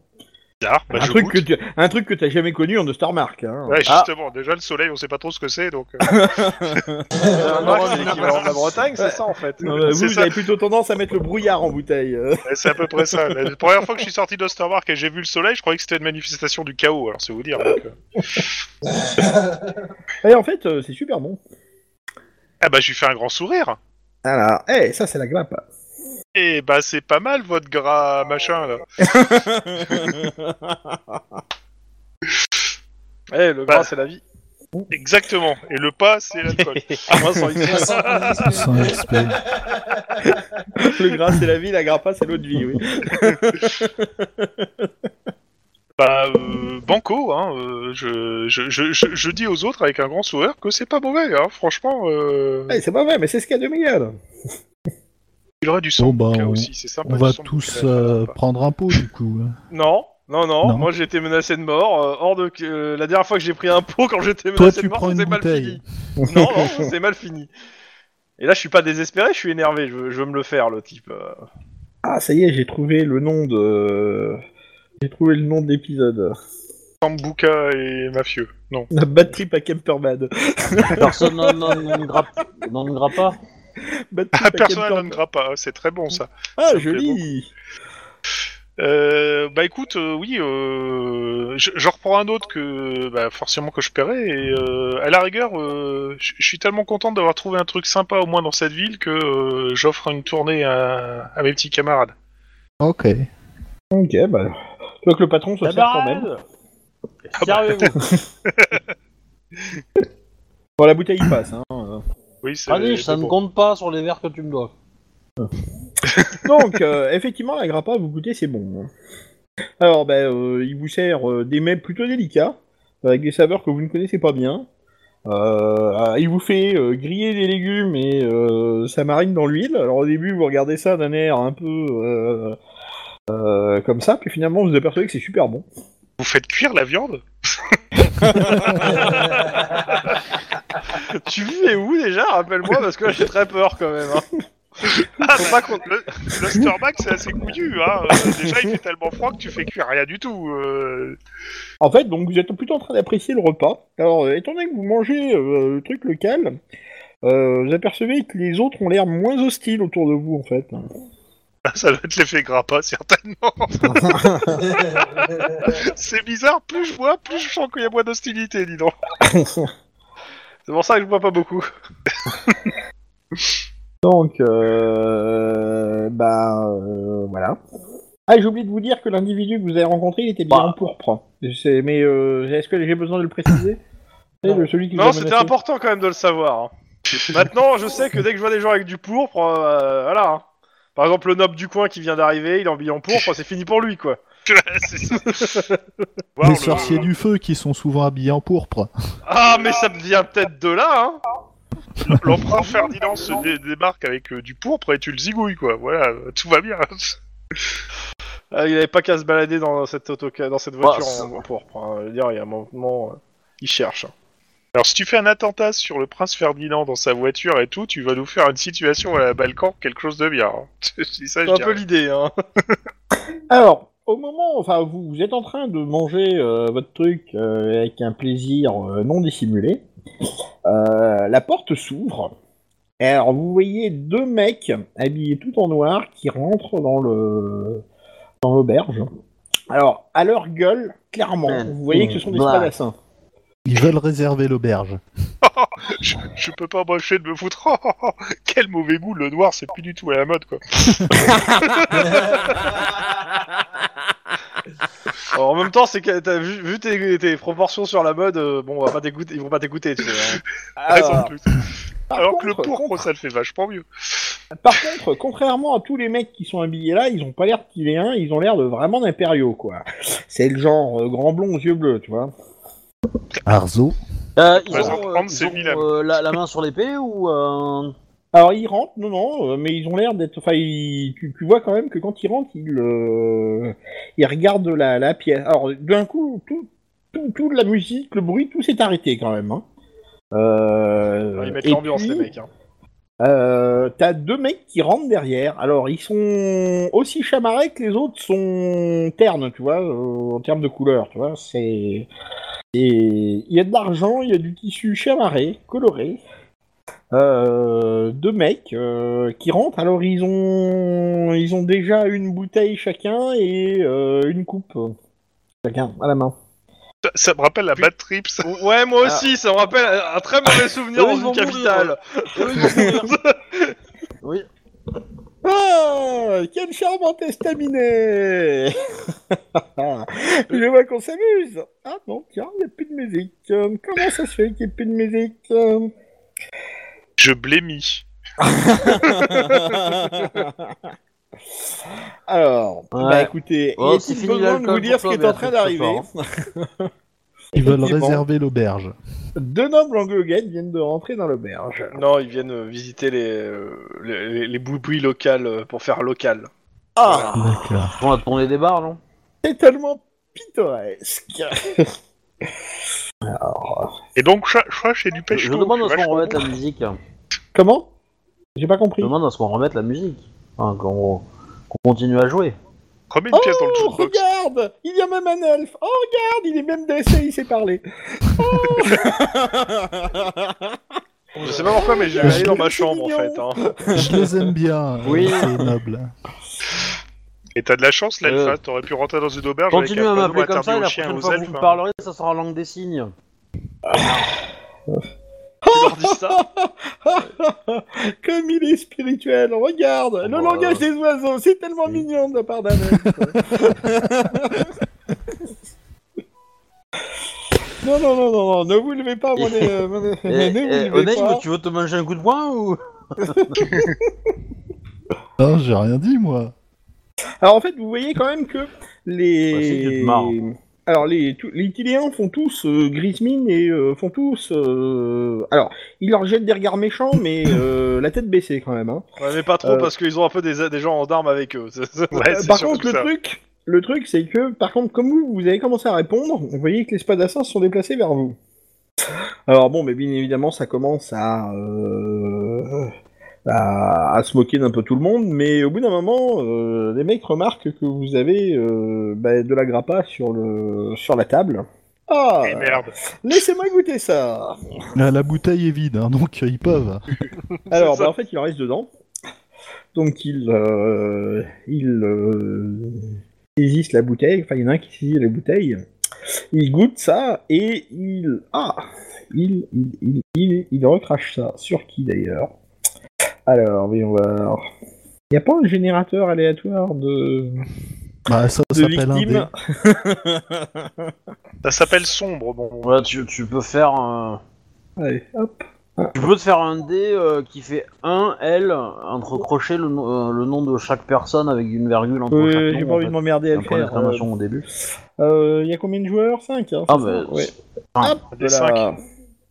[SPEAKER 4] Bizarre, bah,
[SPEAKER 2] un,
[SPEAKER 4] je
[SPEAKER 2] truc
[SPEAKER 4] goûte.
[SPEAKER 2] que tu, un truc que t'as jamais connu en de Starmark. Hein.
[SPEAKER 4] Ouais,
[SPEAKER 1] Ah.
[SPEAKER 4] justement, déjà le soleil, on sit pas trop ce que c'est, donc. euh,
[SPEAKER 5] euh, Maroc, c'est l'équivalent de la Bretagne, c'est ça en fait.
[SPEAKER 2] Non, bah, vous,
[SPEAKER 4] c'est
[SPEAKER 2] vous
[SPEAKER 4] ça.
[SPEAKER 2] avez plutôt tendance à mettre le brouillard en bouteille. euh.
[SPEAKER 4] ouais, c'est à peu près ça. La première fois que je suis sorti d'Ostermark et j'ai vu le soleil, je croyais que c'était une manifestation du chaos, alors c'est vous dire. donc, euh.
[SPEAKER 2] Et en fait, euh, c'est super bon.
[SPEAKER 4] Ah bah, je lui fais un grand sourire.
[SPEAKER 2] Alors, eh, ça c'est la grappe.
[SPEAKER 4] Et bah, c'est pas mal votre gras machin là.
[SPEAKER 5] Eh, le
[SPEAKER 4] Bah,
[SPEAKER 5] gras, c'est la vie.
[SPEAKER 4] Exactement. Et le pas, c'est l'alcool.
[SPEAKER 5] Moi, sans
[SPEAKER 3] Il
[SPEAKER 5] y-
[SPEAKER 4] Ah,
[SPEAKER 6] Sans respect.
[SPEAKER 2] Le gras c'est la vie, la grappa c'est l'eau de vie, oui.
[SPEAKER 4] bah, euh, banco, hein. euh, je, je, je, je, je dis aux autres avec un grand sourire que c'est pas mauvais, hein. Franchement, euh,
[SPEAKER 2] Ouais, Eh, c'est pas vrai, mais c'est ce qu'il y a de meilleur.
[SPEAKER 4] il aurait du sang.
[SPEAKER 6] Bon, bah,
[SPEAKER 4] bouquin
[SPEAKER 6] on-
[SPEAKER 4] aussi, c'est sympa,
[SPEAKER 6] On
[SPEAKER 4] du
[SPEAKER 6] va
[SPEAKER 4] sang
[SPEAKER 6] tous
[SPEAKER 4] bouquin,
[SPEAKER 6] euh,
[SPEAKER 4] là.
[SPEAKER 6] prendre un pot du coup. hein.
[SPEAKER 5] Non, non, non,
[SPEAKER 6] Non.
[SPEAKER 5] moi j'ai été menacé de mort. euh, hors de euh, la dernière fois que j'ai pris un pot quand j'étais
[SPEAKER 6] Toi,
[SPEAKER 5] menacé
[SPEAKER 6] tu
[SPEAKER 5] de mort,
[SPEAKER 6] prends
[SPEAKER 5] c'est
[SPEAKER 6] une
[SPEAKER 5] mal
[SPEAKER 6] bouteille.
[SPEAKER 5] fini. non, non, c'est mal fini. Et là, je suis pas désespéré, je suis énervé. Je veux, je veux me le faire, le type. euh.
[SPEAKER 2] Ah, ça y est, j'ai trouvé le nom de. J'ai trouvé le nom de l'épisode.
[SPEAKER 4] Sambuca et mafieux. Non.
[SPEAKER 2] La bad trip à Camperbad.
[SPEAKER 4] Euh.
[SPEAKER 1] Personne n'en- n'en n'en grappe- n'en grappera.
[SPEAKER 2] Bad
[SPEAKER 4] Ah,
[SPEAKER 2] trip à
[SPEAKER 4] personne
[SPEAKER 2] Camperbad.
[SPEAKER 4] ne pas. hein, C'est très bon ça.
[SPEAKER 2] Ah,
[SPEAKER 4] Ça me plaît
[SPEAKER 2] joli
[SPEAKER 4] Euh, bah écoute, euh, oui, euh, je- j'en reprends un autre que bah, forcément que je paierai. Et euh, à la rigueur, euh, je je suis tellement contente d'avoir trouvé un truc sympa au moins dans cette ville que euh, j'offre une tournée à, à mes petits camarades.
[SPEAKER 6] Ok.
[SPEAKER 2] Ok, bah. Tu vois que le
[SPEAKER 4] Eh
[SPEAKER 2] patron se sert quand
[SPEAKER 4] ben,
[SPEAKER 2] même.
[SPEAKER 4] Ah bah,
[SPEAKER 1] Servez-vous.
[SPEAKER 2] Bon, la bouteille il passe, hein.
[SPEAKER 4] Oui, c'est
[SPEAKER 1] Allez,
[SPEAKER 4] c'est
[SPEAKER 1] ça ne
[SPEAKER 4] bon.
[SPEAKER 1] compte pas sur les verres que tu me dois.
[SPEAKER 2] Donc, euh, effectivement, la grappa, vous goûtez, c'est bon. hein. Alors, ben, euh, il vous sert euh, des mets plutôt délicats, avec des saveurs que vous ne connaissez pas bien. Euh, il vous fait euh, griller des légumes et euh, ça marine dans l'huile. Alors au début, vous regardez ça d'un air un peu euh, euh, comme ça, puis finalement, vous vous apercevez que c'est super bon.
[SPEAKER 4] Vous faites cuire la viande
[SPEAKER 5] tu vivais où déjà Rappelle-moi parce que là, j'ai très peur quand même. hein. Faut pas qu'on-
[SPEAKER 4] Le, le Starbucks, c'est assez couillu, hein. Euh, déjà, il fait tellement froid que tu fais cuire rien du tout. euh.
[SPEAKER 2] En fait, donc vous êtes plutôt en train d'apprécier le repas. Alors, euh, étant donné que vous mangez euh, le truc local, euh, vous apercevez que les autres ont l'air moins hostiles autour de vous, en fait. hein.
[SPEAKER 4] Ça doit être l'effet grappa, certainement. c'est bizarre, plus je bois, plus je sens qu'il y a moins d'hostilité, dis donc.
[SPEAKER 5] C'est pour ça que je bois pas beaucoup.
[SPEAKER 2] Donc, euh, bah, euh, voilà. Ah, j'ai oublié de vous dire que l'individu que vous avez rencontré, il était
[SPEAKER 5] Bah.
[SPEAKER 2] bien en pourpre. C'est- Mais euh, est-ce que j'ai besoin de le préciser C'est le- celui qui vous a
[SPEAKER 5] Non, c'était
[SPEAKER 2] menacé.
[SPEAKER 5] important quand même de le savoir. hein. Maintenant, je sais que dès que je vois des gens avec du pourpre, euh, voilà. hein. Par exemple, le noble du coin qui vient d'arriver, il est habillé en pourpre, c'est fini pour lui, quoi.
[SPEAKER 4] C'est ça.
[SPEAKER 6] Les
[SPEAKER 4] Voir le-
[SPEAKER 6] sorciers du feu qui sont souvent habillés en pourpre.
[SPEAKER 5] Ah, mais ça me vient peut-être de là, hein
[SPEAKER 4] L'empereur Ferdinand se dé- débarque avec euh, du pourpre et tu le zigouilles, quoi. Voilà, euh, tout va bien.
[SPEAKER 5] Ah, Il avait pas qu'à se balader dans cette, auto dans cette voiture
[SPEAKER 3] ça
[SPEAKER 5] en pourpre. hein. Je veux dire, il y a un moment, euh, il cherche. hein.
[SPEAKER 4] Alors, si tu fais un attentat sur le prince Ferdinand dans sa voiture et tout, tu vas nous faire une situation à la Balkan, quelque chose de bien. hein. Je dis ça, je
[SPEAKER 5] C'est un
[SPEAKER 4] dis
[SPEAKER 5] peu
[SPEAKER 4] rien.
[SPEAKER 5] l'idée, hein.
[SPEAKER 2] Alors, au moment, enfin, vous, vous êtes en train de manger euh, votre truc euh, avec un plaisir euh, non dissimulé. Euh, la porte s'ouvre. Et Alors, vous voyez deux mecs habillés tout en noir qui rentrent dans le dans l'auberge. Alors, à leur gueule, clairement, vous voyez que ce sont des hein.
[SPEAKER 3] Black.
[SPEAKER 2] spadassins.
[SPEAKER 6] Ils veulent réserver l'auberge.
[SPEAKER 4] je, je peux pas m'empêcher de me foutre. Oh, Quel mauvais goût, le noir, c'est plus du tout à la mode, quoi.
[SPEAKER 5] Alors, en même temps, c'est que t'as vu, vu tes, tes proportions sur la mode, euh, bon, on va pas t'écouter, ils vont pas t'écouter, tu sais. hein.
[SPEAKER 4] Raison de plus.
[SPEAKER 2] Ah, Par
[SPEAKER 4] Ah, Alors que le
[SPEAKER 2] contre,
[SPEAKER 4] pourpre, ça le fait vachement mieux.
[SPEAKER 2] Par contre, contrairement à tous les mecs qui sont habillés là, ils ont pas l'air de tiléens, ils ont l'air de vraiment d'impériaux, quoi. C'est le genre euh, grand blond aux yeux bleus, tu vois.
[SPEAKER 6] Arzo.
[SPEAKER 1] Euh, ils
[SPEAKER 4] Ouais,
[SPEAKER 1] ont,
[SPEAKER 4] en
[SPEAKER 1] euh,
[SPEAKER 4] prendre,
[SPEAKER 1] ils
[SPEAKER 4] c'est
[SPEAKER 1] ont,
[SPEAKER 4] Milan.
[SPEAKER 1] euh, la, la main sur l'épée ou euh,
[SPEAKER 2] Alors ils rentrent, non, non, euh, mais ils ont l'air d'être... Enfin, ils- tu, tu vois quand même que quand ils rentrent, ils, euh, ils regardent la, la pièce. Alors d'un coup, tout, tout, tout de la musique, le bruit, tout s'est arrêté quand même. Hein. Euh,
[SPEAKER 5] Ils mettent
[SPEAKER 2] et
[SPEAKER 5] l'ambiance,
[SPEAKER 2] puis,
[SPEAKER 5] les mecs. hein.
[SPEAKER 2] euh, T'as deux mecs qui rentrent derrière. Alors ils sont aussi chamarrés que les autres sont ternes, tu vois, euh, en termes de couleur, tu vois. C'est et il y a de l'argent, il y a du tissu chamarré, coloré. Euh, deux mecs euh, qui rentrent. Alors ils ont ils ont déjà une bouteille chacun et euh, une coupe euh, chacun à la main.
[SPEAKER 4] Ça, ça me rappelle la bad trip, ça.
[SPEAKER 5] Ouais, moi aussi, ça me rappelle un un très mauvais souvenir
[SPEAKER 3] Ah. Eux,
[SPEAKER 5] dans
[SPEAKER 3] ils vont mourir,
[SPEAKER 5] une capitale.
[SPEAKER 3] Eux, ils vont mourir.
[SPEAKER 2] Ah, quel charmant estaminet Je vois qu'on s'amuse Ah non, tiens, il n'y a plus de musique. Euh, Comment ça se fait qu'il n'y ait plus de musique euh
[SPEAKER 4] Je blémis.
[SPEAKER 2] Alors, bah
[SPEAKER 1] Ouais.
[SPEAKER 2] écoutez,
[SPEAKER 1] Oh,
[SPEAKER 2] est
[SPEAKER 1] c'est
[SPEAKER 2] il
[SPEAKER 1] fini
[SPEAKER 2] besoin de vous
[SPEAKER 1] l'alcool
[SPEAKER 2] dire ce
[SPEAKER 1] pour
[SPEAKER 2] qui
[SPEAKER 1] toi,
[SPEAKER 2] est en train
[SPEAKER 1] Béatrice, ce
[SPEAKER 2] d'arriver
[SPEAKER 6] Ils veulent
[SPEAKER 2] Effectivement.
[SPEAKER 6] réserver l'auberge.
[SPEAKER 2] Deux nobles anglo-gaines viennent de rentrer dans l'auberge.
[SPEAKER 5] Non, ils viennent euh, visiter les, euh, les, les- les boubouis locales euh, pour faire local.
[SPEAKER 2] Ah,
[SPEAKER 6] D'accord.
[SPEAKER 1] On a tourné des bars, non
[SPEAKER 2] c'est tellement pittoresque
[SPEAKER 4] Et donc, ça, ça, c'est du
[SPEAKER 1] Je,
[SPEAKER 4] pêche
[SPEAKER 1] je demande à ce qu'on
[SPEAKER 4] vachement
[SPEAKER 1] remette
[SPEAKER 4] bon.
[SPEAKER 1] la musique. Je
[SPEAKER 2] Comment J'ai pas compris.
[SPEAKER 1] demande à ce qu'on remette la musique. Enfin, qu'on qu'on continue à jouer.
[SPEAKER 4] Ah, Remets une pièce dans le
[SPEAKER 2] Oh,
[SPEAKER 4] jukebox.
[SPEAKER 2] regarde Il y a même un elfe Oh, regarde Il est même dressé, il sait parler oh
[SPEAKER 5] Je sais pas pourquoi, mais je vais aller dans ma chambre en fait. hein.
[SPEAKER 6] Je les aime bien,
[SPEAKER 1] Oui.
[SPEAKER 6] oui. ces nobles.
[SPEAKER 4] Et t'as de la chance, là,
[SPEAKER 1] Euh.
[SPEAKER 4] enfin, t'aurais pu rentrer dans une auberge
[SPEAKER 1] Continue
[SPEAKER 4] avec
[SPEAKER 1] à
[SPEAKER 4] un panneau
[SPEAKER 1] m'appeler comme ça et
[SPEAKER 4] interdit
[SPEAKER 1] la
[SPEAKER 4] aux chiens,
[SPEAKER 1] prochaine
[SPEAKER 4] aux
[SPEAKER 1] fois que
[SPEAKER 4] elfes,
[SPEAKER 1] vous
[SPEAKER 4] hein.
[SPEAKER 1] parlerez, ça sera en langue des signes.
[SPEAKER 5] Tu leur dis ça
[SPEAKER 2] Comme il est spirituel Regarde Le
[SPEAKER 1] Voilà.
[SPEAKER 2] langage des oiseaux, c'est tellement
[SPEAKER 1] Oui.
[SPEAKER 2] mignon de la part d'un elfe. Non, non, non, non, non, ne vous levez pas, mon é- mon é-
[SPEAKER 1] Eh,
[SPEAKER 2] ne vous
[SPEAKER 1] eh,
[SPEAKER 2] levez
[SPEAKER 1] Onaim,
[SPEAKER 2] pas.
[SPEAKER 1] tu veux te manger un coup de poing ou
[SPEAKER 6] Non, j'ai rien dit, moi.
[SPEAKER 2] Alors en fait, vous voyez quand même que les...
[SPEAKER 1] Voici, tu te marres.
[SPEAKER 2] alors les, tous- les Tiléens font tous euh, Grismine et euh, font tous. euh, alors, ils leur jettent des regards méchants, mais euh, la tête baissée quand même. Hein.
[SPEAKER 5] Ouais, mais pas trop
[SPEAKER 2] Euh.
[SPEAKER 5] parce qu'ils ont un peu des, des gens en armes avec eux. C'est- c'est-
[SPEAKER 4] Ouais,
[SPEAKER 2] Euh,
[SPEAKER 4] c'est
[SPEAKER 2] par
[SPEAKER 4] surtout
[SPEAKER 2] contre, le
[SPEAKER 4] ça.
[SPEAKER 2] truc, le truc, c'est que, par contre, comme vous, vous avez commencé à répondre, vous voyez que les spadassins se sont déplacés vers vous. Alors bon, mais bien évidemment, ça commence à euh, à, à se moquer d'un peu tout le monde, mais au bout d'un moment, euh, les mecs remarquent que vous avez euh, bah, de la grappa sur le sur la table. Ah,
[SPEAKER 4] Eh merde.
[SPEAKER 2] laissez-moi goûter ça.
[SPEAKER 6] Euh, La bouteille est vide, hein, donc euh, ils peuvent.
[SPEAKER 2] Alors,
[SPEAKER 5] C'est ça.
[SPEAKER 2] bah, en fait, il en reste dedans. Donc, il, euh, il euh, saisissent la bouteille. Enfin, il y en a un qui saisit la bouteille. Il goûte ça et il. Ah Il, il, il, il, il recrache ça. Sur qui d'ailleurs Alors, voyons voir. Il n'y a pas un générateur aléatoire de,
[SPEAKER 6] Bah, ça
[SPEAKER 2] de
[SPEAKER 6] s'appelle un dé.
[SPEAKER 2] victimes
[SPEAKER 4] Ça s'appelle sombre, bon.
[SPEAKER 1] Voilà, tu, tu peux faire
[SPEAKER 2] euh,
[SPEAKER 1] un...
[SPEAKER 2] Allez, hop.
[SPEAKER 1] Tu peux te faire un dé euh, qui fait 1 L entre crochets le, no- euh, le nom de chaque personne avec une virgule entre
[SPEAKER 2] Oui,
[SPEAKER 1] chaque nom.
[SPEAKER 2] Euh, j'ai pas envie de m'emmerder à
[SPEAKER 1] un
[SPEAKER 2] le
[SPEAKER 1] point
[SPEAKER 2] faire.
[SPEAKER 1] d'exclamation au début.
[SPEAKER 2] Euh, Il y a combien de joueurs 5 hein,
[SPEAKER 1] Ah
[SPEAKER 2] c'est
[SPEAKER 1] bah,
[SPEAKER 2] ça Ouais.
[SPEAKER 1] tu enfin,
[SPEAKER 2] Hop,
[SPEAKER 4] des
[SPEAKER 2] voilà.
[SPEAKER 4] cinq.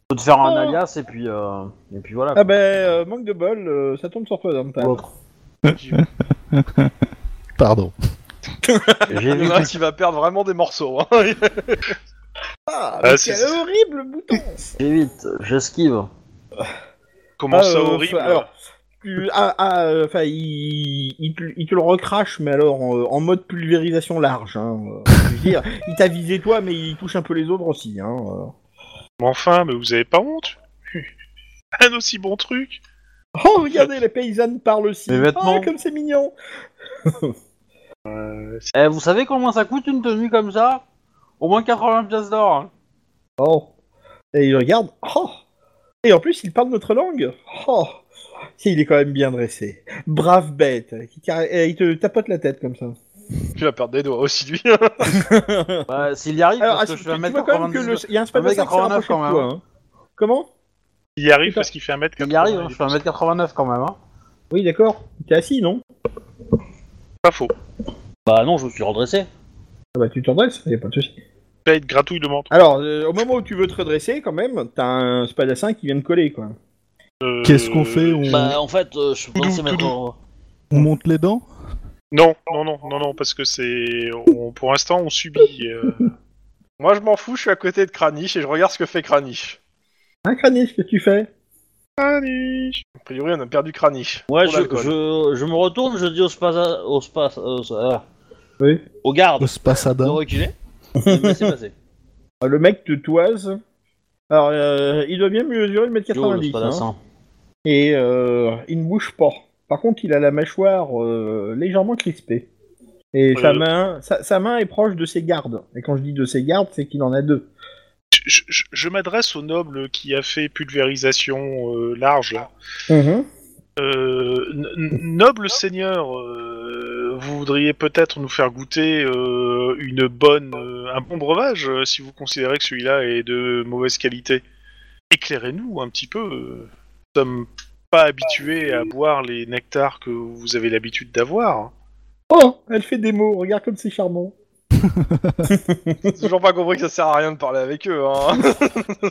[SPEAKER 1] peux te faire un
[SPEAKER 2] Ah.
[SPEAKER 1] alias et puis, euh, et puis voilà.
[SPEAKER 2] Ah ben, euh, manque de bol, euh, ça tombe sur toi, Dante.
[SPEAKER 1] quoi. L'autre.
[SPEAKER 6] Pardon.
[SPEAKER 1] J'ai
[SPEAKER 5] Il y
[SPEAKER 1] vu
[SPEAKER 5] en a un qui va perdre vraiment des morceaux. hein.
[SPEAKER 2] Ah,
[SPEAKER 4] Ah,
[SPEAKER 2] mais
[SPEAKER 4] si,
[SPEAKER 2] quel
[SPEAKER 4] si.
[SPEAKER 2] horrible bouton
[SPEAKER 1] J'évite, j'esquive.
[SPEAKER 4] Comment
[SPEAKER 2] Ah,
[SPEAKER 4] ça
[SPEAKER 2] euh,
[SPEAKER 4] horrible
[SPEAKER 2] fa- Alors, tu- ah, ah, euh, enfin, il, il, te- il te le recrache, mais alors en, en mode pulvérisation large. Hein, euh, je veux dire, il t'a visé toi, mais il touche un peu les autres aussi. Hein, euh.
[SPEAKER 4] Mais enfin, mais vous avez pas honte Un aussi bon truc
[SPEAKER 2] Oh, regardez, les paysannes parlent aussi.
[SPEAKER 1] Mes vêtements.
[SPEAKER 2] Ah, comme c'est mignon
[SPEAKER 1] Eh, vous savez combien ça coûte une tenue comme ça Au moins 80 pièces d'or. hein.
[SPEAKER 2] Oh. Et il regarde. Oh. Et en plus, il parle notre langue. Oh. Si, il est quand même bien dressé. Brave bête. Il, carré- eh, il te tapote la tête comme ça.
[SPEAKER 5] Tu vas perdre des doigts aussi, lui.
[SPEAKER 1] Bah, S'il y arrive,
[SPEAKER 2] Alors,
[SPEAKER 1] parce
[SPEAKER 2] ah,
[SPEAKER 1] que
[SPEAKER 2] tu,
[SPEAKER 1] je suis à
[SPEAKER 2] tu
[SPEAKER 1] mettre
[SPEAKER 2] vois quand même que
[SPEAKER 1] 90...
[SPEAKER 2] le- il y a un spadassin qui s'est
[SPEAKER 1] 1m89
[SPEAKER 2] rapproché de
[SPEAKER 1] quand même,
[SPEAKER 2] toi, hein. Comment
[SPEAKER 4] Il y arrive parce qu'il fait 1m80.
[SPEAKER 1] Il y arrive, hein, je suis à 1m89 quand même. Hein.
[SPEAKER 2] Oui, d'accord. T'es assis, non
[SPEAKER 4] Pas faux.
[SPEAKER 1] Bah non, je me suis redressé.
[SPEAKER 2] Ah bah tu te redresses, y a pas de souci.
[SPEAKER 4] Tu vas être gratouille de menthe.
[SPEAKER 2] Alors, euh, au moment où tu veux te redresser, quand même, t'as un spadassin qui vient de coller, quoi.
[SPEAKER 4] Euh,
[SPEAKER 6] Qu'est-ce qu'on fait
[SPEAKER 2] Mmh.
[SPEAKER 6] on...
[SPEAKER 1] Bah en fait, euh, je pensais mettre...
[SPEAKER 6] on monte les dents
[SPEAKER 4] Non, non, non, non, non, parce que c'est. on- Pour l'instant, on subit. euh,
[SPEAKER 5] Moi, je m'en fous, je suis à côté de Kranich et je regarde ce que fait Kranich.
[SPEAKER 2] Hein, Kranis, qu'est-ce que tu fais
[SPEAKER 5] A priori, on a perdu Kranich.
[SPEAKER 1] Ouais,
[SPEAKER 5] Pour
[SPEAKER 1] je,
[SPEAKER 5] l'alcool.
[SPEAKER 1] je, je me retourne, je dis au spa... Au, spa... euh, euh,
[SPEAKER 2] Oui.
[SPEAKER 1] au garde
[SPEAKER 6] Au
[SPEAKER 1] de
[SPEAKER 6] spassadin
[SPEAKER 1] reculer. Et de laisser passer.
[SPEAKER 2] Ah, Le mec te toise. Alors, euh, il doit bien mesurer
[SPEAKER 1] Yo, le
[SPEAKER 2] 1m90, hein.
[SPEAKER 1] spadassin.
[SPEAKER 2] Et euh, il ne bouge pas. Par contre, il a la mâchoire euh, légèrement crispée. Et sa,
[SPEAKER 4] Euh.
[SPEAKER 2] main, sa, sa main est proche de ses gardes. Et quand je dis de ses gardes, c'est qu'il en a deux.
[SPEAKER 4] Je, je- je m'adresse au noble qui a fait pulvérisation euh, large. là.
[SPEAKER 2] Mm-hmm.
[SPEAKER 4] Euh, n- n- noble seigneur, euh, vous voudriez peut-être nous faire goûter euh, une bonne, euh, un bon breuvage euh, si vous considérez que celui-là est de mauvaise qualité. Éclairez-nous un petit peu. euh, Nous sommes pas habitués à boire les nectars que vous avez l'habitude d'avoir.
[SPEAKER 2] Oh, elle fait des mots, regarde comme c'est charmant.
[SPEAKER 5] J'ai toujours pas compris que ça sert à rien de parler avec eux. Hein.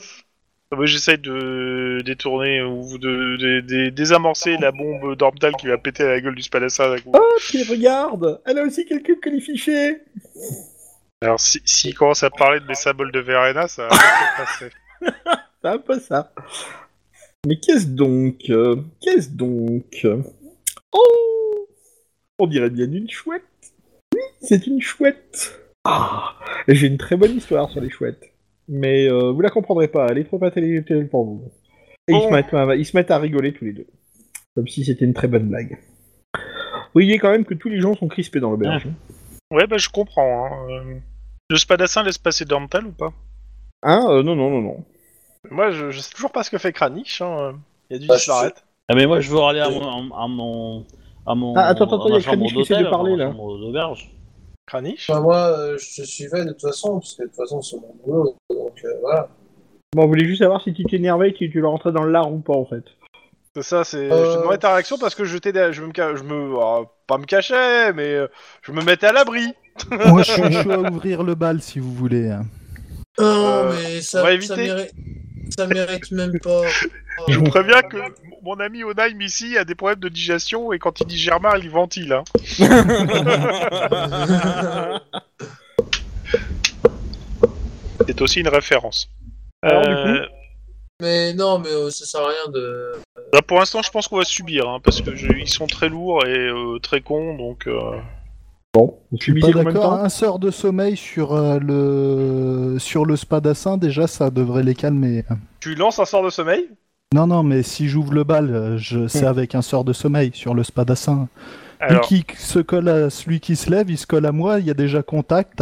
[SPEAKER 4] Ah bah, J'essaie de détourner ou de, de- de- désamorcer la bombe d'Orbital qui va péter à la gueule du Spadassar. d'un coup.
[SPEAKER 2] Oh, puis regarde, elle a aussi quelques colifichés.
[SPEAKER 4] Alors, si- s'il commence à parler de mes symboles de Verena, ça va pas passer.
[SPEAKER 2] C'est un peu ça. Mais qu'est-ce donc euh, Qu'est-ce donc Oh On dirait bien une chouette. Oui, c'est une chouette. Ah Et J'ai une très bonne histoire sur les chouettes. Mais euh, vous la comprendrez pas, elle est trop intellectuelle pour vous. Et ils, se
[SPEAKER 4] Bon.
[SPEAKER 2] mettent, à- ils se mettent à rigoler tous les deux. Comme si c'était une très bonne blague. Vous voyez quand même que tous les gens sont crispés dans l'auberge.
[SPEAKER 4] Ouais, bah je comprends. hein. Euh, Le spadassin laisse passer Dormtal ou pas
[SPEAKER 2] Hein Euh, Non, non, non, non.
[SPEAKER 5] Moi, je, je sais toujours pas ce que fait Kranich. Hein. Il a dû
[SPEAKER 3] Bah,
[SPEAKER 5] disparaître.
[SPEAKER 1] Ah mais moi je veux aller à mon à mon à mon
[SPEAKER 2] Ah, attends, attends,
[SPEAKER 1] à ma
[SPEAKER 2] il y a
[SPEAKER 1] chambre
[SPEAKER 2] Kranich qui essaie de
[SPEAKER 1] d'hôtel,
[SPEAKER 2] parler,
[SPEAKER 1] à ma
[SPEAKER 2] là.
[SPEAKER 1] chambre d'auberge.
[SPEAKER 5] Kranich
[SPEAKER 3] Enfin, moi, euh, je te suivais de toute façon, parce que de toute façon, c'est mon boulot. Donc euh, voilà.
[SPEAKER 2] Bon, on voulait juste savoir si tu t'énervais et si tu le rentrais dans l'art ou pas en fait.
[SPEAKER 5] C'est ça, c'est.
[SPEAKER 3] Euh.
[SPEAKER 5] Je te demandais ta réaction parce que je t'ai, je me, ca- je me, ah, pas me cachais, mais euh, je me mettais à l'abri.
[SPEAKER 6] Moi, je suis chaud à ouvrir le bal si vous voulez. hein.
[SPEAKER 5] Euh,
[SPEAKER 3] Non, mais
[SPEAKER 5] on
[SPEAKER 3] ça,
[SPEAKER 5] va
[SPEAKER 3] ça,
[SPEAKER 5] éviter.
[SPEAKER 3] mérite... ça mérite même pas. Oh.
[SPEAKER 4] Je vous préviens que mon- mon ami Onaim ici a des problèmes de digestion et quand il dit Germain, il ventile. Hein. C'est aussi une référence.
[SPEAKER 2] Alors, du
[SPEAKER 4] Euh,
[SPEAKER 3] Mais non, mais euh, ça sert à rien de.
[SPEAKER 4] bah, pour l'instant, je pense qu'on va subir hein, parce que je- ils sont très lourds et euh, très cons, donc euh,
[SPEAKER 2] Bon, je
[SPEAKER 6] Je suis pas d'accord. hein. Un sort de sommeil sur euh, le sur le spadassin, déjà, ça devrait les calmer.
[SPEAKER 5] Tu lances un sort de sommeil
[SPEAKER 6] Non, non, mais si j'ouvre le bal, euh, je... c'est avec un sort de sommeil sur le spadassin. Lui
[SPEAKER 4] alors,
[SPEAKER 6] qui se colle à celui qui se lève, il se colle à moi, il y a déjà contact.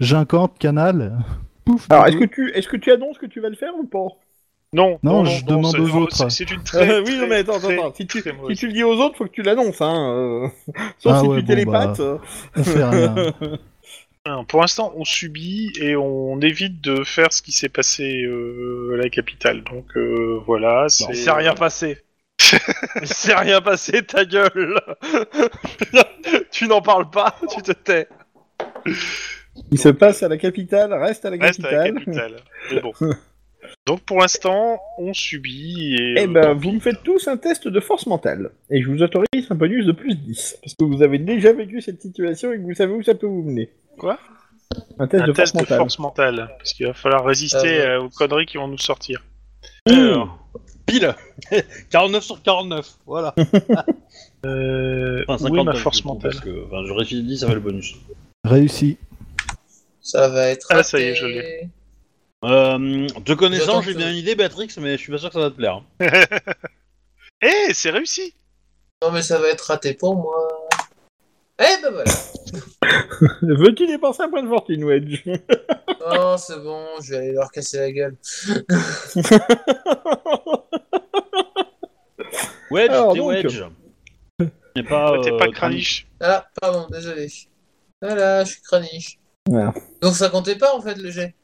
[SPEAKER 6] J'incante, canal. Pouf.
[SPEAKER 2] Alors, est-ce que tu, est-ce que tu annonces que tu vas le faire ou pas
[SPEAKER 4] non,
[SPEAKER 6] Non, je demande
[SPEAKER 4] c'est-
[SPEAKER 6] aux
[SPEAKER 4] non,
[SPEAKER 6] autres.
[SPEAKER 4] c'est- C'est une très,
[SPEAKER 2] Oui, non, mais attends,
[SPEAKER 4] très,
[SPEAKER 2] attends, attends. Si tu,
[SPEAKER 4] très
[SPEAKER 2] si
[SPEAKER 4] mauvaise-
[SPEAKER 2] tu le dis aux autres, faut que tu l'annonces, hein. euh. Sauf
[SPEAKER 6] Ah
[SPEAKER 2] si
[SPEAKER 6] ouais,
[SPEAKER 2] tu
[SPEAKER 6] bon,
[SPEAKER 2] télépathes.
[SPEAKER 6] bah. On fait rien.
[SPEAKER 4] Hein, Pour l'instant, on subit et on évite de faire ce qui s'est passé euh, à la capitale. Donc euh, voilà,
[SPEAKER 5] Il
[SPEAKER 4] c'est
[SPEAKER 5] s'est rien passé. Il s'est rien passé, ta gueule. tu n'en parles pas, tu te tais.
[SPEAKER 2] Il se passe à la capitale, reste à la
[SPEAKER 4] reste à la
[SPEAKER 2] capitale.
[SPEAKER 4] capitale. Mais bon. Donc pour l'instant, on subit et
[SPEAKER 2] Eh
[SPEAKER 4] euh,
[SPEAKER 2] ben, vous me faites tous un test de force mentale. Et je vous autorise un bonus de plus 10. Parce que vous avez déjà vécu cette situation et que vous savez où ça peut vous mener.
[SPEAKER 4] Quoi
[SPEAKER 2] Un test,
[SPEAKER 4] un
[SPEAKER 2] de, force
[SPEAKER 4] test de
[SPEAKER 2] mentale.
[SPEAKER 4] force mentale parce qu'il va falloir résister
[SPEAKER 3] Ah
[SPEAKER 4] euh, aux conneries qui vont nous sortir.
[SPEAKER 1] Alors, Pile 49 sur 49, voilà.
[SPEAKER 4] Euh,
[SPEAKER 1] Enfin,
[SPEAKER 4] où est
[SPEAKER 1] 50
[SPEAKER 4] ma
[SPEAKER 1] du
[SPEAKER 4] force
[SPEAKER 1] coup,
[SPEAKER 4] mentale
[SPEAKER 1] Parce que, enfin, je réfléchis 10, ça fait le bonus.
[SPEAKER 6] Réussi.
[SPEAKER 3] Ça va être.
[SPEAKER 4] Ah, ça y est,
[SPEAKER 3] raté.
[SPEAKER 4] je l'ai.
[SPEAKER 1] Euh, te connaissant,
[SPEAKER 3] J'attends
[SPEAKER 1] j'ai
[SPEAKER 3] que-
[SPEAKER 1] bien une idée, Béatrix, mais je suis pas sûr que ça va te plaire.
[SPEAKER 4] Eh, c'est réussi
[SPEAKER 3] Non, mais ça va être raté pour moi. Eh ben voilà.
[SPEAKER 2] Veux-tu dépenser un point de fortune, Wedge
[SPEAKER 3] Non, Oh, c'est bon, je vais aller leur casser la gueule.
[SPEAKER 1] Wedge,
[SPEAKER 2] Alors,
[SPEAKER 1] t'es
[SPEAKER 2] donc.
[SPEAKER 1] Wedge. T'es pas,
[SPEAKER 4] T'es
[SPEAKER 1] euh,
[SPEAKER 4] pas craniche.
[SPEAKER 3] Ah, pardon, désolé. Voilà, je suis craniche.
[SPEAKER 2] Voilà.
[SPEAKER 3] Donc ça comptait pas en fait le jet.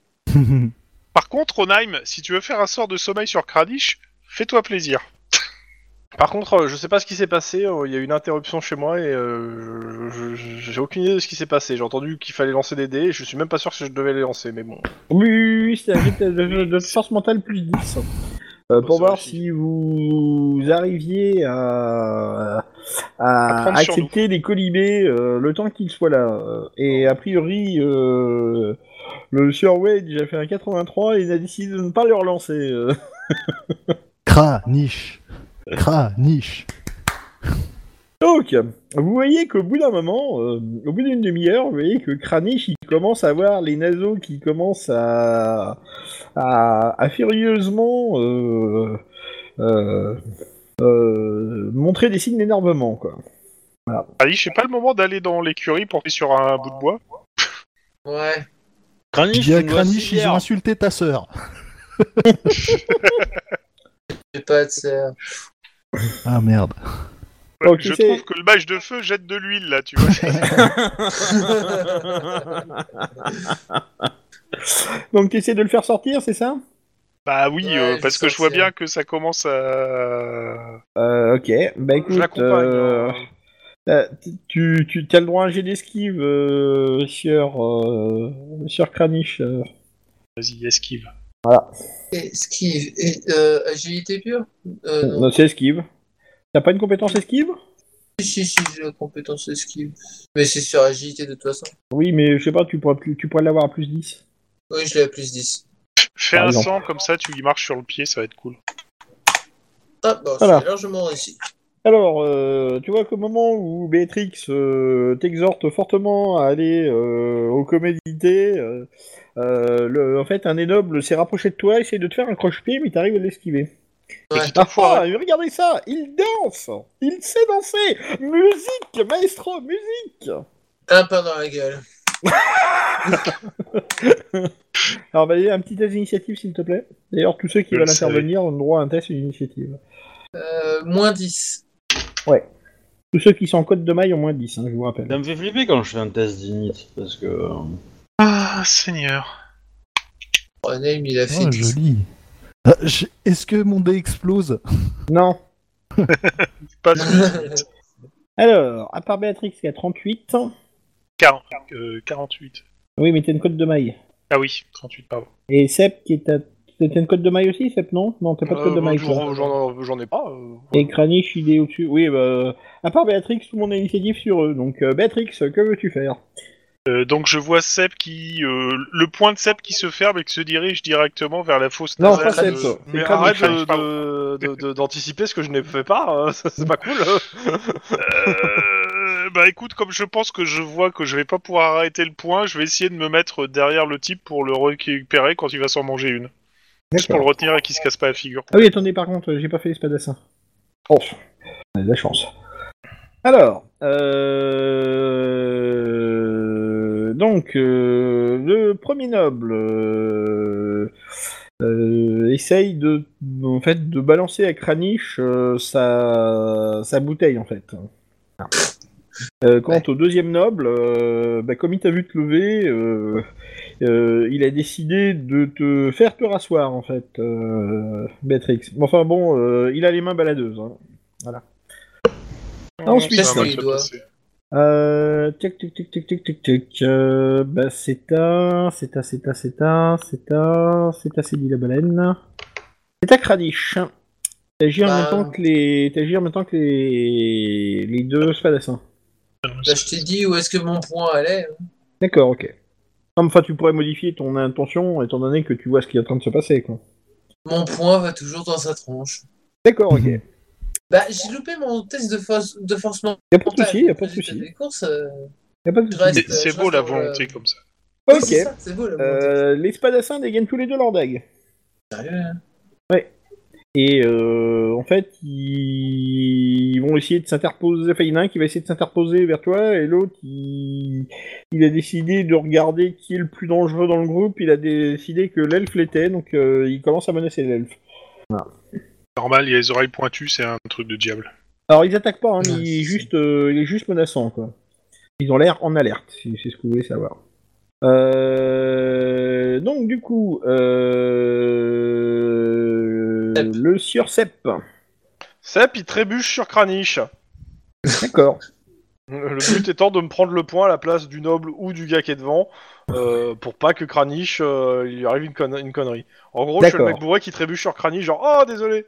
[SPEAKER 4] Par contre, Onaim, si tu veux faire un sort de sommeil sur craniche, fais-toi plaisir.
[SPEAKER 5] Par contre, euh, je sais pas ce qui s'est passé, euh, il y a eu une interruption chez moi et euh, je- je- j'ai aucune idée de ce qui s'est passé. J'ai entendu qu'il fallait lancer des dés, et je suis même pas sûr que je devais les lancer, mais bon.
[SPEAKER 2] Oui, oui, oui, c'est un jet de, de- de force mentale plus 10. Euh,
[SPEAKER 5] Bon,
[SPEAKER 2] pour
[SPEAKER 5] ça
[SPEAKER 2] voir
[SPEAKER 5] aussi.
[SPEAKER 2] si vous arriviez à,
[SPEAKER 4] À
[SPEAKER 2] à
[SPEAKER 4] prendre sur
[SPEAKER 2] accepter les colibés euh, le temps qu'ils soient là. Euh, Et a priori, euh, le Sir Wedge a fait un 83 et il a décidé de ne pas le relancer. euh.
[SPEAKER 6] Cra, niche. Cra, niche.
[SPEAKER 2] Donc, vous voyez qu'au bout d'un moment, euh, au bout d'une demi-heure, vous voyez que Kranich, il commence à voir les naseaux qui commencent à, à, à furieusement euh, euh, euh, montrer des signes d'énervement, quoi.
[SPEAKER 4] Craniche, c'est pas le moment d'aller dans l'écurie pour aller sur un bout de bois.
[SPEAKER 3] Ouais.
[SPEAKER 6] Je
[SPEAKER 1] Craniche,
[SPEAKER 6] dis à
[SPEAKER 1] tu me dois
[SPEAKER 6] Kranich,
[SPEAKER 1] six
[SPEAKER 6] ils
[SPEAKER 1] bières.
[SPEAKER 6] ont insulté ta sœur.
[SPEAKER 3] J'ai pas de serre.
[SPEAKER 6] Ah merde.
[SPEAKER 4] Ouais,
[SPEAKER 2] Ah, Ok,
[SPEAKER 4] je
[SPEAKER 2] c'est-
[SPEAKER 4] trouve que le match de feu jette de l'huile là, tu vois.
[SPEAKER 2] Donc, tu essaies de le faire sortir, c'est ça
[SPEAKER 4] bah oui,
[SPEAKER 3] Ouais,
[SPEAKER 4] euh,
[SPEAKER 3] je
[SPEAKER 4] parce que
[SPEAKER 3] sais,
[SPEAKER 4] je vois
[SPEAKER 3] c'est-
[SPEAKER 4] bien que ça commence à.
[SPEAKER 2] euh, Ok, bah écoute,
[SPEAKER 5] je l'accompagne.
[SPEAKER 2] euh,
[SPEAKER 5] hein.
[SPEAKER 2] euh, tu, tu as le droit à un jet d'esquive, euh, sur, euh, sur Kranich. euh.
[SPEAKER 4] Vas-y, esquive.
[SPEAKER 3] Esquive. Et, euh, agilité pure euh, non.
[SPEAKER 2] Non, c'est esquive. T'as pas une compétence esquive
[SPEAKER 3] Si, si, si, j'ai la compétence esquive. Mais c'est sur agilité de toute façon.
[SPEAKER 2] Oui, mais je sais pas, tu pourrais, plus- tu pourrais l'avoir à plus 10.
[SPEAKER 3] Oui, je l'ai à plus 10.
[SPEAKER 4] Fais
[SPEAKER 2] Par
[SPEAKER 4] un
[SPEAKER 2] exemple.
[SPEAKER 4] sang comme ça, tu y marches sur le pied, ça va être cool.
[SPEAKER 3] Ah, bon,
[SPEAKER 2] Voilà.
[SPEAKER 3] c'est largement réussi.
[SPEAKER 2] Alors, euh, tu vois qu'au moment où Béatrix euh, t'exhorte fortement à aller euh, aux comédités, euh, euh, le- en fait, un énoble s'est rapproché de toi, essaye de te faire un croche-pied, mais t'arrives à l'esquiver.
[SPEAKER 3] Ouais.
[SPEAKER 4] Petit
[SPEAKER 2] Ah,
[SPEAKER 4] enfoiré.
[SPEAKER 2] ah, regardez ça Il danse Il sait danser Musique, maestro, musique
[SPEAKER 3] Un pain dans la gueule.
[SPEAKER 2] Alors, bah, un petit test d'initiative, s'il te plaît. D'ailleurs, tous ceux qui
[SPEAKER 4] Je
[SPEAKER 2] veulent
[SPEAKER 4] le savais.
[SPEAKER 2] intervenir ont le droit à un test d'initiative.
[SPEAKER 3] Euh, moins 10.
[SPEAKER 2] Tous ceux qui sont en code de maille ont moins 10, hein, je vous rappelle.
[SPEAKER 1] Ça me fait flipper quand je fais un test d'init, parce que... euh,
[SPEAKER 4] Ah, Seigneur.
[SPEAKER 3] Oh, Naïm, il a fait
[SPEAKER 6] Oh,
[SPEAKER 3] 10.
[SPEAKER 6] Euh, joli. Ah, j'ai- Est-ce que mon dé explose
[SPEAKER 2] Non
[SPEAKER 4] Pas de-
[SPEAKER 2] Alors, à part Béatrix qui a 38,
[SPEAKER 4] Quar- euh, 48.
[SPEAKER 2] oui, mais t'as une cote de maille.
[SPEAKER 4] Ah oui, 38, pardon.
[SPEAKER 2] Et Sep qui est à. T'as t'as une cote de maille aussi, Sep, non Non, t'as pas de cote de
[SPEAKER 5] Euh,
[SPEAKER 2] maille. toi.
[SPEAKER 5] j'en- J'en j'en ai pas. euh,
[SPEAKER 2] Et Kranich, il est au-dessus. Oui, bah. À part Béatrix, tout le monde a initiative sur eux. Donc, euh, Béatrix, que veux-tu faire
[SPEAKER 4] Euh, donc je vois Seb qui... euh, le point de Seb qui se ferme et qui se dirige directement vers la fosse
[SPEAKER 2] Non,
[SPEAKER 4] nasale
[SPEAKER 2] pas Seb,
[SPEAKER 4] de-
[SPEAKER 2] ça. C'est
[SPEAKER 5] Euh, Mais
[SPEAKER 2] Kranich,
[SPEAKER 5] arrête
[SPEAKER 4] Kranich,
[SPEAKER 5] de-
[SPEAKER 4] pardon.
[SPEAKER 5] de- de- de- d'anticiper ce que je n'ai fait pas, euh, ça, c'est pas cool.
[SPEAKER 4] Euh, bah écoute, comme je pense que je vois que je vais pas pouvoir arrêter le point, je vais essayer de me mettre derrière le type pour le récupérer quand il va s'en manger une. Juste pour le retenir et qu'il se casse pas la figure.
[SPEAKER 2] Ah oui, attendez, par contre, j'ai pas fait l'espadassin. Oh, on a de la chance. Alors, euh... donc, euh, le premier noble euh, euh, essaye de, en fait, de balancer à Kranich euh, sa, sa bouteille, en fait. Euh, quant au deuxième noble, euh, bah, comme il t'a vu te lever, euh, euh, il a décidé de te faire te rasseoir, en fait, euh, Béatrix. Bon, Enfin bon, euh, il a les mains baladeuses. hein. Ensuite,
[SPEAKER 4] Ça va
[SPEAKER 3] les
[SPEAKER 4] se
[SPEAKER 3] doigts.
[SPEAKER 4] passer.
[SPEAKER 2] Euh, tic tic tic tic tic tic tic. Euh, bah, c'est un, c'est un, c'est un, c'est un, c'est un, c'est un, c'est dit la baleine. C'est un craniche. T'agis en
[SPEAKER 3] Bah.
[SPEAKER 2] même temps que les, t'agis en même temps que les, les deux spadassins.
[SPEAKER 3] Bah, je t'ai dit où est-ce que mon point allait.
[SPEAKER 2] D'accord, ok. Non, mais Enfin, tu pourrais modifier ton intention étant donné que tu vois ce qui est en train de se passer, quoi.
[SPEAKER 3] Mon point va toujours dans sa tronche.
[SPEAKER 2] D'accord, ok. Y
[SPEAKER 3] Bah, j'ai loupé mon test de, force- de forcement.
[SPEAKER 2] a pas de souci, y a pas de souci,
[SPEAKER 3] Des courses, euh,
[SPEAKER 2] y a pas de
[SPEAKER 3] Je reste-
[SPEAKER 2] souci.
[SPEAKER 5] Euh,
[SPEAKER 4] C'est- C'est
[SPEAKER 3] je
[SPEAKER 4] beau la
[SPEAKER 3] reste dans
[SPEAKER 4] volonté
[SPEAKER 3] le-
[SPEAKER 4] comme ça.
[SPEAKER 3] oui,
[SPEAKER 2] Ok.
[SPEAKER 3] c'est ça, C'est beau, la volonté.
[SPEAKER 2] Euh, les spadassins dégainent tous les deux leurs dagues.
[SPEAKER 3] Sérieux, hein.
[SPEAKER 2] Et euh, en fait, ils... ils vont essayer de s'interposer. Enfin, il y en a un qui va essayer de s'interposer vers toi, et l'autre, il... il a décidé de regarder qui est le plus dangereux dans le groupe. Il a décidé que l'elfe l'était, donc euh, il commence à menacer l'elfe.
[SPEAKER 4] Normal, il a les oreilles pointues, c'est un truc de diable.
[SPEAKER 2] Alors, ils attaquent pas, hein, mais
[SPEAKER 3] Ah,
[SPEAKER 2] il, est
[SPEAKER 3] c'est-
[SPEAKER 2] juste, euh, il est juste menaçant, quoi. Ils ont l'air en alerte, si c'est ce que vous voulez savoir. Euh, Donc, du coup, euh...
[SPEAKER 3] Sep.
[SPEAKER 2] le sieur Sep.
[SPEAKER 5] Sep, il trébuche sur Kranich.
[SPEAKER 2] D'accord.
[SPEAKER 5] Euh, Le but étant de me prendre le point à la place du noble ou du gars qui est devant, euh, pour pas que Kranich, euh, il lui arrive une, conne- une connerie. En gros, je suis le
[SPEAKER 2] D'accord.
[SPEAKER 5] mec bourré qui trébuche sur Kranich, genre « Oh, désolé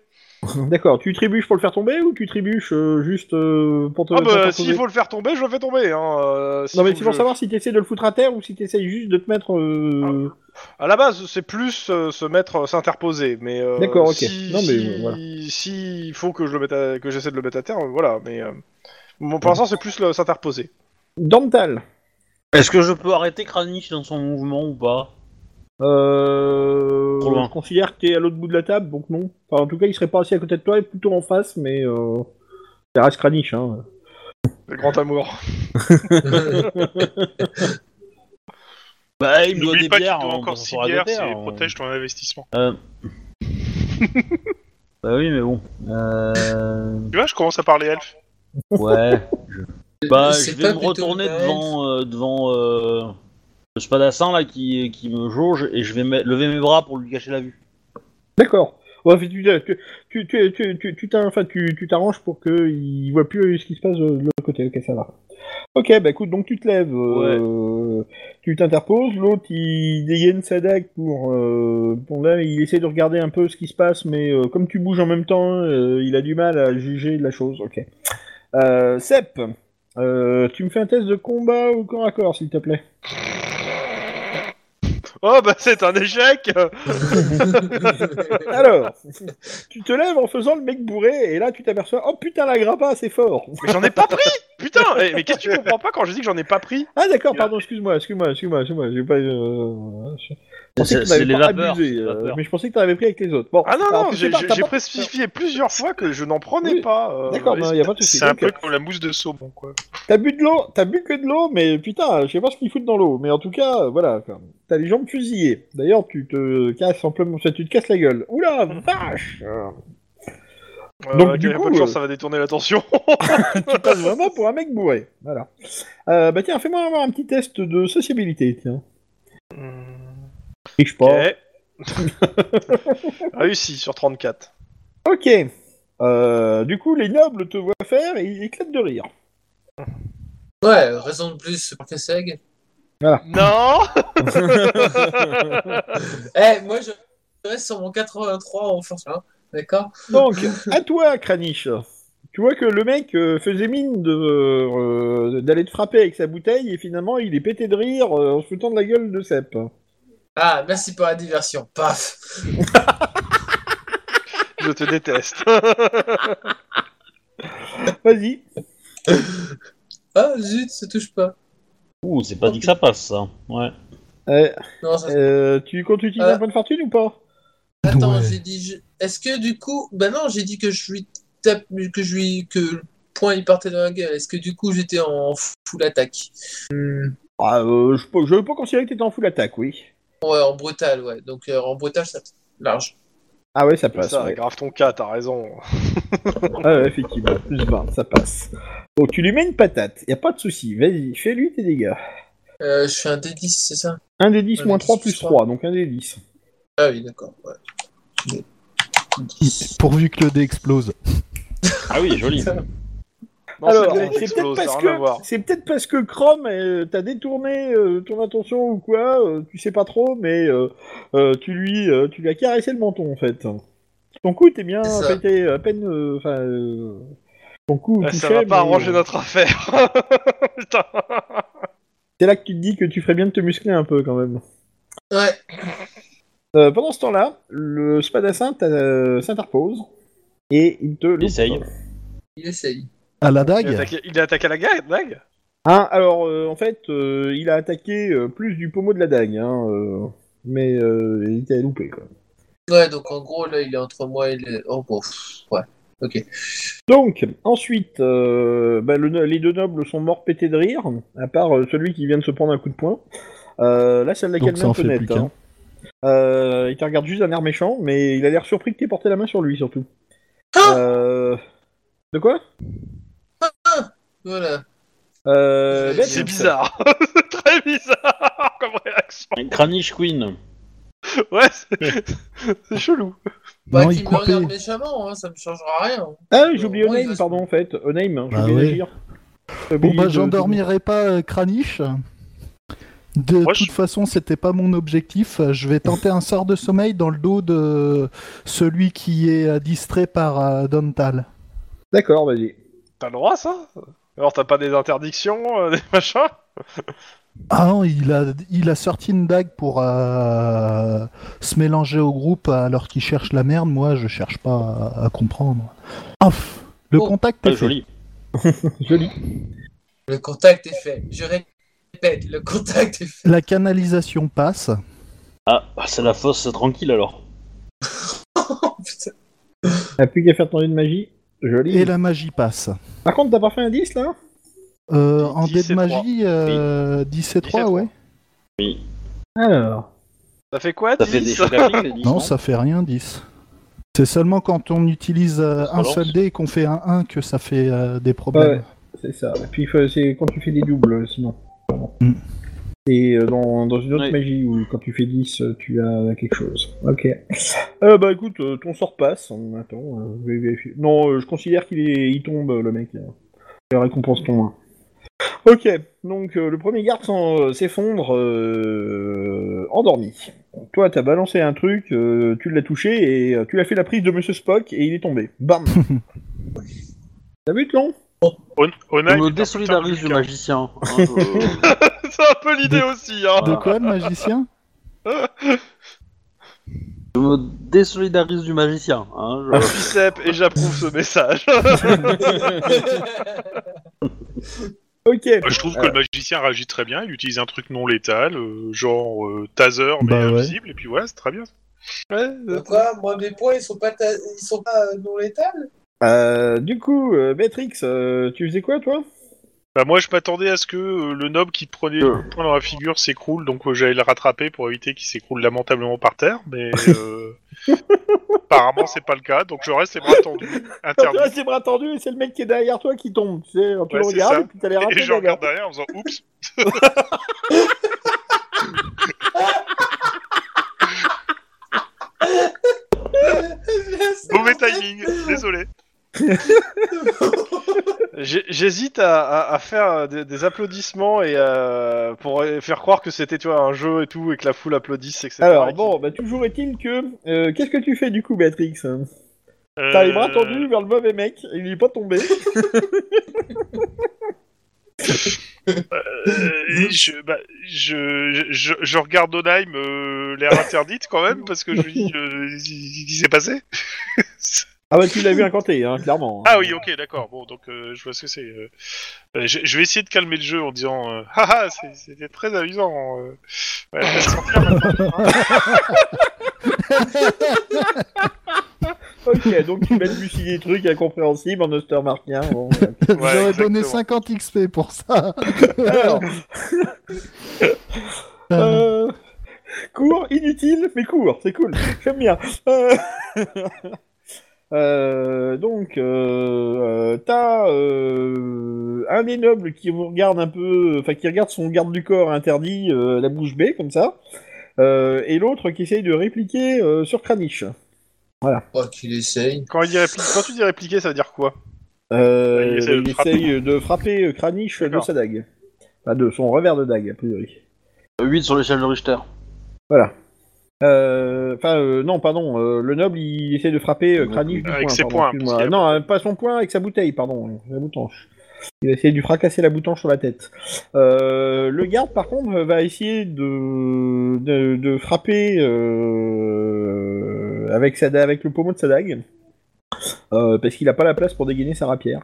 [SPEAKER 2] D'accord, tu trébuches pour le faire tomber ou tu trébuches euh, juste euh, pour !» te.
[SPEAKER 5] Ah
[SPEAKER 2] pour
[SPEAKER 5] bah,
[SPEAKER 2] t'imposer
[SPEAKER 5] s'il faut le faire tomber, je le fais tomber, hein euh, s'il
[SPEAKER 2] Non mais
[SPEAKER 5] faut
[SPEAKER 2] c'est
[SPEAKER 5] que
[SPEAKER 2] pour
[SPEAKER 5] je-
[SPEAKER 2] savoir si t'essaies de le foutre à terre ou si t'essayes juste de te mettre.
[SPEAKER 5] Ah.
[SPEAKER 2] euh,
[SPEAKER 5] À la base, c'est plus euh, se mettre, euh, s'interposer, mais euh,
[SPEAKER 2] D'accord, ok.
[SPEAKER 5] Si,
[SPEAKER 2] Non, mais,
[SPEAKER 5] si-
[SPEAKER 2] euh, voilà.
[SPEAKER 5] si il faut que je le mette, à- que j'essaie de le mettre à terre, euh, voilà. Mais euh, bon, pour l'instant, c'est plus le- s'interposer.
[SPEAKER 2] Dental.
[SPEAKER 1] Est-ce que je peux arrêter Kranich dans son mouvement ou pas
[SPEAKER 2] Euh...
[SPEAKER 1] Trop loin.
[SPEAKER 2] Je considère que t'es à l'autre bout de la table donc non. Enfin en tout cas il serait pas assis à côté de toi et plutôt en face mais. Euh... Ça reste craniche hein.
[SPEAKER 5] Le grand amour.
[SPEAKER 1] Euh, Bah, il me doit
[SPEAKER 4] N'oublie
[SPEAKER 1] des
[SPEAKER 4] pas qu'il
[SPEAKER 1] bières.
[SPEAKER 4] doit
[SPEAKER 1] on- on
[SPEAKER 4] encore 6
[SPEAKER 1] fera des
[SPEAKER 4] bières,
[SPEAKER 1] bières, hein.
[SPEAKER 4] c'est
[SPEAKER 1] on-
[SPEAKER 4] protège ton investissement.
[SPEAKER 1] Bah oui, mais bon. Euh...
[SPEAKER 4] Tu vois, je commence à parler elfe.
[SPEAKER 1] Ouais. Bah,
[SPEAKER 3] C'est
[SPEAKER 1] je
[SPEAKER 3] pas
[SPEAKER 1] vais me
[SPEAKER 3] plutôt
[SPEAKER 1] retourner
[SPEAKER 3] le
[SPEAKER 1] devant, euh, devant euh, le spadassin là qui, qui me jauge et je vais me- lever mes bras pour lui cacher la vue.
[SPEAKER 2] D'accord. Ouais, fait, tu tu tu tu tu tu- tu t'arranges enfin, tu, tu t'arranges pour que il voit plus ce qui se passe de l'autre côté. Ok ça va. Ok bah écoute donc tu te lèves, euh, tu t'interposes, l'autre il dégaine sa dague pour euh, bon là il essaie de regarder un peu ce qui se passe mais euh, comme tu bouges en même temps euh, il a du mal à juger de la chose. Ok. Euh, Sep, euh, tu me fais un test de combat au corps à corps s'il te plaît.
[SPEAKER 5] Oh bah c'est un échec.
[SPEAKER 2] Alors tu te lèves en faisant le mec bourré et là tu t'aperçois oh putain la grappa c'est fort.
[SPEAKER 5] Mais j'en ai pas pris. Putain. eh, mais qu'est-ce que tu comprends pas quand je dis que j'en ai pas pris
[SPEAKER 2] Ah d'accord, pardon, excuse-moi, excuse-moi, excuse-moi, excuse-moi, j'ai pas... Euh... je pensais que
[SPEAKER 1] C'est
[SPEAKER 2] t'en
[SPEAKER 1] c'est
[SPEAKER 2] avais
[SPEAKER 1] les
[SPEAKER 2] pas
[SPEAKER 1] vapeurs.
[SPEAKER 2] abusé,
[SPEAKER 1] c'est les
[SPEAKER 2] euh,
[SPEAKER 1] vapeurs.
[SPEAKER 2] mais je pensais que t'en avais pris avec les autres. Bon,
[SPEAKER 5] Ah non
[SPEAKER 2] alors,
[SPEAKER 5] non,
[SPEAKER 2] Bah, plus
[SPEAKER 5] j'ai
[SPEAKER 2] tard, t'as
[SPEAKER 5] j'ai
[SPEAKER 2] pas-
[SPEAKER 5] précifié plusieurs fois que je n'en prenais
[SPEAKER 2] Oui.
[SPEAKER 5] pas. euh,
[SPEAKER 2] D'accord,
[SPEAKER 5] et
[SPEAKER 2] non, y a pas de souci.
[SPEAKER 4] C'est un
[SPEAKER 2] Donc,
[SPEAKER 4] peu comme la mousse de saumon, quoi.
[SPEAKER 2] T'as bu de l'eau, t'as bu que de l'eau, mais putain, je sais pas ce qu'ils foutent dans l'eau, mais en tout cas, euh, voilà, quoi. t'as les jambes fusillées. D'ailleurs, tu te casses simplement, enfin, tu te casses la gueule. Oula, vache
[SPEAKER 5] Euh,
[SPEAKER 2] Donc,
[SPEAKER 5] avec
[SPEAKER 2] du
[SPEAKER 5] un peu
[SPEAKER 2] coup,
[SPEAKER 5] de chance,
[SPEAKER 2] euh,
[SPEAKER 5] ça va détourner l'attention.
[SPEAKER 2] Tu passes vraiment pour un mec bourré, voilà. Euh, bah tiens, fais-moi avoir un petit test de sociabilité, tiens.
[SPEAKER 5] Hmm. Eh.
[SPEAKER 2] Triche pas.
[SPEAKER 5] Ah Ok. Réussi sur 34.
[SPEAKER 2] Ok. Euh, du coup, les nobles te voient faire et ils éclatent de rire.
[SPEAKER 3] Ouais, raison de plus pour Kesseg.
[SPEAKER 5] Non
[SPEAKER 3] Eh, moi je reste sur mon 83 en force hein, d'accord
[SPEAKER 2] Donc, à toi, Kranich. Tu vois que le mec euh, faisait mine de, euh, d'aller te frapper avec sa bouteille et finalement il est pété de rire euh, en se foutant de la gueule de Sepp.
[SPEAKER 3] Ah, merci pour la diversion, paf
[SPEAKER 5] Je te déteste.
[SPEAKER 2] Vas-y.
[SPEAKER 3] Ah, zut, ça touche pas.
[SPEAKER 1] Ouh, c'est pas dit que ça passe, ça. Ouais.
[SPEAKER 2] Euh,
[SPEAKER 3] Non, ça...
[SPEAKER 2] euh, tu comptes utiliser
[SPEAKER 3] Euh.
[SPEAKER 2] un point de fortune ou pas
[SPEAKER 3] Attends,
[SPEAKER 6] Ouais.
[SPEAKER 3] j'ai dit. je- Est-ce que du coup. Bah non, j'ai dit que je lui tape. Que je lui. Que le point il partait dans la gueule. Est-ce que du coup j'étais en full attaque Hmm,
[SPEAKER 2] ah, euh, Je peux- je peux considérer que t'étais en full attaque, oui.
[SPEAKER 3] Ouais, en brutal, ouais. Donc euh, en brutal, ça. Large.
[SPEAKER 2] Ah ouais, ça passe.
[SPEAKER 5] ça,
[SPEAKER 2] ouais.
[SPEAKER 5] grave ton cas, t'as raison.
[SPEAKER 2] Ah ouais, effectivement, plus 20, ça passe. Donc tu lui mets une patate, y a pas de souci. Vas-y, fais-lui tes dégâts.
[SPEAKER 3] Euh, je fais un D10, c'est ça
[SPEAKER 2] 1 des 10
[SPEAKER 3] Un
[SPEAKER 2] moins
[SPEAKER 3] des
[SPEAKER 2] 3
[SPEAKER 3] 10
[SPEAKER 2] plus
[SPEAKER 3] plus
[SPEAKER 2] 3, donc 1 des 10.
[SPEAKER 3] Ah oui, d'accord, ouais. D- 10.
[SPEAKER 6] Pourvu que le dé explose.
[SPEAKER 1] Ah oui, joli.
[SPEAKER 5] Non,
[SPEAKER 2] Alors,
[SPEAKER 5] c'est bon,
[SPEAKER 2] c'est peut-être
[SPEAKER 5] explose, ça a
[SPEAKER 2] parce
[SPEAKER 5] rien à
[SPEAKER 2] que
[SPEAKER 5] voir.
[SPEAKER 2] c'est peut-être parce que Chrome euh, t'a détourné euh, ton attention ou quoi, euh, tu sais pas trop, mais euh, euh, tu lui euh, tu lui as caressé le menton en fait. Ton coup t'es bien
[SPEAKER 3] C'est ça.
[SPEAKER 2] pété à peine, euh, enfin euh, ton coup
[SPEAKER 5] Ah, Ça
[SPEAKER 2] touchait,
[SPEAKER 5] va pas
[SPEAKER 2] mais,
[SPEAKER 5] arranger
[SPEAKER 2] euh,
[SPEAKER 5] notre affaire. Putain.
[SPEAKER 2] C'est là que tu te dis que tu ferais bien de te muscler un peu quand même.
[SPEAKER 3] Ouais,
[SPEAKER 2] Euh, pendant ce temps-là, le spadassin t'a- euh, s'interpose et il te loupe.
[SPEAKER 1] Essaye.
[SPEAKER 3] il essaye.
[SPEAKER 6] À
[SPEAKER 5] Il
[SPEAKER 6] la
[SPEAKER 5] a
[SPEAKER 6] dague
[SPEAKER 5] attaqué- il a attaqué à la ga- dague
[SPEAKER 2] Hein, alors euh, en fait, euh, il a attaqué euh, plus du pommeau de la dague, hein, euh, mais euh, il t'a loupé quoi.
[SPEAKER 3] Ouais, donc en gros, là, il est entre moi et le. Oh, bon, pff, ouais. Ok.
[SPEAKER 2] Donc, ensuite, euh, bah, le no- les deux nobles sont morts pétés de rire, à part euh, celui qui vient de se prendre un coup de poing. Euh, là, ça l'a
[SPEAKER 6] Donc
[SPEAKER 2] calmé
[SPEAKER 6] ça en
[SPEAKER 2] un peu
[SPEAKER 6] fait
[SPEAKER 2] net,
[SPEAKER 6] plus qu'un.
[SPEAKER 2] hein. Euh, il te regarde juste d'un air méchant, mais il a l'air surpris que t'aies porté la main sur lui, surtout.
[SPEAKER 3] Ah
[SPEAKER 2] Euh, De quoi
[SPEAKER 3] Voilà.
[SPEAKER 2] euh...
[SPEAKER 3] C'est
[SPEAKER 5] C'est
[SPEAKER 2] Beth
[SPEAKER 5] bizarre. C'est très bizarre comme réaction.
[SPEAKER 1] Kranich Queen.
[SPEAKER 5] Ouais, c'est c'est chelou.
[SPEAKER 3] Bah,
[SPEAKER 6] Non,
[SPEAKER 3] qu'il
[SPEAKER 6] il
[SPEAKER 3] me regarde
[SPEAKER 6] coupait.
[SPEAKER 3] méchamment, hein, ça me changera rien.
[SPEAKER 2] Ah, j'ai oublié
[SPEAKER 3] Bon,
[SPEAKER 2] Onaim,
[SPEAKER 3] il va se-
[SPEAKER 2] pardon, en fait. Onaim, hein, j'ai
[SPEAKER 6] Bah
[SPEAKER 2] oublié
[SPEAKER 6] ouais.
[SPEAKER 2] d'agir. J'ai
[SPEAKER 6] Bon
[SPEAKER 2] oublié
[SPEAKER 6] bah
[SPEAKER 2] de-
[SPEAKER 6] j'endormirai pas euh, Kranich. De
[SPEAKER 5] Moi, je-
[SPEAKER 6] toute façon, c'était pas mon objectif. Euh, Je vais tenter un sort de sommeil dans le dos de celui qui est euh, distrait par euh, Dontal.
[SPEAKER 2] D'accord, vas-y.
[SPEAKER 5] T'as le droit, ça Alors, t'as pas des interdictions, euh, des machins
[SPEAKER 6] Ah non, il a, il a sorti une dague pour euh, se mélanger au groupe alors qu'il cherche la merde. Moi, je cherche pas à, à comprendre. Off Le
[SPEAKER 3] Oh,
[SPEAKER 6] contact
[SPEAKER 1] Ah,
[SPEAKER 6] est fait.
[SPEAKER 1] joli.
[SPEAKER 3] Le contact est fait. Je répète, le contact est fait.
[SPEAKER 6] La canalisation passe.
[SPEAKER 1] Ah, c'est la fosse c'est tranquille alors.
[SPEAKER 3] Oh, putain.
[SPEAKER 2] T'as plus qu'à faire ton lit de magie. Joli.
[SPEAKER 6] Et la magie passe.
[SPEAKER 2] Par contre, t'as pas fait un 10, là
[SPEAKER 6] Euh, en
[SPEAKER 5] 10 et
[SPEAKER 6] dé de magie, euh, 10 et 3,
[SPEAKER 5] 10 et
[SPEAKER 6] ouais.
[SPEAKER 2] Alors...
[SPEAKER 5] Ça fait quoi,
[SPEAKER 1] Ça hein. fait
[SPEAKER 5] 10?
[SPEAKER 1] des chocs à pic, les dix,
[SPEAKER 6] Non, ça fait rien, 10. C'est seulement quand on utilise euh,
[SPEAKER 1] Ça
[SPEAKER 6] un
[SPEAKER 1] relance.
[SPEAKER 6] seul dé et qu'on fait un 1 que ça fait euh, des problèmes.
[SPEAKER 2] C'est ça. Et puis faut- c'est quand tu fais des doubles, euh, sinon.
[SPEAKER 6] Mm.
[SPEAKER 2] Et euh, dans, dans une autre
[SPEAKER 1] Oui.
[SPEAKER 2] magie où quand tu fais 10, euh, tu as quelque chose. Ok. Euh, bah écoute, euh, ton sort passe. Attends, euh, je vais vérifier. Non, euh, je considère qu'il est, il tombe, euh, le mec. euh. Je récompense ton 1. Ok, donc euh, le premier garde s'en- euh, s'effondre euh, endormi. Toi, t'as balancé un truc, euh, tu l'as touché et euh, tu l'as fait la prise de Monsieur Spock et il est tombé. Bam T'as vu, Tlon
[SPEAKER 1] On
[SPEAKER 4] Onaim,
[SPEAKER 1] me
[SPEAKER 4] est un putain de
[SPEAKER 1] désolidarise du
[SPEAKER 4] vulcain.
[SPEAKER 1] magicien. hein, je-
[SPEAKER 5] C'est un peu l'idée aussi, hein
[SPEAKER 6] De quoi, le magicien
[SPEAKER 1] je me désolidarise du magicien. hein, je-
[SPEAKER 5] Je suis Sep et j'approuve ce message.
[SPEAKER 2] Ok.
[SPEAKER 4] Bah, je trouve que le
[SPEAKER 2] euh.
[SPEAKER 4] magicien réagit très bien, il utilise un truc non létal, euh, genre euh, taser mais
[SPEAKER 6] Bah ouais.
[SPEAKER 4] invisible, et puis voilà, c'est très bien.
[SPEAKER 5] Ouais,
[SPEAKER 3] Quoi Moi, mes points, ils sont pas, ta- ils sont pas euh, non létales
[SPEAKER 2] Euh, du coup, euh, Béatrix, euh, tu faisais quoi toi
[SPEAKER 4] Bah moi je m'attendais à ce que euh, le noble qui prenait
[SPEAKER 1] Euh.
[SPEAKER 4] le point dans la figure s'écroule, donc euh, j'allais le rattraper pour éviter qu'il s'écroule lamentablement par terre, mais euh, apparemment c'est pas le cas, donc je reste les bras tendus, interdit,
[SPEAKER 2] Toi, c'est bras tendus et c'est le mec qui est derrière toi qui tombe. Tu, sais, tu le
[SPEAKER 4] Ouais, c'est
[SPEAKER 2] regardes
[SPEAKER 4] ça.
[SPEAKER 2] et puis t'as l'air un peu
[SPEAKER 4] et je
[SPEAKER 2] gaga.
[SPEAKER 4] regarde derrière en faisant « Oups
[SPEAKER 3] Je sais
[SPEAKER 4] Mauvais
[SPEAKER 3] pas.
[SPEAKER 4] timing, désolé !»
[SPEAKER 5] J'ai- J'hésite à, à- à faire euh, des, des applaudissements et euh, pour faire croire que c'était tu vois un jeu et tout et que la foule applaudisse etc.
[SPEAKER 2] Alors, bon, bah, toujours est-il que. euh, Qu'est-ce que tu fais du coup, Béatrix T'as les bras tendus vers le mauvais mec, il est pas tombé.
[SPEAKER 4] Euh, je, bah, je, je- je, je regarde Onaim euh, l'air interdite quand même, parce que je lui dis, euh, il, il s'est passé.
[SPEAKER 2] Ah, bah, tu l'as vu incanté, hein, clairement.
[SPEAKER 4] Ah oui, ok, d'accord. Bon, donc euh, je vois ce que c'est. euh. Euh, je, je vais essayer de calmer le jeu en disant euh, Ah ah, c'est- c'était très amusant. euh. Ouais, on va se sortir maintenant, hein.
[SPEAKER 2] Ok, donc tu balbuties des trucs incompréhensibles en Ostermarkien. Bon, voilà.
[SPEAKER 4] Ouais,
[SPEAKER 6] J'aurais donné
[SPEAKER 4] exactement.
[SPEAKER 6] 50 XP pour ça.
[SPEAKER 2] Alors. Euh, Court, inutile, mais court, c'est cool, j'aime bien. Euh, euh, donc, euh, euh, t'as euh, un des nobles qui vous regarde un peu, enfin qui regarde son garde du corps interdit, euh, la bouche bée, comme ça, euh, et l'autre qui essaye de répliquer euh, sur Kranich.
[SPEAKER 3] Oh, qu'il essaye.
[SPEAKER 5] Quand, il dit répli- quand tu dis répliquer, ça veut dire quoi
[SPEAKER 2] Euh,
[SPEAKER 4] Il essaie de
[SPEAKER 2] il
[SPEAKER 4] frapper.
[SPEAKER 2] essaye de frapper euh, Kranich de
[SPEAKER 5] D'accord.
[SPEAKER 2] sa dague, enfin de son revers de dague, a priori.
[SPEAKER 1] 8 sur l'échelle de Richter.
[SPEAKER 2] Euh, Enfin, euh, non, pardon, euh, le noble il essaie de frapper euh, Kranich du
[SPEAKER 4] Avec
[SPEAKER 2] poing,
[SPEAKER 4] ses
[SPEAKER 2] pardon,
[SPEAKER 4] poings,
[SPEAKER 2] excuse-moi.
[SPEAKER 4] parce qu'il a-
[SPEAKER 2] Non, euh, pas son poing, avec sa bouteille, pardon, la boutanche. Il va essayer de lui fracasser la boutanche sur la tête. Euh, le garde, par contre, va essayer de, de, de frapper euh, avec, sa, da- avec le pommeau de sa dague. Euh, parce qu'il a pas la place pour dégainer sa rapière.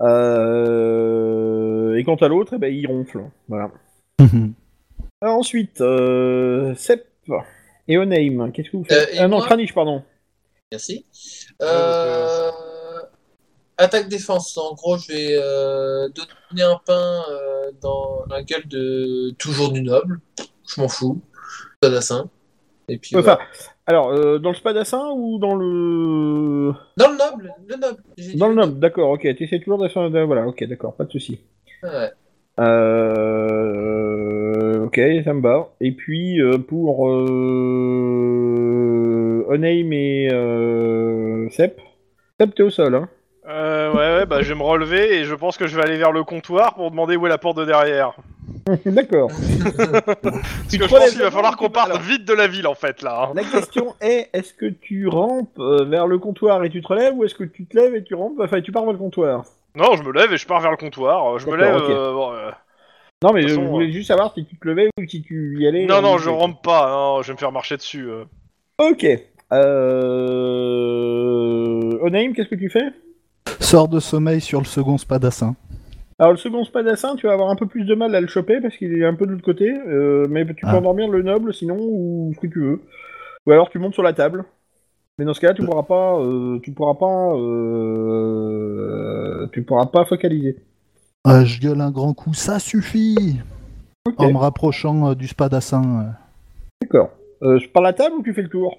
[SPEAKER 2] Euh, et quant à l'autre, eh ben, il ronfle. Voilà. Alors ensuite, euh, Sep et Onaim, qu'est-ce que vous faites
[SPEAKER 3] Euh, et
[SPEAKER 2] Ah non,
[SPEAKER 3] moi
[SPEAKER 2] Kranich, pardon.
[SPEAKER 3] Merci. Euh, Attaque-défense. En gros, je vais euh, donner un pain euh, dans la gueule de toujours du noble. Je m'en fous. Tadassin. Et puis.
[SPEAKER 2] Enfin,
[SPEAKER 3] voilà.
[SPEAKER 2] alors, euh, dans le spadassin ou dans le...
[SPEAKER 3] Dans le noble, le noble. j'ai dit
[SPEAKER 2] Dans le noble, d'accord, ok, t'essaies toujours d'asseoir... Voilà, ok, d'accord, pas de souci.
[SPEAKER 3] Ouais.
[SPEAKER 2] Euh... Ok, ça me va. Et puis, euh, pour... Euh... Onaim et... Euh... Sep Sep, t'es au sol, hein
[SPEAKER 5] euh, Ouais, ouais, bah je vais me relever et je pense que je vais aller vers le comptoir pour demander où est la porte de derrière.
[SPEAKER 2] D'accord.
[SPEAKER 5] Parce que je
[SPEAKER 2] prends
[SPEAKER 5] pense
[SPEAKER 2] les
[SPEAKER 5] qu'il va
[SPEAKER 2] avions,
[SPEAKER 5] falloir
[SPEAKER 2] tu
[SPEAKER 5] qu'on
[SPEAKER 2] vas
[SPEAKER 5] parte vite de la ville en fait là. hein.
[SPEAKER 2] La question est, est-ce que tu rampes euh, vers le comptoir et tu te relèves, ou est-ce que tu te lèves et tu rampes, enfin, tu pars vers le comptoir
[SPEAKER 5] Non, je me lève et je pars vers le comptoir. euh, Je me lève.
[SPEAKER 2] D'accord, ok.
[SPEAKER 5] euh, bon, euh,
[SPEAKER 2] Non, mais
[SPEAKER 5] De
[SPEAKER 2] je,
[SPEAKER 5] toute façon,
[SPEAKER 2] je
[SPEAKER 5] euh,
[SPEAKER 2] voulais juste savoir si tu te levais ou si tu y allais.
[SPEAKER 5] Non,
[SPEAKER 2] euh,
[SPEAKER 5] non,
[SPEAKER 2] ou-
[SPEAKER 5] je rentre pas. Non, je vais me faire marcher dessus. euh.
[SPEAKER 2] Ok. Euh... Onaim, qu'est-ce que tu fais
[SPEAKER 6] Sort de sommeil sur le second spadassin.
[SPEAKER 2] Alors, le second spadassin, tu vas avoir un peu plus de mal à le choper parce qu'il est un peu de l'autre côté, euh, mais tu peux
[SPEAKER 6] Ah.
[SPEAKER 2] endormir le noble sinon, ou ce que tu veux. Ou alors tu montes sur la table. Mais dans ce cas-là, tu pourras pas, euh, tu pourras pas, euh, tu pourras pas focaliser.
[SPEAKER 6] Euh, je gueule un grand coup, ça suffit En me rapprochant euh, du spadassin.
[SPEAKER 2] D'accord. Euh, par la table ou tu fais le tour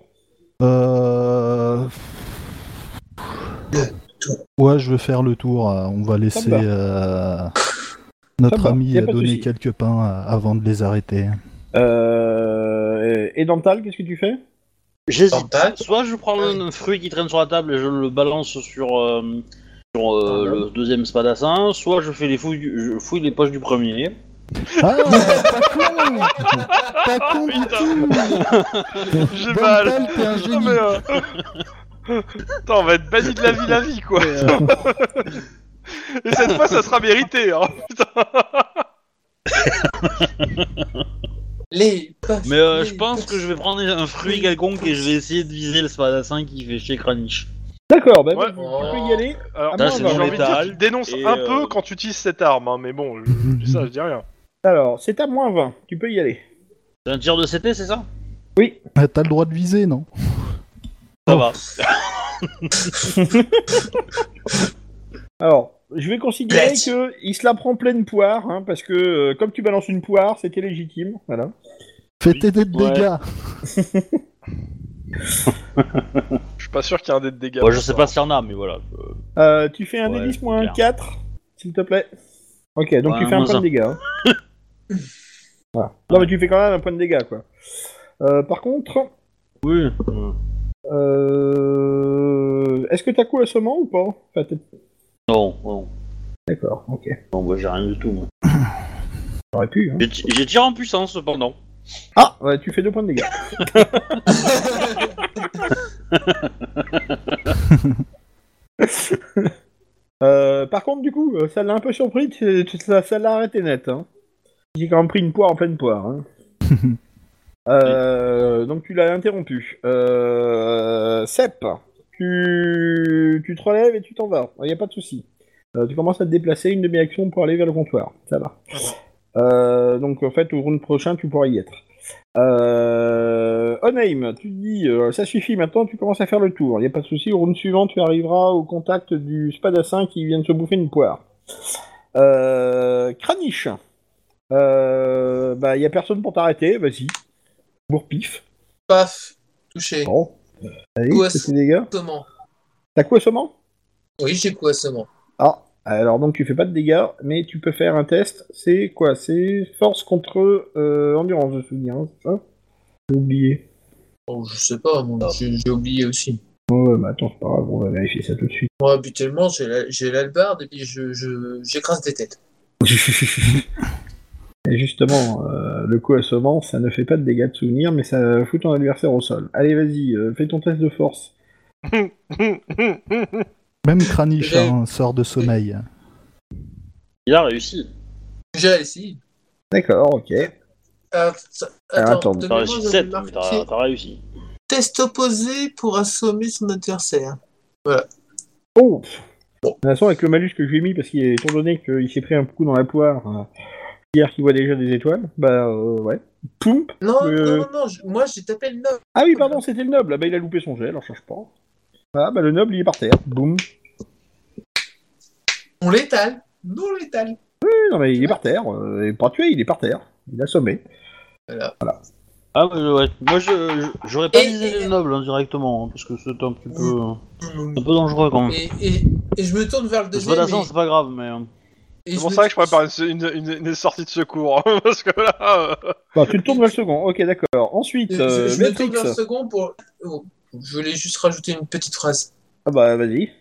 [SPEAKER 6] Euh... Ouais, je veux faire le tour. euh, On va laisser
[SPEAKER 2] va.
[SPEAKER 6] euh, notre
[SPEAKER 2] va,
[SPEAKER 6] ami
[SPEAKER 2] y a pas de
[SPEAKER 6] donner
[SPEAKER 2] souci.
[SPEAKER 6] quelques pains euh, avant de les arrêter.
[SPEAKER 2] euh, Et Dental, qu'est-ce que tu fais
[SPEAKER 1] J'hésite.
[SPEAKER 3] Dental.
[SPEAKER 1] Soit je prends un fruit qui traîne sur la table et je le balance sur, euh, sur euh,
[SPEAKER 3] Ah,
[SPEAKER 1] le deuxième spadassin, soit je fais les fouilles, du- je fouille les poches du premier.
[SPEAKER 6] Ah, pas con Pas con du tout
[SPEAKER 5] J'ai mal.
[SPEAKER 6] Dental, t'es un
[SPEAKER 5] Non,
[SPEAKER 6] génie
[SPEAKER 5] mais, euh, Attends, on va être banni de la vie, la vie quoi. euh. Et cette fois, ça sera mérité. Hein.
[SPEAKER 3] Les poches,
[SPEAKER 1] Mais euh,
[SPEAKER 3] les
[SPEAKER 1] je pense
[SPEAKER 3] poches.
[SPEAKER 1] que je vais prendre un fruit quelconque et je vais essayer de viser le spadassin qui fait chez Kranich.
[SPEAKER 2] D'accord, bah,
[SPEAKER 5] Ouais.
[SPEAKER 2] tu peux y aller.
[SPEAKER 5] Alors,
[SPEAKER 2] Ah, ça,
[SPEAKER 5] moi,
[SPEAKER 2] c'est
[SPEAKER 5] j'ai
[SPEAKER 2] dans
[SPEAKER 5] envie de dire,
[SPEAKER 1] l'étal,
[SPEAKER 5] tu dénonces
[SPEAKER 1] et,
[SPEAKER 5] un
[SPEAKER 1] euh,
[SPEAKER 5] peu quand tu utilises cette arme, hein, mais bon, je, je dis ça, je dis rien.
[SPEAKER 2] Alors, c'est à moins 20, tu peux y aller.
[SPEAKER 1] C'est un tir de CT, c'est ça
[SPEAKER 6] Ah, T'as le droit de viser, non
[SPEAKER 1] Ça va.
[SPEAKER 2] Alors, je vais considérer
[SPEAKER 3] Blech.
[SPEAKER 2] que il se la prend pleine poire, hein, parce que euh, comme tu balances une poire, c'était légitime, voilà.
[SPEAKER 6] Fais t'aider de
[SPEAKER 1] Ouais.
[SPEAKER 6] dégâts
[SPEAKER 5] Je suis pas sûr qu'il y ait un dé de dégâts.
[SPEAKER 1] Bon, je sais pas s'il y en a, mais voilà. Euh,
[SPEAKER 2] Euh, tu fais un
[SPEAKER 1] Ouais,
[SPEAKER 2] D10
[SPEAKER 1] c'est
[SPEAKER 2] moins
[SPEAKER 1] clair.
[SPEAKER 2] 4, s'il te plaît. Ok, donc
[SPEAKER 1] Ouais,
[SPEAKER 2] tu fais un
[SPEAKER 1] moins
[SPEAKER 2] point
[SPEAKER 1] un.
[SPEAKER 2] de dégâts. hein. voilà. Non, mais tu fais quand même un point de dégâts, quoi. Euh, par contre,
[SPEAKER 1] Oui. Euh,
[SPEAKER 2] Euh, Est-ce que t'as coup assommant ou pas Enfin, t'es-
[SPEAKER 1] Non, non,
[SPEAKER 2] D'accord, ok.
[SPEAKER 1] non, moi j'ai rien du tout. moi.
[SPEAKER 2] J'aurais pu. Hein.
[SPEAKER 1] J'ai ti- J'ai tiré en puissance cependant.
[SPEAKER 2] Ah, ouais, tu fais deux points de dégâts. Euh, par contre, du coup, euh, ça l'a un peu surpris, tu- tu- ça ça l'a arrêté net. Hein. J'ai quand même pris une poire en pleine poire. hein. Euh, donc tu l'as interrompu. Euh, Sep, tu... tu te relèves et tu t'en vas, il n'y a pas de souci. Euh, tu commences à te déplacer une demi-action pour aller vers le comptoir, ça va. Euh, donc en fait, au round prochain, tu pourras y être. Euh, Onaim, tu te dis, euh, ça suffit, maintenant tu commences à faire le tour. Il n'y a pas de souci, au round suivant, tu arriveras au contact du spadassin qui vient de se bouffer une poire. Euh, Kranich, euh, bah il n'y a personne pour t'arrêter, vas-y. Bourpif.
[SPEAKER 3] Paf, touché.
[SPEAKER 2] Bon. Euh, Allez,
[SPEAKER 3] Ouais,
[SPEAKER 2] c'est tes dégâts.
[SPEAKER 3] Comment
[SPEAKER 2] T'as quoi seulement
[SPEAKER 3] Oui, j'ai coup assommant.
[SPEAKER 2] Ah, alors donc tu fais pas de dégâts, mais tu peux faire un test. C'est quoi C'est force contre euh, endurance de souvenir, hein, c'est ça J'ai oublié.
[SPEAKER 3] Oh, je sais pas, mon-
[SPEAKER 2] Ah.
[SPEAKER 3] j'ai j'ai oublié aussi.
[SPEAKER 2] Ouais, mais Oh, bah, attends, c'est pas grave, on va vérifier ça tout de suite.
[SPEAKER 3] Moi, habituellement, j'ai la- j'ai l'albarde et puis je- je- j'écrase des têtes.
[SPEAKER 2] Et justement, euh, le coup assommant, ça ne fait pas de dégâts de souvenir, mais ça fout ton adversaire au sol. Allez, vas-y, euh, fais ton test de force.
[SPEAKER 6] Même Kranich
[SPEAKER 3] J'ai-
[SPEAKER 6] hein, sort de sommeil.
[SPEAKER 1] Il a réussi.
[SPEAKER 3] J'ai réussi.
[SPEAKER 2] D'accord, ok.
[SPEAKER 3] Ah, ça-
[SPEAKER 2] attends,
[SPEAKER 3] Attends, de
[SPEAKER 1] T'as
[SPEAKER 3] mémoire,
[SPEAKER 1] réussi
[SPEAKER 3] j'avais
[SPEAKER 1] 7, mais
[SPEAKER 3] marqué
[SPEAKER 1] t'as t'as réussi.
[SPEAKER 3] Test opposé pour assommer son adversaire.
[SPEAKER 2] Oh De toute façon, avec le malus que j'ai mis, parce qu'il est étant donné qu'il s'est pris un coup dans la poire, euh, hier qu'il voit déjà des étoiles, bah euh, ouais. Poum
[SPEAKER 3] Non,
[SPEAKER 2] Euh.
[SPEAKER 3] non, non, non, je- moi j'ai tapé le 9.
[SPEAKER 2] Ah oui, pardon, c'était le noble. Ah bah il a loupé son jet, alors change pas. Ah bah le noble, il est par terre. Boum
[SPEAKER 3] On l'étale. Non létal.
[SPEAKER 2] Oui, Non mais il est par terre. euh, il est pas tué, il est par terre. Il est assommé.
[SPEAKER 1] Ah, mais ouais, moi je- je- j'aurais pas
[SPEAKER 3] Et-
[SPEAKER 1] visé les nobles hein, directement, hein, parce que c'est un petit peu, un
[SPEAKER 3] Et,
[SPEAKER 1] peu dangereux quand même.
[SPEAKER 3] et, et je me tourne vers le
[SPEAKER 1] Le
[SPEAKER 3] deuxième.
[SPEAKER 1] spadassin,
[SPEAKER 3] et-
[SPEAKER 1] c'est pas grave, mais. euh,
[SPEAKER 3] et
[SPEAKER 5] C'est pour
[SPEAKER 3] me
[SPEAKER 5] ça que je
[SPEAKER 3] tourne-
[SPEAKER 5] prépare une, une- une- une sortie de secours. hein, parce que là. euh,
[SPEAKER 2] Bah tu te tournes vers le second. Ok, d'accord. Ensuite,
[SPEAKER 3] Je,
[SPEAKER 2] euh,
[SPEAKER 3] je- je me
[SPEAKER 2] Matrix.
[SPEAKER 3] tourne vers le second pour. oh, je voulais juste rajouter une petite phrase.
[SPEAKER 2] Ah bah vas-y.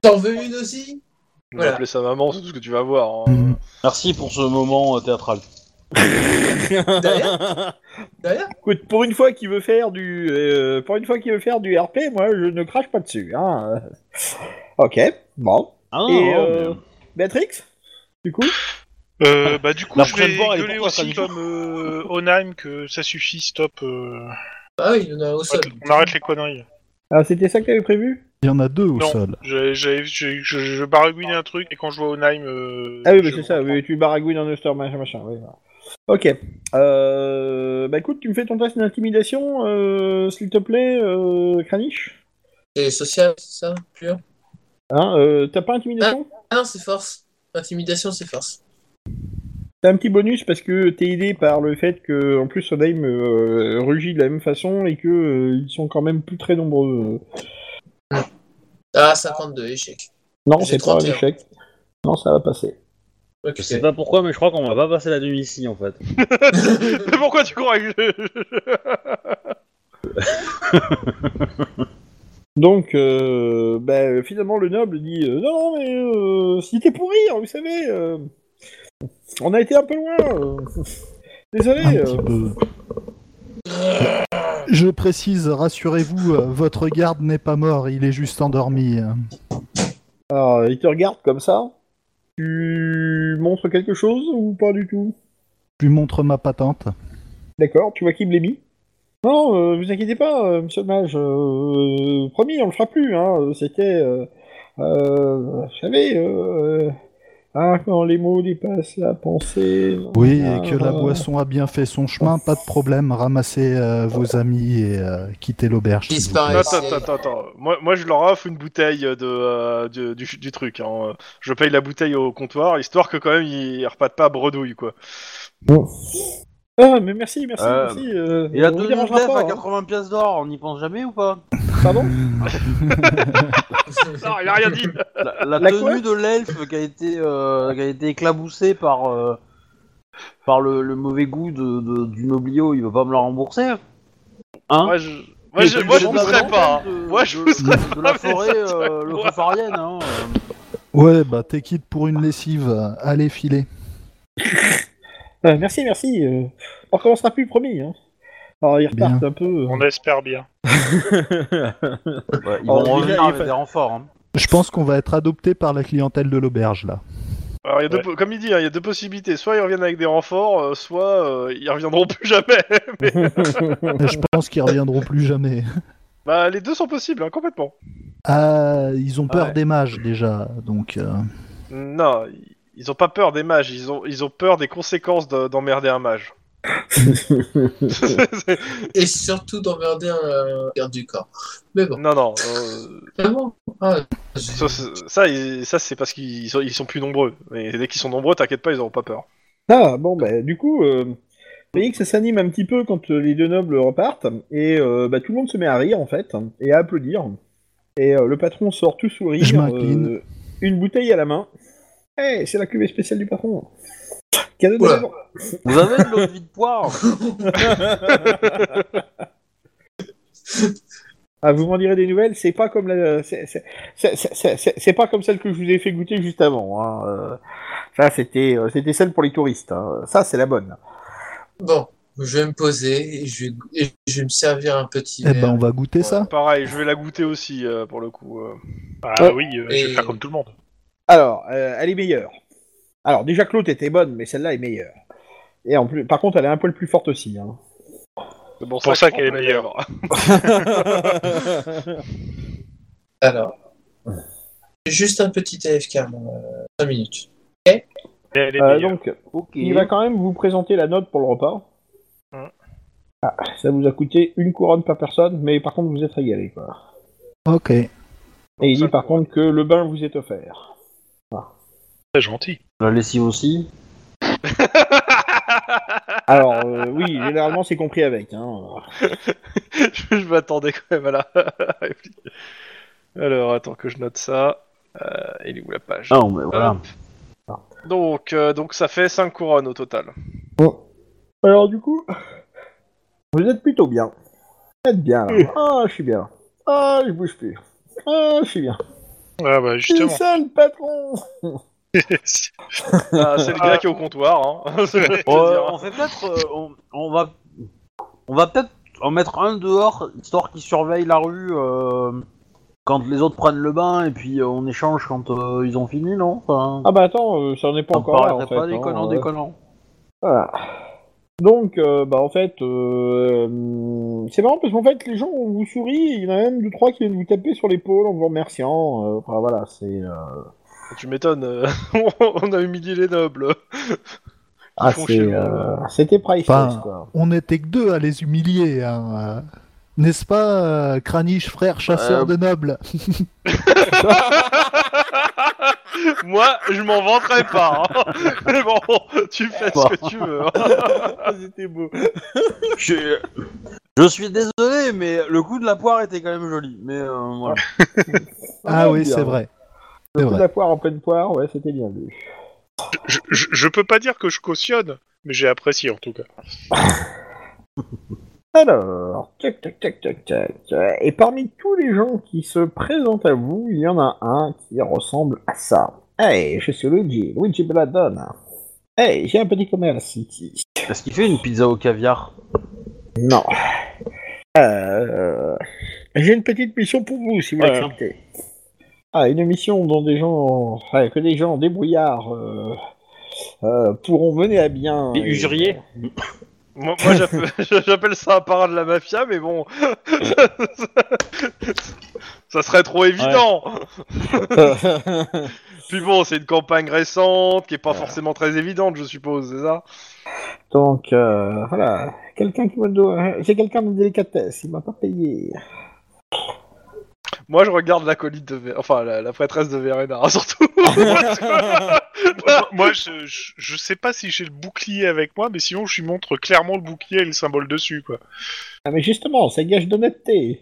[SPEAKER 3] T'en veux une aussi
[SPEAKER 5] Je vais
[SPEAKER 3] Voilà.
[SPEAKER 5] appeler sa maman, c'est tout ce que tu vas voir. hein.
[SPEAKER 6] Mhm.
[SPEAKER 1] Merci pour ce moment euh, théâtral.
[SPEAKER 3] Derrière Derrière
[SPEAKER 2] Écoute, pour une fois qu'il veut faire du, euh, pour une fois qu'il veut faire du RP, moi je ne crache pas dessus. Hein. Ok, bon.
[SPEAKER 1] Ah non,
[SPEAKER 4] Oh,
[SPEAKER 2] Et,
[SPEAKER 1] non,
[SPEAKER 2] euh,
[SPEAKER 1] mais-
[SPEAKER 2] Matrix, du coup.
[SPEAKER 4] Euh, bah du coup,
[SPEAKER 1] La
[SPEAKER 4] je
[SPEAKER 1] prochaine
[SPEAKER 4] vais
[SPEAKER 1] fois, elle est
[SPEAKER 4] gueuler
[SPEAKER 1] pour toi,
[SPEAKER 4] aussi
[SPEAKER 1] Kranich.
[SPEAKER 4] comme euh, Onheim que ça suffit, stop, euh,
[SPEAKER 3] Ah oui, il y en a au sol.
[SPEAKER 4] on arrête les conneries.
[SPEAKER 2] Ah, c'était ça que t'avais prévu
[SPEAKER 6] Il y en a deux au
[SPEAKER 4] Non.
[SPEAKER 6] sol.
[SPEAKER 4] J'ai- j'ai- j'ai- Je, je, baragouinais un truc et quand je vois Onheim... euh,
[SPEAKER 2] Ah oui, bah
[SPEAKER 4] je
[SPEAKER 2] c'est ça.
[SPEAKER 4] reprends.
[SPEAKER 2] Oui, tu baragouines un Oster, machin, machin. oui, voilà. Ok. Euh, bah écoute, tu me fais ton test d'intimidation, euh, s'il te plaît, euh, Kranich.
[SPEAKER 3] C'est social, c'est ça Pur
[SPEAKER 2] Hein, euh, t'as pas intimidation
[SPEAKER 3] Ah non, c'est force. Intimidation, c'est force.
[SPEAKER 2] T'as un petit bonus parce que t'es aidé par le fait que, en plus, Sodaim euh, rugit de la même façon et que euh, ils sont quand même plus très nombreux.
[SPEAKER 3] Ah, 52, échec.
[SPEAKER 2] Non,
[SPEAKER 3] J'ai
[SPEAKER 2] c'est pas un
[SPEAKER 3] 31.
[SPEAKER 2] échec. Non, ça va passer.
[SPEAKER 3] Ok.
[SPEAKER 1] Je sais pas pourquoi, mais je crois qu'on va pas passer la nuit ici en fait.
[SPEAKER 5] Mais pourquoi tu crois que
[SPEAKER 2] Donc, euh, bah, finalement, le noble dit euh, Non, non, mais euh, si t'es pour rire, vous savez, euh, on a été un peu loin. euh, désolé.
[SPEAKER 6] Un
[SPEAKER 2] euh.
[SPEAKER 6] petit peu. Je précise, rassurez-vous, euh, votre garde n'est pas mort, il est juste endormi.
[SPEAKER 2] Alors, il te regarde comme ça. Tu montres quelque chose ou pas du tout
[SPEAKER 6] Je lui montre ma patente.
[SPEAKER 2] D'accord, tu vois qu'il me l'est mis Non, euh, vous inquiétez pas, euh, monsieur le mage. euh, promis, on le fera plus. Hein, euh, C'était. euh, euh, vous savez. euh, ah, quand les mots dépassent la pensée.
[SPEAKER 6] Oui, euh,
[SPEAKER 2] Ah,
[SPEAKER 6] et que la
[SPEAKER 2] ah,
[SPEAKER 6] boisson a bien fait son chemin, pas de problème, ramassez euh, vos amis et euh, quittez l'auberge. s'il vous
[SPEAKER 3] Disparaissez.
[SPEAKER 6] plaît.
[SPEAKER 5] attends, attends, attends, attends. Moi, moi, je leur offre une bouteille de, euh, du, du- du truc. hein. Je paye la bouteille au comptoir, histoire que quand même ils repartent pas bredouille, quoi.
[SPEAKER 2] Ah, mais merci, merci,
[SPEAKER 1] Euh,
[SPEAKER 2] merci. euh,
[SPEAKER 1] Il a
[SPEAKER 2] on vous
[SPEAKER 1] donné un
[SPEAKER 2] dérangera
[SPEAKER 1] def
[SPEAKER 2] pas,
[SPEAKER 1] à
[SPEAKER 2] hein.
[SPEAKER 1] 80 pièces d'or, on y pense jamais ou pas
[SPEAKER 2] Pardon
[SPEAKER 5] Non, il a rien dit
[SPEAKER 1] La, la
[SPEAKER 2] La quoi
[SPEAKER 1] tenue de l'elfe qui a été euh, qui a été éclaboussée par euh, par le, le mauvais goût de, de- du noblio, il va pas me la rembourser Hein
[SPEAKER 5] Moi, je,
[SPEAKER 4] Moi, je, moi, je
[SPEAKER 7] Dans
[SPEAKER 4] pousserai
[SPEAKER 7] la
[SPEAKER 4] pas. hein.
[SPEAKER 7] montagne de-
[SPEAKER 4] Moi, je
[SPEAKER 7] de-
[SPEAKER 4] pousserai
[SPEAKER 7] de, la
[SPEAKER 4] pas, mais
[SPEAKER 7] forêt
[SPEAKER 4] ça, tu
[SPEAKER 7] euh,
[SPEAKER 4] vois.
[SPEAKER 7] locofarienne, hein, euh.
[SPEAKER 6] Ouais, bah t'es quitte pour une lessive, euh, allez filer.
[SPEAKER 2] Ah, merci, merci. euh, on recommencera plus, promis. Hein. Alors ils repartent un peu.
[SPEAKER 4] On espère bien.
[SPEAKER 2] euh.
[SPEAKER 7] Ouais, ils vont
[SPEAKER 2] Oh, déjà,
[SPEAKER 7] revenir
[SPEAKER 2] il
[SPEAKER 7] avec
[SPEAKER 2] fa-
[SPEAKER 7] des renforts. hein.
[SPEAKER 6] Je pense qu'on va être adopté par la clientèle de l'auberge là.
[SPEAKER 5] Alors, il y a deux po- comme il dit, hein, il y a deux possibilités. Soit ils reviennent avec des renforts, euh, soit euh, ils reviendront plus jamais.
[SPEAKER 6] Je pense qu'ils reviendront plus jamais.
[SPEAKER 5] bah, les deux sont possibles, hein, complètement.
[SPEAKER 6] Ah, ils ont peur
[SPEAKER 7] Ouais.
[SPEAKER 6] des mages déjà, donc. euh,
[SPEAKER 5] Non, i- ils ont pas peur des mages, ils ont, ils ont peur des conséquences de- d'emmerder un mage.
[SPEAKER 2] hein.
[SPEAKER 5] C'est-
[SPEAKER 3] Et surtout d'emmerder un euh, garde du corps. Mais bon,
[SPEAKER 5] non, non. euh,
[SPEAKER 3] vraiment. ah, j'ai-
[SPEAKER 5] ça, c'est- ça, ils- ça, c'est parce qu'ils sont, ils sont plus nombreux. Mais dès qu'ils sont nombreux, t'inquiète pas, ils auront pas peur.
[SPEAKER 2] Ah, bon, bah, du coup, euh, vous voyez que ça s'anime un petit peu quand euh, les deux nobles repartent, et euh, bah, tout le monde se met à rire, en fait, et à applaudir. Et euh, le patron sort tout sourire,
[SPEAKER 6] Je m'incline.
[SPEAKER 2] euh, une bouteille à la main. Eh, c'est la cuvée spéciale du patron Cadeau de
[SPEAKER 3] Oula.
[SPEAKER 2] Noël.
[SPEAKER 7] Vous avez de l'eau de vie de poire
[SPEAKER 2] Ah, vous m'en direz des nouvelles, c'est pas comme la... c'est- c'est- c'est- c'est- c'est- C'est pas comme celle que je vous ai fait goûter juste avant, hein. euh, Ça, c'était euh, c'était celle pour les touristes, hein. Ça, c'est la bonne.
[SPEAKER 3] Bon, je vais me poser et je, vais- et je vais me servir un petit
[SPEAKER 6] Eh
[SPEAKER 3] verre.
[SPEAKER 6] ben, on va goûter ça.
[SPEAKER 5] Pareil, je vais la goûter aussi, euh, pour le coup. euh.
[SPEAKER 4] Ah
[SPEAKER 2] Ouais.
[SPEAKER 4] oui, euh, je
[SPEAKER 3] Et-
[SPEAKER 4] vais faire comme tout le monde.
[SPEAKER 2] Alors, euh, elle est meilleure. Alors, déjà, Claude était bonne, mais celle-là est meilleure. Et en plus, par contre, elle est un poil plus forte aussi. Hein.
[SPEAKER 5] C'est
[SPEAKER 4] pour ça
[SPEAKER 5] que
[SPEAKER 4] qu'elle
[SPEAKER 5] je
[SPEAKER 4] est
[SPEAKER 5] pense
[SPEAKER 4] meilleure.
[SPEAKER 3] Alors, juste un petit AFK, 5 euh, minutes.
[SPEAKER 4] Mais elle est
[SPEAKER 2] Euh,
[SPEAKER 4] meilleure.
[SPEAKER 2] donc,
[SPEAKER 7] Ok.
[SPEAKER 2] il va quand même vous présenter la note pour le repas.
[SPEAKER 5] Hein.
[SPEAKER 2] Ah, ça vous a coûté une couronne par personne, mais par contre, vous êtes régalé. Quoi.
[SPEAKER 6] Ok.
[SPEAKER 2] Et il
[SPEAKER 5] Ça,
[SPEAKER 2] dit par
[SPEAKER 5] quoi.
[SPEAKER 2] contre que le bain vous est offert.
[SPEAKER 4] Très gentil.
[SPEAKER 1] La lessive aussi.
[SPEAKER 2] Alors, euh, oui, généralement, c'est compris avec. Hein.
[SPEAKER 5] je je m'attendais quand même à la réplique. Alors, attends que je note ça. Euh, il est où la page
[SPEAKER 7] Ah,
[SPEAKER 1] Non,
[SPEAKER 4] Euh,
[SPEAKER 1] mais voilà.
[SPEAKER 5] donc, euh, donc, ça fait 5 couronnes au total.
[SPEAKER 2] Alors, du coup, vous êtes plutôt bien. Vous êtes bien. là. Ah, je suis bien. Ah, je bouge plus. Ah, je suis bien.
[SPEAKER 4] Ah bah
[SPEAKER 2] Je suis
[SPEAKER 4] justement.
[SPEAKER 2] seul, patron
[SPEAKER 5] Ah, c'est le gars qui est au comptoir. Hein. C'est le
[SPEAKER 1] Euh,
[SPEAKER 5] plaisir.
[SPEAKER 1] on fait peut-être, euh, on, on va, on va peut-être en mettre un dehors, histoire qu'il surveille la rue euh, quand les autres prennent le bain, et puis euh, on échange quand euh, ils ont fini, non Enfin,
[SPEAKER 2] Ah bah attends, euh, ça n'en est pas
[SPEAKER 1] Ça me
[SPEAKER 2] encore là, en
[SPEAKER 1] paraîtrait
[SPEAKER 2] fait,
[SPEAKER 1] pas
[SPEAKER 2] hein,
[SPEAKER 1] déconnant,
[SPEAKER 2] euh,
[SPEAKER 1] déconnant.
[SPEAKER 2] voilà. Donc, euh, bah en fait, euh, euh, c'est marrant parce qu'en fait, les gens on vous sourit, il y en a même deux trois qui viennent vous taper sur l'épaule en vous remerciant. euh, enfin voilà, c'est. euh,
[SPEAKER 5] Tu m'étonnes, euh, on a humilié les nobles.
[SPEAKER 2] ah,
[SPEAKER 5] font
[SPEAKER 2] c'est,
[SPEAKER 5] chez vous,
[SPEAKER 2] euh, c'était priceless
[SPEAKER 6] Enfin,
[SPEAKER 2] quoi.
[SPEAKER 6] On n'était que deux à les humilier, hein, euh. n'est-ce pas, euh, Kranich, frère
[SPEAKER 1] Euh,
[SPEAKER 6] chasseur de nobles
[SPEAKER 5] Moi, je m'en vanterai pas. hein. Mais bon, tu fais ce que tu veux. hein.
[SPEAKER 2] c'était beau.
[SPEAKER 1] Je... je suis désolé, mais le coup de la poire était quand même joli. Mais euh, voilà.
[SPEAKER 6] Ah oui,
[SPEAKER 2] hein.
[SPEAKER 6] c'est vrai. C'est vrai.
[SPEAKER 2] La poire en pleine poire, ouais, c'était bien vu.
[SPEAKER 4] Je, je, je peux pas dire que je cautionne, mais j'ai apprécié en tout cas.
[SPEAKER 2] Alors, tac, tac, tac, tac, tac. euh, Et parmi tous les gens qui se présentent à vous, il y en a un qui ressemble à ça. Hey, je suis Luigi, Luigi Belladonna. Hey, j'ai un petit commerce ici.
[SPEAKER 1] Est-ce qu'il fait une pizza au caviar
[SPEAKER 2] Non. Euh, j'ai une petite mission pour vous, si vous
[SPEAKER 4] Ouais.
[SPEAKER 2] l'acceptez. Ah, une mission dont des gens, ouais, que des gens débrouillards euh, euh, pourront mener à bien.
[SPEAKER 1] Des
[SPEAKER 2] Et-
[SPEAKER 1] usuriers
[SPEAKER 5] Moi, moi, j'appelle- j'appelle ça un parrain de la mafia, mais bon. ça serait trop évident.
[SPEAKER 2] Euh,
[SPEAKER 5] Puis bon, c'est une campagne récente qui est pas forcément très évidente, je suppose, c'est ça
[SPEAKER 2] Donc euh, voilà, quelqu'un qui me doit, j'ai quelqu'un de délicatesse, il m'a pas payé.
[SPEAKER 5] Moi, je regarde l'acolyte de... Vé- Enfin, la, la prêtresse de Verena, hein, surtout.
[SPEAKER 4] Moi- Moi, je, je, je sais pas si j'ai le bouclier avec moi, mais sinon, je lui montre clairement le bouclier et le symbole dessus, quoi.
[SPEAKER 2] Ah mais justement, c'est gage d'honnêteté.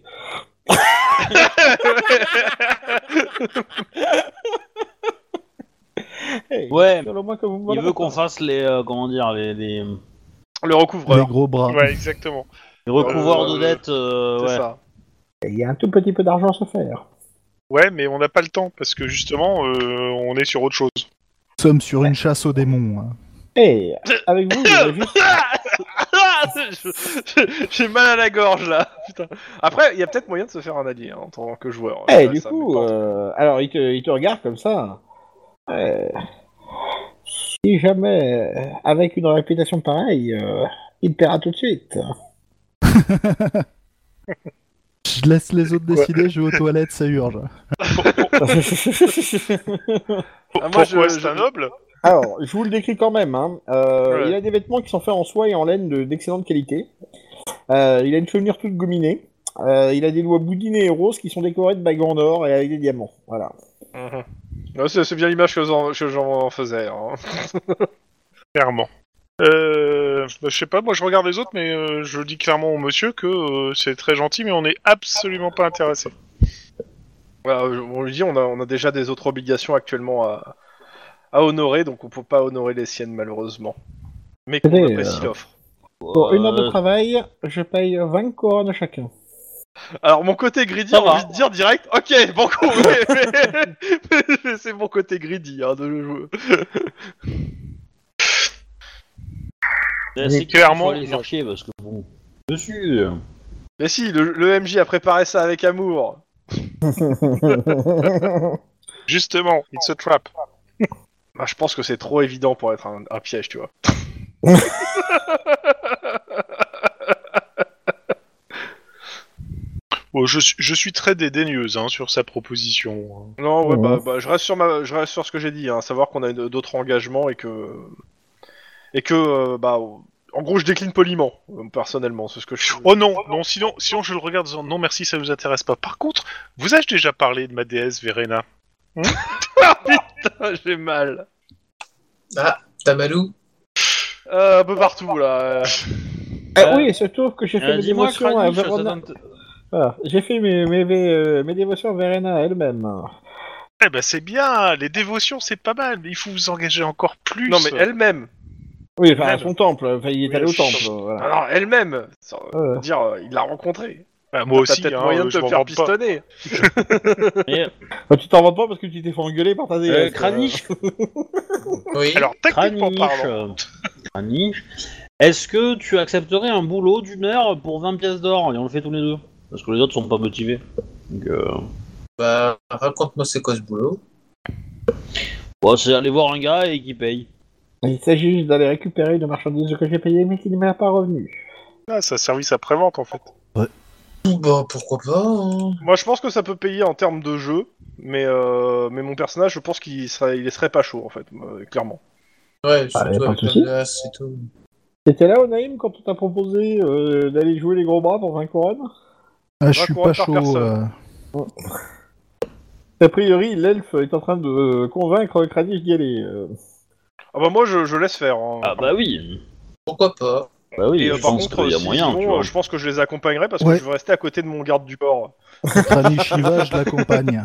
[SPEAKER 2] Hey,
[SPEAKER 1] Ouais,
[SPEAKER 2] sur le moins que vous me
[SPEAKER 1] Il
[SPEAKER 2] volerez
[SPEAKER 1] veut
[SPEAKER 2] pas.
[SPEAKER 1] qu'on fasse les, euh, comment dire, les, les-
[SPEAKER 5] le
[SPEAKER 6] Les
[SPEAKER 5] recouvreur.
[SPEAKER 4] Ah.
[SPEAKER 6] gros bras.
[SPEAKER 4] Ouais, exactement.
[SPEAKER 1] Et recouvoir
[SPEAKER 4] Euh,
[SPEAKER 1] de dettes, euh,
[SPEAKER 4] C'est
[SPEAKER 1] ouais.
[SPEAKER 4] ça.
[SPEAKER 2] Il y a un tout petit peu d'argent à se faire.
[SPEAKER 4] Ouais, mais on n'a pas le temps parce que justement, euh, on est sur autre chose.
[SPEAKER 6] Nous sommes sur une chasse aux démons. hein.
[SPEAKER 2] Et Eh, avec vous, j'aurais juste-
[SPEAKER 5] Je- J'ai mal à la gorge là. Putain. Après, il y a peut-être moyen de se faire un allié hein, en tant que joueur.
[SPEAKER 1] Ah,
[SPEAKER 2] Eh,
[SPEAKER 5] Ça-
[SPEAKER 2] du
[SPEAKER 5] ça
[SPEAKER 2] coup,
[SPEAKER 5] m'étonne.
[SPEAKER 2] euh, alors il te, il te regarde comme ça. Euh, si jamais, euh, avec une réputation pareille, euh, il te paiera tout de suite.
[SPEAKER 6] Je laisse les autres décider, je vais aux toilettes, ça urge.
[SPEAKER 2] euh,
[SPEAKER 5] Ah, moi,
[SPEAKER 4] Pourquoi
[SPEAKER 5] je-
[SPEAKER 4] c'est un
[SPEAKER 5] je-
[SPEAKER 4] noble
[SPEAKER 2] Alors, je vous le décris quand même. hein. Euh,
[SPEAKER 4] Ouais.
[SPEAKER 2] Il a des vêtements qui sont faits en soie et en laine de- d'excellente qualité. Euh, il a une chevelure toute gominée. Euh, il a des doigts boudinés et roses qui sont décorés de bagues en or et avec des diamants. Voilà.
[SPEAKER 5] Mhm. Ouais, c'est c'est bien l'image que j'en- que j'en faisais. hein.
[SPEAKER 4] Clairement. Euh, bah, je sais pas, moi je regarde les autres, mais euh, je dis clairement au monsieur que euh, c'est très gentil, mais on n'est absolument pas intéressé.
[SPEAKER 5] Voilà, euh, on lui dit, on a, on a déjà des autres obligations actuellement à, à honorer, donc on peut pas honorer les siennes malheureusement. Mais qu'on
[SPEAKER 2] Attendez,
[SPEAKER 5] apprécie l'offre.
[SPEAKER 2] Pour une heure de
[SPEAKER 1] Euh,
[SPEAKER 2] travail, je paye 20 couronnes chacun.
[SPEAKER 5] Alors mon côté greedy,
[SPEAKER 1] Ça
[SPEAKER 5] on
[SPEAKER 1] va.
[SPEAKER 5] envie de dire direct, ok, bon coup, mais, mais- mais c'est mon côté greedy hein, de le jouer.
[SPEAKER 1] c'est- c'est
[SPEAKER 4] clairement,
[SPEAKER 1] faut aller les faire chier parce que bon. Dessus. euh,
[SPEAKER 5] Mais si, le, le MJ a préparé ça avec amour.
[SPEAKER 4] Justement, it's a trap.
[SPEAKER 5] Bah, je pense que c'est trop évident pour être un, un piège, tu vois.
[SPEAKER 4] Bon, je, suis- je suis très dédaigneuse hein, sur sa proposition. hein.
[SPEAKER 5] Non,
[SPEAKER 2] Ouais.
[SPEAKER 5] ouais, bah, bah, je reste sur ma, je reste sur ce que j'ai dit, hein, savoir qu'on a une- d'autres engagements et que, et que, euh, bah, en gros, je décline poliment, euh, personnellement, c'est ce que je.
[SPEAKER 4] Oh non, non, sinon, sinon je le regarde en disant non merci, ça nous intéresse pas. Par contre, vous ai-je déjà parlé de ma déesse Verena
[SPEAKER 5] Ah, J'ai mal.
[SPEAKER 3] Tamalou
[SPEAKER 5] Euh, un peu partout là.
[SPEAKER 2] Ah oui, il se trouve que j'ai fait
[SPEAKER 1] euh,
[SPEAKER 2] mes
[SPEAKER 1] Dis-moi,
[SPEAKER 2] dévotions à
[SPEAKER 1] Kranich, ça
[SPEAKER 2] Verona.
[SPEAKER 1] t'int-
[SPEAKER 2] Voilà, J'ai fait mes, mes, mes, euh, mes dévotions à Verena elle-même.
[SPEAKER 4] Eh ben c'est bien, les dévotions c'est pas mal, mais il faut vous engager encore plus.
[SPEAKER 5] Non mais elle-même.
[SPEAKER 2] Oui, enfin, à
[SPEAKER 4] Même.
[SPEAKER 2] son temple. Enfin, il est
[SPEAKER 4] Oui,
[SPEAKER 2] allé au
[SPEAKER 4] chut.
[SPEAKER 2] temple. Voilà.
[SPEAKER 5] Alors Ah, elle-même. Ça veut
[SPEAKER 2] Ouais.
[SPEAKER 5] Dire, euh, il l'a rencontrée.
[SPEAKER 4] Bah, moi
[SPEAKER 5] T'as
[SPEAKER 4] aussi,
[SPEAKER 5] peut-être
[SPEAKER 4] hein,
[SPEAKER 5] moyen
[SPEAKER 4] euh,
[SPEAKER 5] de
[SPEAKER 4] je
[SPEAKER 5] te
[SPEAKER 4] m'en
[SPEAKER 5] faire
[SPEAKER 4] vante pas.
[SPEAKER 5] pistonner.
[SPEAKER 2] Enfin, tu t'en vantes pas parce que tu t'es fait engueuler par ta
[SPEAKER 1] Euh,
[SPEAKER 2] déesse.
[SPEAKER 1] Kranich,
[SPEAKER 3] Oui.
[SPEAKER 4] Alors techniquement
[SPEAKER 1] Kranich,
[SPEAKER 4] parlant,
[SPEAKER 1] euh, Kranich, est-ce que tu accepterais un boulot d'une heure pour 20 pièces d'or Et on le fait tous les deux. Parce que les autres sont pas motivés. Donc, euh,
[SPEAKER 3] Bah, raconte-moi c'est quoi ce boulot.
[SPEAKER 1] bon, c'est aller voir un gars et qu'il paye.
[SPEAKER 2] voilà. Il s'agit juste d'aller récupérer une marchandise que j'ai payée mais qui ne m'a pas revenu.
[SPEAKER 4] ah, ça service après-vente en fait.
[SPEAKER 3] Bah, pourquoi pas. hein.
[SPEAKER 5] Moi je pense que ça peut payer en termes de jeu, mais euh, mais mon personnage je pense qu'il serait il serait pas chaud en fait, euh, clairement.
[SPEAKER 3] Ouais,
[SPEAKER 2] Ah, y a
[SPEAKER 3] surtout
[SPEAKER 2] pas de
[SPEAKER 3] avec la
[SPEAKER 2] souci.
[SPEAKER 3] glace et tout.
[SPEAKER 2] T'étais là, Onaïm, quand on t'a proposé euh, d'aller jouer les gros bras pour 20 couronnes
[SPEAKER 6] Ah, je
[SPEAKER 5] Un
[SPEAKER 6] suis
[SPEAKER 5] courant
[SPEAKER 6] pas
[SPEAKER 5] par
[SPEAKER 6] chaud.
[SPEAKER 5] personne.
[SPEAKER 6] euh.
[SPEAKER 2] A priori, l'elfe est en train de euh, convaincre Kranich d'y aller. euh.
[SPEAKER 5] Ah bah moi je, je laisse faire. hein.
[SPEAKER 1] Ah bah oui.
[SPEAKER 3] Pourquoi pas
[SPEAKER 1] Bah oui,
[SPEAKER 5] Et, euh,
[SPEAKER 1] je
[SPEAKER 5] par
[SPEAKER 1] pense
[SPEAKER 5] contre,
[SPEAKER 1] qu'il y a
[SPEAKER 5] si-
[SPEAKER 1] moyen.
[SPEAKER 5] sinon,
[SPEAKER 1] tu vois.
[SPEAKER 5] euh, je pense que je les accompagnerai parce
[SPEAKER 6] Ouais.
[SPEAKER 5] que je veux rester à côté de mon garde du corps.
[SPEAKER 6] euh, Kranich y va, je l'accompagne.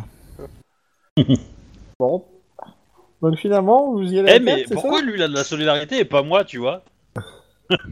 [SPEAKER 2] Bon. Donc finalement, vous y allez
[SPEAKER 1] Eh
[SPEAKER 2] à
[SPEAKER 1] mais
[SPEAKER 2] quatre, c'est
[SPEAKER 1] pourquoi
[SPEAKER 2] ça
[SPEAKER 1] lui il a de la solidarité et pas moi, tu vois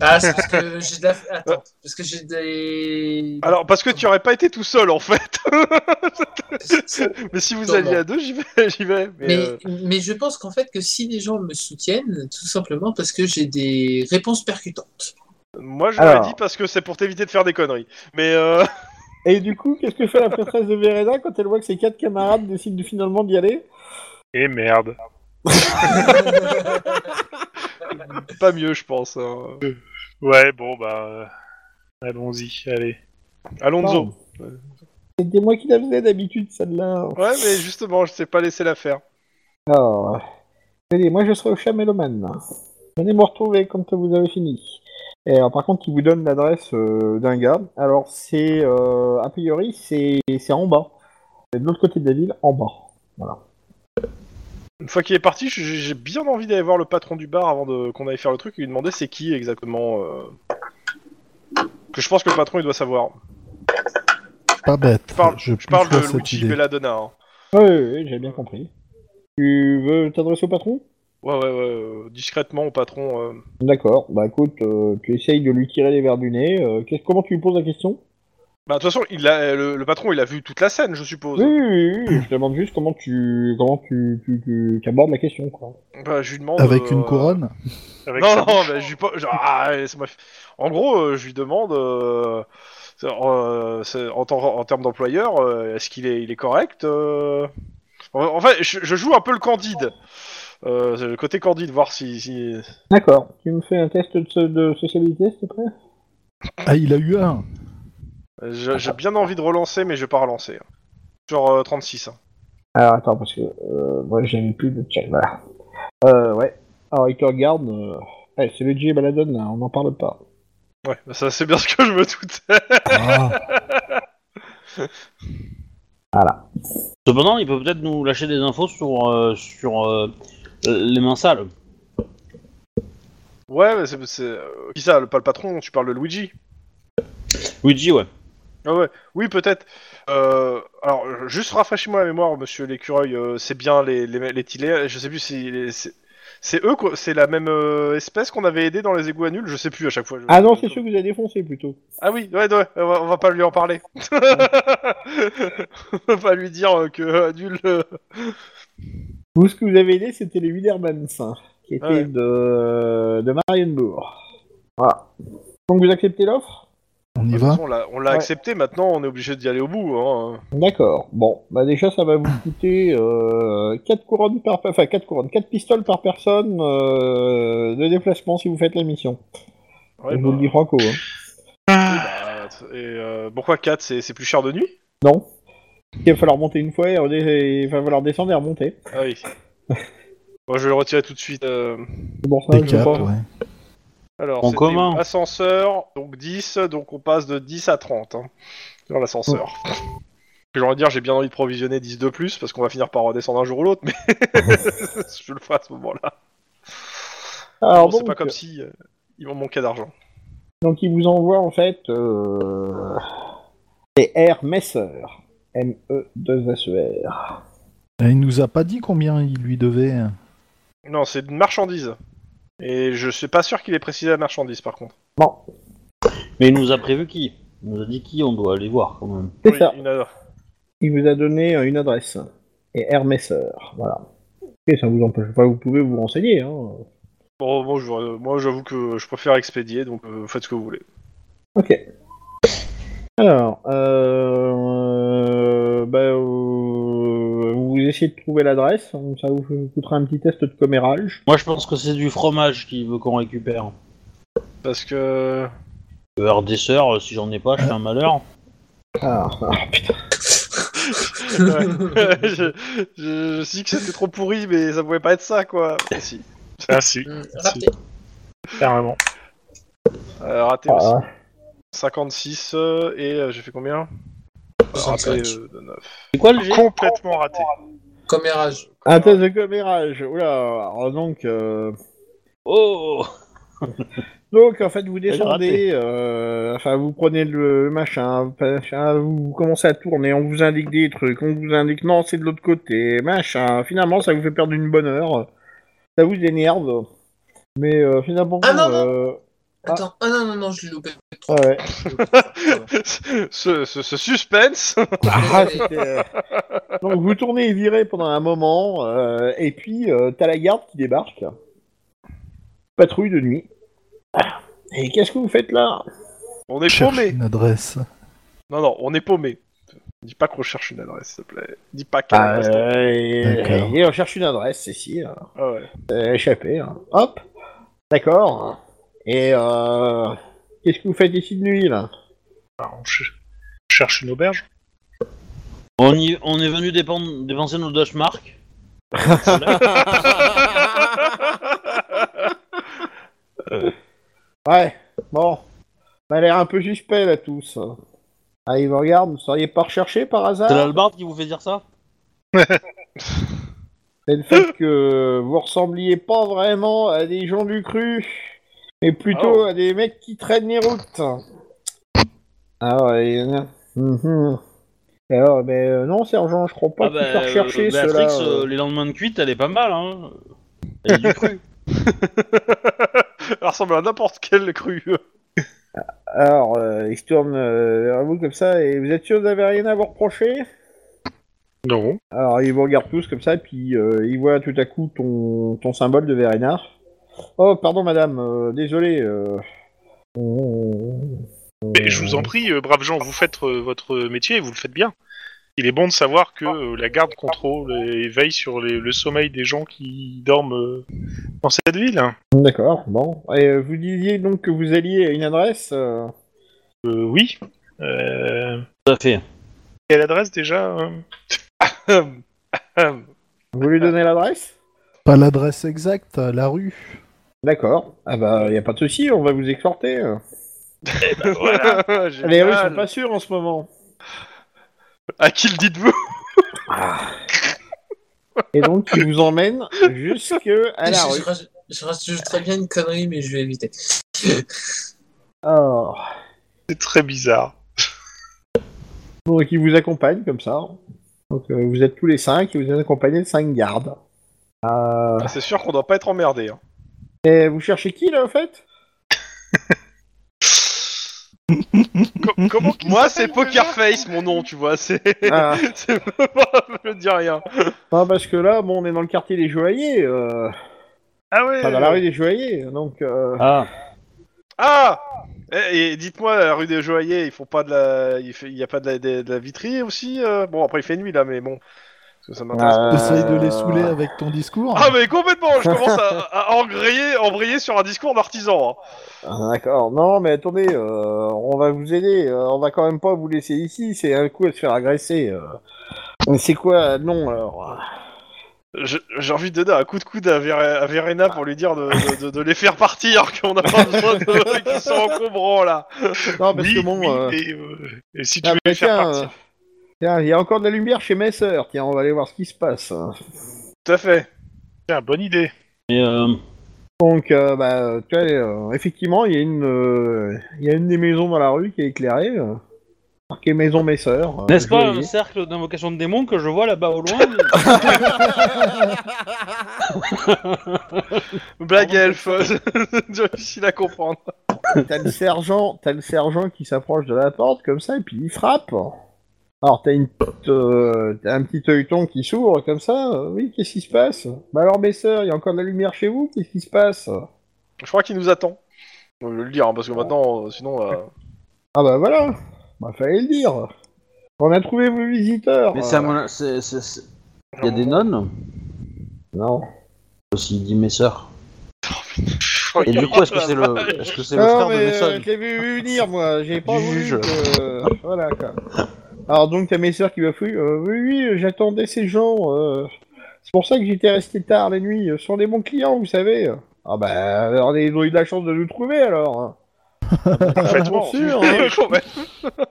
[SPEAKER 3] Ah, c'est parce que j'ai de la. Attends, parce que j'ai des.
[SPEAKER 5] Alors parce que tu aurais pas été tout seul en fait. mais si vous
[SPEAKER 3] Non,
[SPEAKER 5] alliez
[SPEAKER 3] non.
[SPEAKER 5] à deux, j'y vais, j'y vais. Mais,
[SPEAKER 3] Mais,
[SPEAKER 5] euh,
[SPEAKER 3] mais je pense qu'en fait que si les gens me soutiennent, tout simplement parce que j'ai des réponses percutantes.
[SPEAKER 5] moi je l'aurais
[SPEAKER 2] Alors.
[SPEAKER 5] dit parce que c'est pour t'éviter de faire des conneries. Mais euh,
[SPEAKER 2] Et du coup, qu'est-ce que fait la prêtresse de Verena quand elle voit que ses quatre camarades décident de finalement d'y aller
[SPEAKER 4] Et Eh, merde.
[SPEAKER 5] pas mieux je pense. hein.
[SPEAKER 4] Ouais, bon bah euh, allons-y, allez.
[SPEAKER 5] Alonso.
[SPEAKER 2] Non. Euh, C'était moi qui la faisais d'habitude, celle-là.
[SPEAKER 5] Ouais, mais justement, je sais pas laisser la faire.
[SPEAKER 2] Alors, allez, moi je serai au Chameloman. Venez me retrouver quand vous avez fini. Et alors, par contre, il vous donne l'adresse euh, d'un gars. Alors, c'est euh, a priori, c'est c'est en bas. C'est de l'autre côté de la ville, en bas.
[SPEAKER 5] Une fois qu'il est parti, j'ai j'ai bien envie d'aller voir le patron du bar avant de- qu'on aille faire le truc et lui demander c'est qui exactement. euh, Que je pense que le patron il doit savoir.
[SPEAKER 6] Pas bête.
[SPEAKER 5] Je parle, je parle
[SPEAKER 6] pousse à
[SPEAKER 5] de
[SPEAKER 6] Ah, cette
[SPEAKER 5] Luigi
[SPEAKER 6] idée.
[SPEAKER 5] Belladonna. hein.
[SPEAKER 2] Oui, oui, oui, j'ai bien compris. Tu veux t'adresser au patron
[SPEAKER 5] Ouais, ouais, ouais, euh, discrètement au patron. euh,
[SPEAKER 2] D'accord, bah écoute, euh, tu essayes de lui tirer les verres du nez. euh, qu'est-ce- comment tu lui poses la question
[SPEAKER 5] Bah, de toute façon, il a, le, le patron, il a vu toute la scène, je suppose.
[SPEAKER 2] oui, oui, oui, oui, je te demande juste comment tu comment tu, tu, tu- tu abordes la question. Quoi.
[SPEAKER 5] Bah, je lui demande.
[SPEAKER 6] Avec
[SPEAKER 5] euh,
[SPEAKER 6] une couronne
[SPEAKER 4] Avec
[SPEAKER 5] Non,
[SPEAKER 4] sa
[SPEAKER 5] non,
[SPEAKER 4] bouche.
[SPEAKER 5] bah, je lui pas. genre, ah, ouais, c'est ma- En gros, euh, je lui demande. euh, c'est- euh, c'est- en, tant- en termes d'employeur, euh, est-ce qu'il est, il est correct euh, en, en fait, je, je joue un peu le candide. Euh, le côté candide, voir si. si-
[SPEAKER 2] D'accord, tu me fais un test de, so- de sociabilité, s'il te plaît
[SPEAKER 6] Ah, il a eu un.
[SPEAKER 5] je- J'ai bien envie de relancer, mais je vais pas relancer. Sur euh, 36. hein.
[SPEAKER 2] Alors Ah, attends, parce que euh, moi j'aime plus le chat, voilà. Euh, ouais, alors il te regarde. euh, ouais, c'est le J Baladon, là, on n'en parle pas.
[SPEAKER 5] Ouais, bah, ça c'est bien ce que je me doutais.
[SPEAKER 6] Ah,
[SPEAKER 1] Cependant, il peut peut-être nous lâcher des infos sur, euh, sur euh, les mains sales.
[SPEAKER 5] Ouais, mais c'est. c'est- euh, Qui ça le, Pas le patron, tu parles de Luigi
[SPEAKER 1] Luigi, ouais.
[SPEAKER 5] Ah ouais. Oui, peut-être. Euh, alors, euh, juste rafraîchis-moi la mémoire, monsieur l'écureuil. euh, c'est bien les, les, les Tilés, Je sais plus si. les- c'est- C'est eux, quoi. C'est la même euh, espèce qu'on avait aidé dans les égouts à nul. Je sais plus à chaque fois. je-
[SPEAKER 2] Ah non, c'est sûr que vous avez défoncé plutôt.
[SPEAKER 5] Ah oui, ouais, ouais, on va, on va pas lui en parler.
[SPEAKER 2] Mm.
[SPEAKER 5] on va pas lui dire euh, que euh, nul. euh,
[SPEAKER 2] Vous, ce que vous avez aidé, c'était les Widermans, hein, qui étaient
[SPEAKER 5] Ah Ouais.
[SPEAKER 2] de, de Marienbourg. Voilà. Donc vous acceptez l'offre
[SPEAKER 6] on
[SPEAKER 5] de
[SPEAKER 6] y
[SPEAKER 5] toute
[SPEAKER 6] va
[SPEAKER 5] façon, On l'a on l'a
[SPEAKER 2] Ouais.
[SPEAKER 5] accepté. Maintenant, on est obligé d'y aller au bout. Hein.
[SPEAKER 2] D'accord. Bon, bah déjà ça va vous coûter euh, 4 couronnes par enfin 4 couronnes, 4 pistoles par personne euh, de déplacement si vous faites la mission.
[SPEAKER 5] Ouais,
[SPEAKER 2] Je vous le
[SPEAKER 5] bah,
[SPEAKER 2] dis franco. hein.
[SPEAKER 5] bah, et, euh, pourquoi 4 C'est c'est plus cher de nuit
[SPEAKER 2] Non. Il va falloir monter une fois et redé- il va falloir descendre et remonter.
[SPEAKER 5] Ah oui. Moi, je vais le retirer tout de suite. euh.
[SPEAKER 2] C'est Bon, ça,
[SPEAKER 6] Des
[SPEAKER 2] je
[SPEAKER 6] capes,
[SPEAKER 2] crois.
[SPEAKER 6] ouais.
[SPEAKER 5] Alors,
[SPEAKER 1] En
[SPEAKER 5] c'était
[SPEAKER 1] commun.
[SPEAKER 5] Ascenseur, donc 10, donc on passe de 10 à 30 hein, dans l'ascenseur. J'ai envie de dire, j'ai bien envie de provisionner 10 de plus parce qu'on va finir par redescendre un jour ou l'autre, mais je le ferai à ce moment-là.
[SPEAKER 2] Alors
[SPEAKER 5] Bon, c'est
[SPEAKER 2] donc,
[SPEAKER 5] pas comme si euh, ils m'ont manqué d'argent.
[SPEAKER 2] donc il vous envoie en fait euh, les R Messer. M E 2 S E R.
[SPEAKER 6] Et Il nous a pas dit combien il lui devait.
[SPEAKER 5] Non, c'est une marchandise. Et je suis pas sûr qu'il ait précisé la marchandise par contre.
[SPEAKER 2] Bon,
[SPEAKER 1] Mais il nous a prévu qui Il nous a dit qui on doit aller voir quand même.
[SPEAKER 2] c'est
[SPEAKER 5] Oui,
[SPEAKER 2] ça.
[SPEAKER 5] il a-
[SPEAKER 2] Il vous a donné euh, une adresse. Et Hermesser, voilà. Et ça vous empêche pas, vous pouvez vous renseigner. Hein.
[SPEAKER 5] Bon, moi, je- euh, moi, j'avoue que je préfère expédier, donc euh, faites ce que vous voulez.
[SPEAKER 2] Ok. Alors, euh, bah, euh, vous essayez de trouver l'adresse, donc ça vous coûtera un petit test de commérage.
[SPEAKER 1] Moi, je pense que c'est du fromage qu'il veut qu'on récupère.
[SPEAKER 5] Parce que.
[SPEAKER 1] Alors, des sœurs, euh, si j'en ai pas, je fais un malheur.
[SPEAKER 2] Ah,
[SPEAKER 5] Ouais. je, je, je sais que c'était trop pourri, mais ça pouvait pas être ça, quoi. Bah, Si.
[SPEAKER 4] Ah si,
[SPEAKER 3] Hum, raté.
[SPEAKER 4] carrément.
[SPEAKER 5] Euh, raté
[SPEAKER 2] ah,
[SPEAKER 5] aussi.
[SPEAKER 2] ah.
[SPEAKER 5] 56 euh, et euh, j'ai fait combien
[SPEAKER 4] Ah,
[SPEAKER 5] Raté
[SPEAKER 3] 65.
[SPEAKER 5] euh, de 9.
[SPEAKER 1] C'est quoi le jet
[SPEAKER 4] Complètement raté.
[SPEAKER 3] Commérage.
[SPEAKER 2] Un test de commérage. Oula, alors donc, euh,
[SPEAKER 1] Oh
[SPEAKER 2] donc en fait vous
[SPEAKER 1] raté.
[SPEAKER 2] descendez, euh, enfin vous prenez le machin, machin, vous commencez à tourner, on vous indique des trucs, on vous indique non c'est de l'autre côté, machin. Finalement ça vous fait perdre une bonne heure, ça vous énerve, mais euh, finalement
[SPEAKER 3] Ah, non, non.
[SPEAKER 2] euh, Ah.
[SPEAKER 3] Attends, ah non, non, non, je l'ai loupé.
[SPEAKER 2] ah ouais.
[SPEAKER 5] ce, ce- ce suspense
[SPEAKER 2] Ah, c'était, euh, Donc vous tournez et virez pendant un moment, euh, et puis euh, t'as la garde qui débarque. Patrouille de nuit. Et qu'est-ce que vous faites là
[SPEAKER 5] On est
[SPEAKER 6] Cherche
[SPEAKER 5] paumé
[SPEAKER 6] une adresse.
[SPEAKER 5] Non, non, on est paumé. Dis pas qu'on cherche une adresse, s'il te plaît. Dis pas qu'elle adresse.
[SPEAKER 2] Euh, et,
[SPEAKER 6] D'accord.
[SPEAKER 2] et on cherche une adresse, c'est si, hein.
[SPEAKER 5] Ah ouais.
[SPEAKER 2] Euh, échappé. hein. Hop D'accord. Et euh, qu'est-ce que vous faites ici de nuit là
[SPEAKER 4] Ah, on ch- cherche une auberge.
[SPEAKER 1] on, y- on est venu dépen- dépenser nos Dutch marks.
[SPEAKER 2] Euh. Ouais, bon. Ça a l'air un peu suspect là tous. Ah, ils me regardent, vous seriez pas recherché par
[SPEAKER 1] C'est
[SPEAKER 2] hasard
[SPEAKER 1] l'Albard qui vous fait dire ça
[SPEAKER 2] C'est le fait que vous ressembliez pas vraiment à des gens du cru, mais
[SPEAKER 1] Oh.
[SPEAKER 2] plutôt à des mecs qui traînent les routes. Ah ouais. il y en a. Mhm. Et Alors, mais euh, non, sergent, je crois pas que tu sois
[SPEAKER 1] euh,
[SPEAKER 2] recherché
[SPEAKER 1] Béatrix,
[SPEAKER 2] cela.
[SPEAKER 1] euh, les lendemains de cuite, elle est pas mal. Hein. Et du cru.
[SPEAKER 5] Elle ressemble à n'importe quel cru.
[SPEAKER 2] Alors, euh, il se tourne euh, vers vous comme ça, et vous êtes sûr que vous n'avez rien à vous reprocher
[SPEAKER 4] Non.
[SPEAKER 2] Alors, ils vous regardent tous comme ça, puis euh, ils voient tout à coup ton, ton symbole de Verena. Oh, pardon, madame, euh, désolé. euh, on- on-
[SPEAKER 4] Mais je vous en prie, euh, braves gens, vous faites euh, votre métier et vous le faites bien. Il est bon de savoir que euh, la garde contrôle et veille sur les- le sommeil des gens qui dorment euh, dans cette ville.
[SPEAKER 2] D'accord, bon. Et euh, vous disiez donc que vous alliez à une adresse euh,
[SPEAKER 4] Euh, oui. Euh,
[SPEAKER 1] Tout à fait.
[SPEAKER 4] quelle adresse déjà euh Ah,
[SPEAKER 2] Vous lui donnez l'adresse
[SPEAKER 6] Pas l'adresse exacte, la rue.
[SPEAKER 2] D'accord. Ah bah, il a pas de souci, on va vous escorter. euh.
[SPEAKER 4] Voilà.
[SPEAKER 2] Les rues sont pas sûres en ce moment.
[SPEAKER 5] À qui le dites-vous
[SPEAKER 2] Et donc, ils vous emmènent jusque à la
[SPEAKER 3] je,
[SPEAKER 2] rue.
[SPEAKER 3] je raj- je rajouterais bien une connerie, mais je vais éviter.
[SPEAKER 2] Alors,
[SPEAKER 4] C'est très bizarre.
[SPEAKER 2] Donc ils vous accompagnent comme ça. Donc euh, vous êtes tous les cinq et vous êtes accompagnés de cinq gardes. Euh,
[SPEAKER 5] Ah, C'est sûr qu'on doit pas être emmerdé. hein.
[SPEAKER 2] Et vous cherchez qui là en fait
[SPEAKER 4] Co- comment qu'il
[SPEAKER 5] Moi, c'est
[SPEAKER 4] s'appelle déjà
[SPEAKER 5] Pokerface, mon nom, tu vois. C'est.
[SPEAKER 2] Ah,
[SPEAKER 5] c'est pas. Je dis rien.
[SPEAKER 2] non, parce que là, bon, on est dans le quartier des joailliers, euh,
[SPEAKER 5] Ah ouais.
[SPEAKER 2] enfin, dans la rue des joailliers, donc euh,
[SPEAKER 1] Ah,
[SPEAKER 5] Ah Et, et dites-moi, la rue des Joailliers, ils font pas de la, il, fait- il y a pas de la, de, de la vitrerie aussi euh Bon, après il fait nuit là, mais bon, parce que ça m'intéresse.
[SPEAKER 2] Euh.
[SPEAKER 5] pas.
[SPEAKER 6] Essaye de les saouler avec ton discours.
[SPEAKER 5] Ah mais complètement, je commence à, à engrayer, embrayer sur un discours d'artisan. hein.
[SPEAKER 2] ah, d'accord. Non, mais attendez, euh, on va vous aider. euh, on va quand même pas vous laisser ici. C'est un coup à se faire agresser. euh. Mais C'est quoi Non, alors.
[SPEAKER 5] Je- J'ai envie de donner un coup de coude à, Vé- à Verena pour lui dire de, de- de- de les faire partir, qu'on n'a pas besoin de qu'ils sont encombrants là.
[SPEAKER 2] Non, parce
[SPEAKER 4] Oui,
[SPEAKER 2] que bon.
[SPEAKER 4] oui,
[SPEAKER 2] euh,
[SPEAKER 4] et, euh, et si tu
[SPEAKER 2] ah,
[SPEAKER 4] veux
[SPEAKER 2] bah,
[SPEAKER 4] les faire
[SPEAKER 2] tiens,
[SPEAKER 4] partir.
[SPEAKER 2] euh, tiens, il y a encore de la lumière chez mes sœurs. Tiens, on va aller voir ce qui se passe. hein.
[SPEAKER 5] Tout à fait.
[SPEAKER 4] Tiens, bonne idée.
[SPEAKER 1] mais euh,
[SPEAKER 2] Donc, euh, bah, tu vois, euh, effectivement, il y, a une, euh, il y a une des maisons dans la rue qui est éclairée, euh, marquée Maison Mes Sœurs. euh,
[SPEAKER 1] n'est-ce pas
[SPEAKER 2] joaillier.
[SPEAKER 1] un cercle d'invocation de démons que je vois là-bas au loin
[SPEAKER 5] Blague à elfe, c'est difficile à comprendre.
[SPEAKER 2] T'as le sergent, t'as le sergent qui s'approche de la porte comme ça et puis il frappe. Alors t'as une petite, euh, t'as un petit œilleton qui s'ouvre comme ça. euh, Oui, qu'est-ce qui se passe Bah alors mes sœurs, il y a encore de la lumière chez vous. Qu'est-ce qui se passe
[SPEAKER 5] Je crois qu'il nous attend. Je vais le dire hein, parce que maintenant, euh, sinon. euh,
[SPEAKER 2] Ah bah voilà, bah fallait le dire. On a trouvé vos visiteurs.
[SPEAKER 1] Mais c'est à
[SPEAKER 2] euh,
[SPEAKER 1] mon- c'est- c'est- c'est- Il y a des nonnes
[SPEAKER 2] Non.
[SPEAKER 1] Aussi, il dit mes sœurs.
[SPEAKER 4] Oh,
[SPEAKER 1] Et du coup, est-ce que c'est le, est-ce que c'est le
[SPEAKER 2] Non,
[SPEAKER 1] frère de
[SPEAKER 2] mais
[SPEAKER 1] mes
[SPEAKER 2] euh,
[SPEAKER 1] sœurs
[SPEAKER 2] je l'ai vu venir, moi. J'ai pas
[SPEAKER 1] Du
[SPEAKER 2] voulu
[SPEAKER 1] juge.
[SPEAKER 2] que- euh, Voilà, quoi. Alors, donc, t'as mes sœurs qui m'ont fouillé. Euh, oui, oui, euh, j'attendais ces gens. euh, C'est pour ça que j'étais resté tard la nuit. Ce sont des bons clients, vous savez. Ah bah, alors, ils ont eu de la chance de nous trouver, alors. hein.
[SPEAKER 5] Complètement.
[SPEAKER 2] Bien sûr, hein.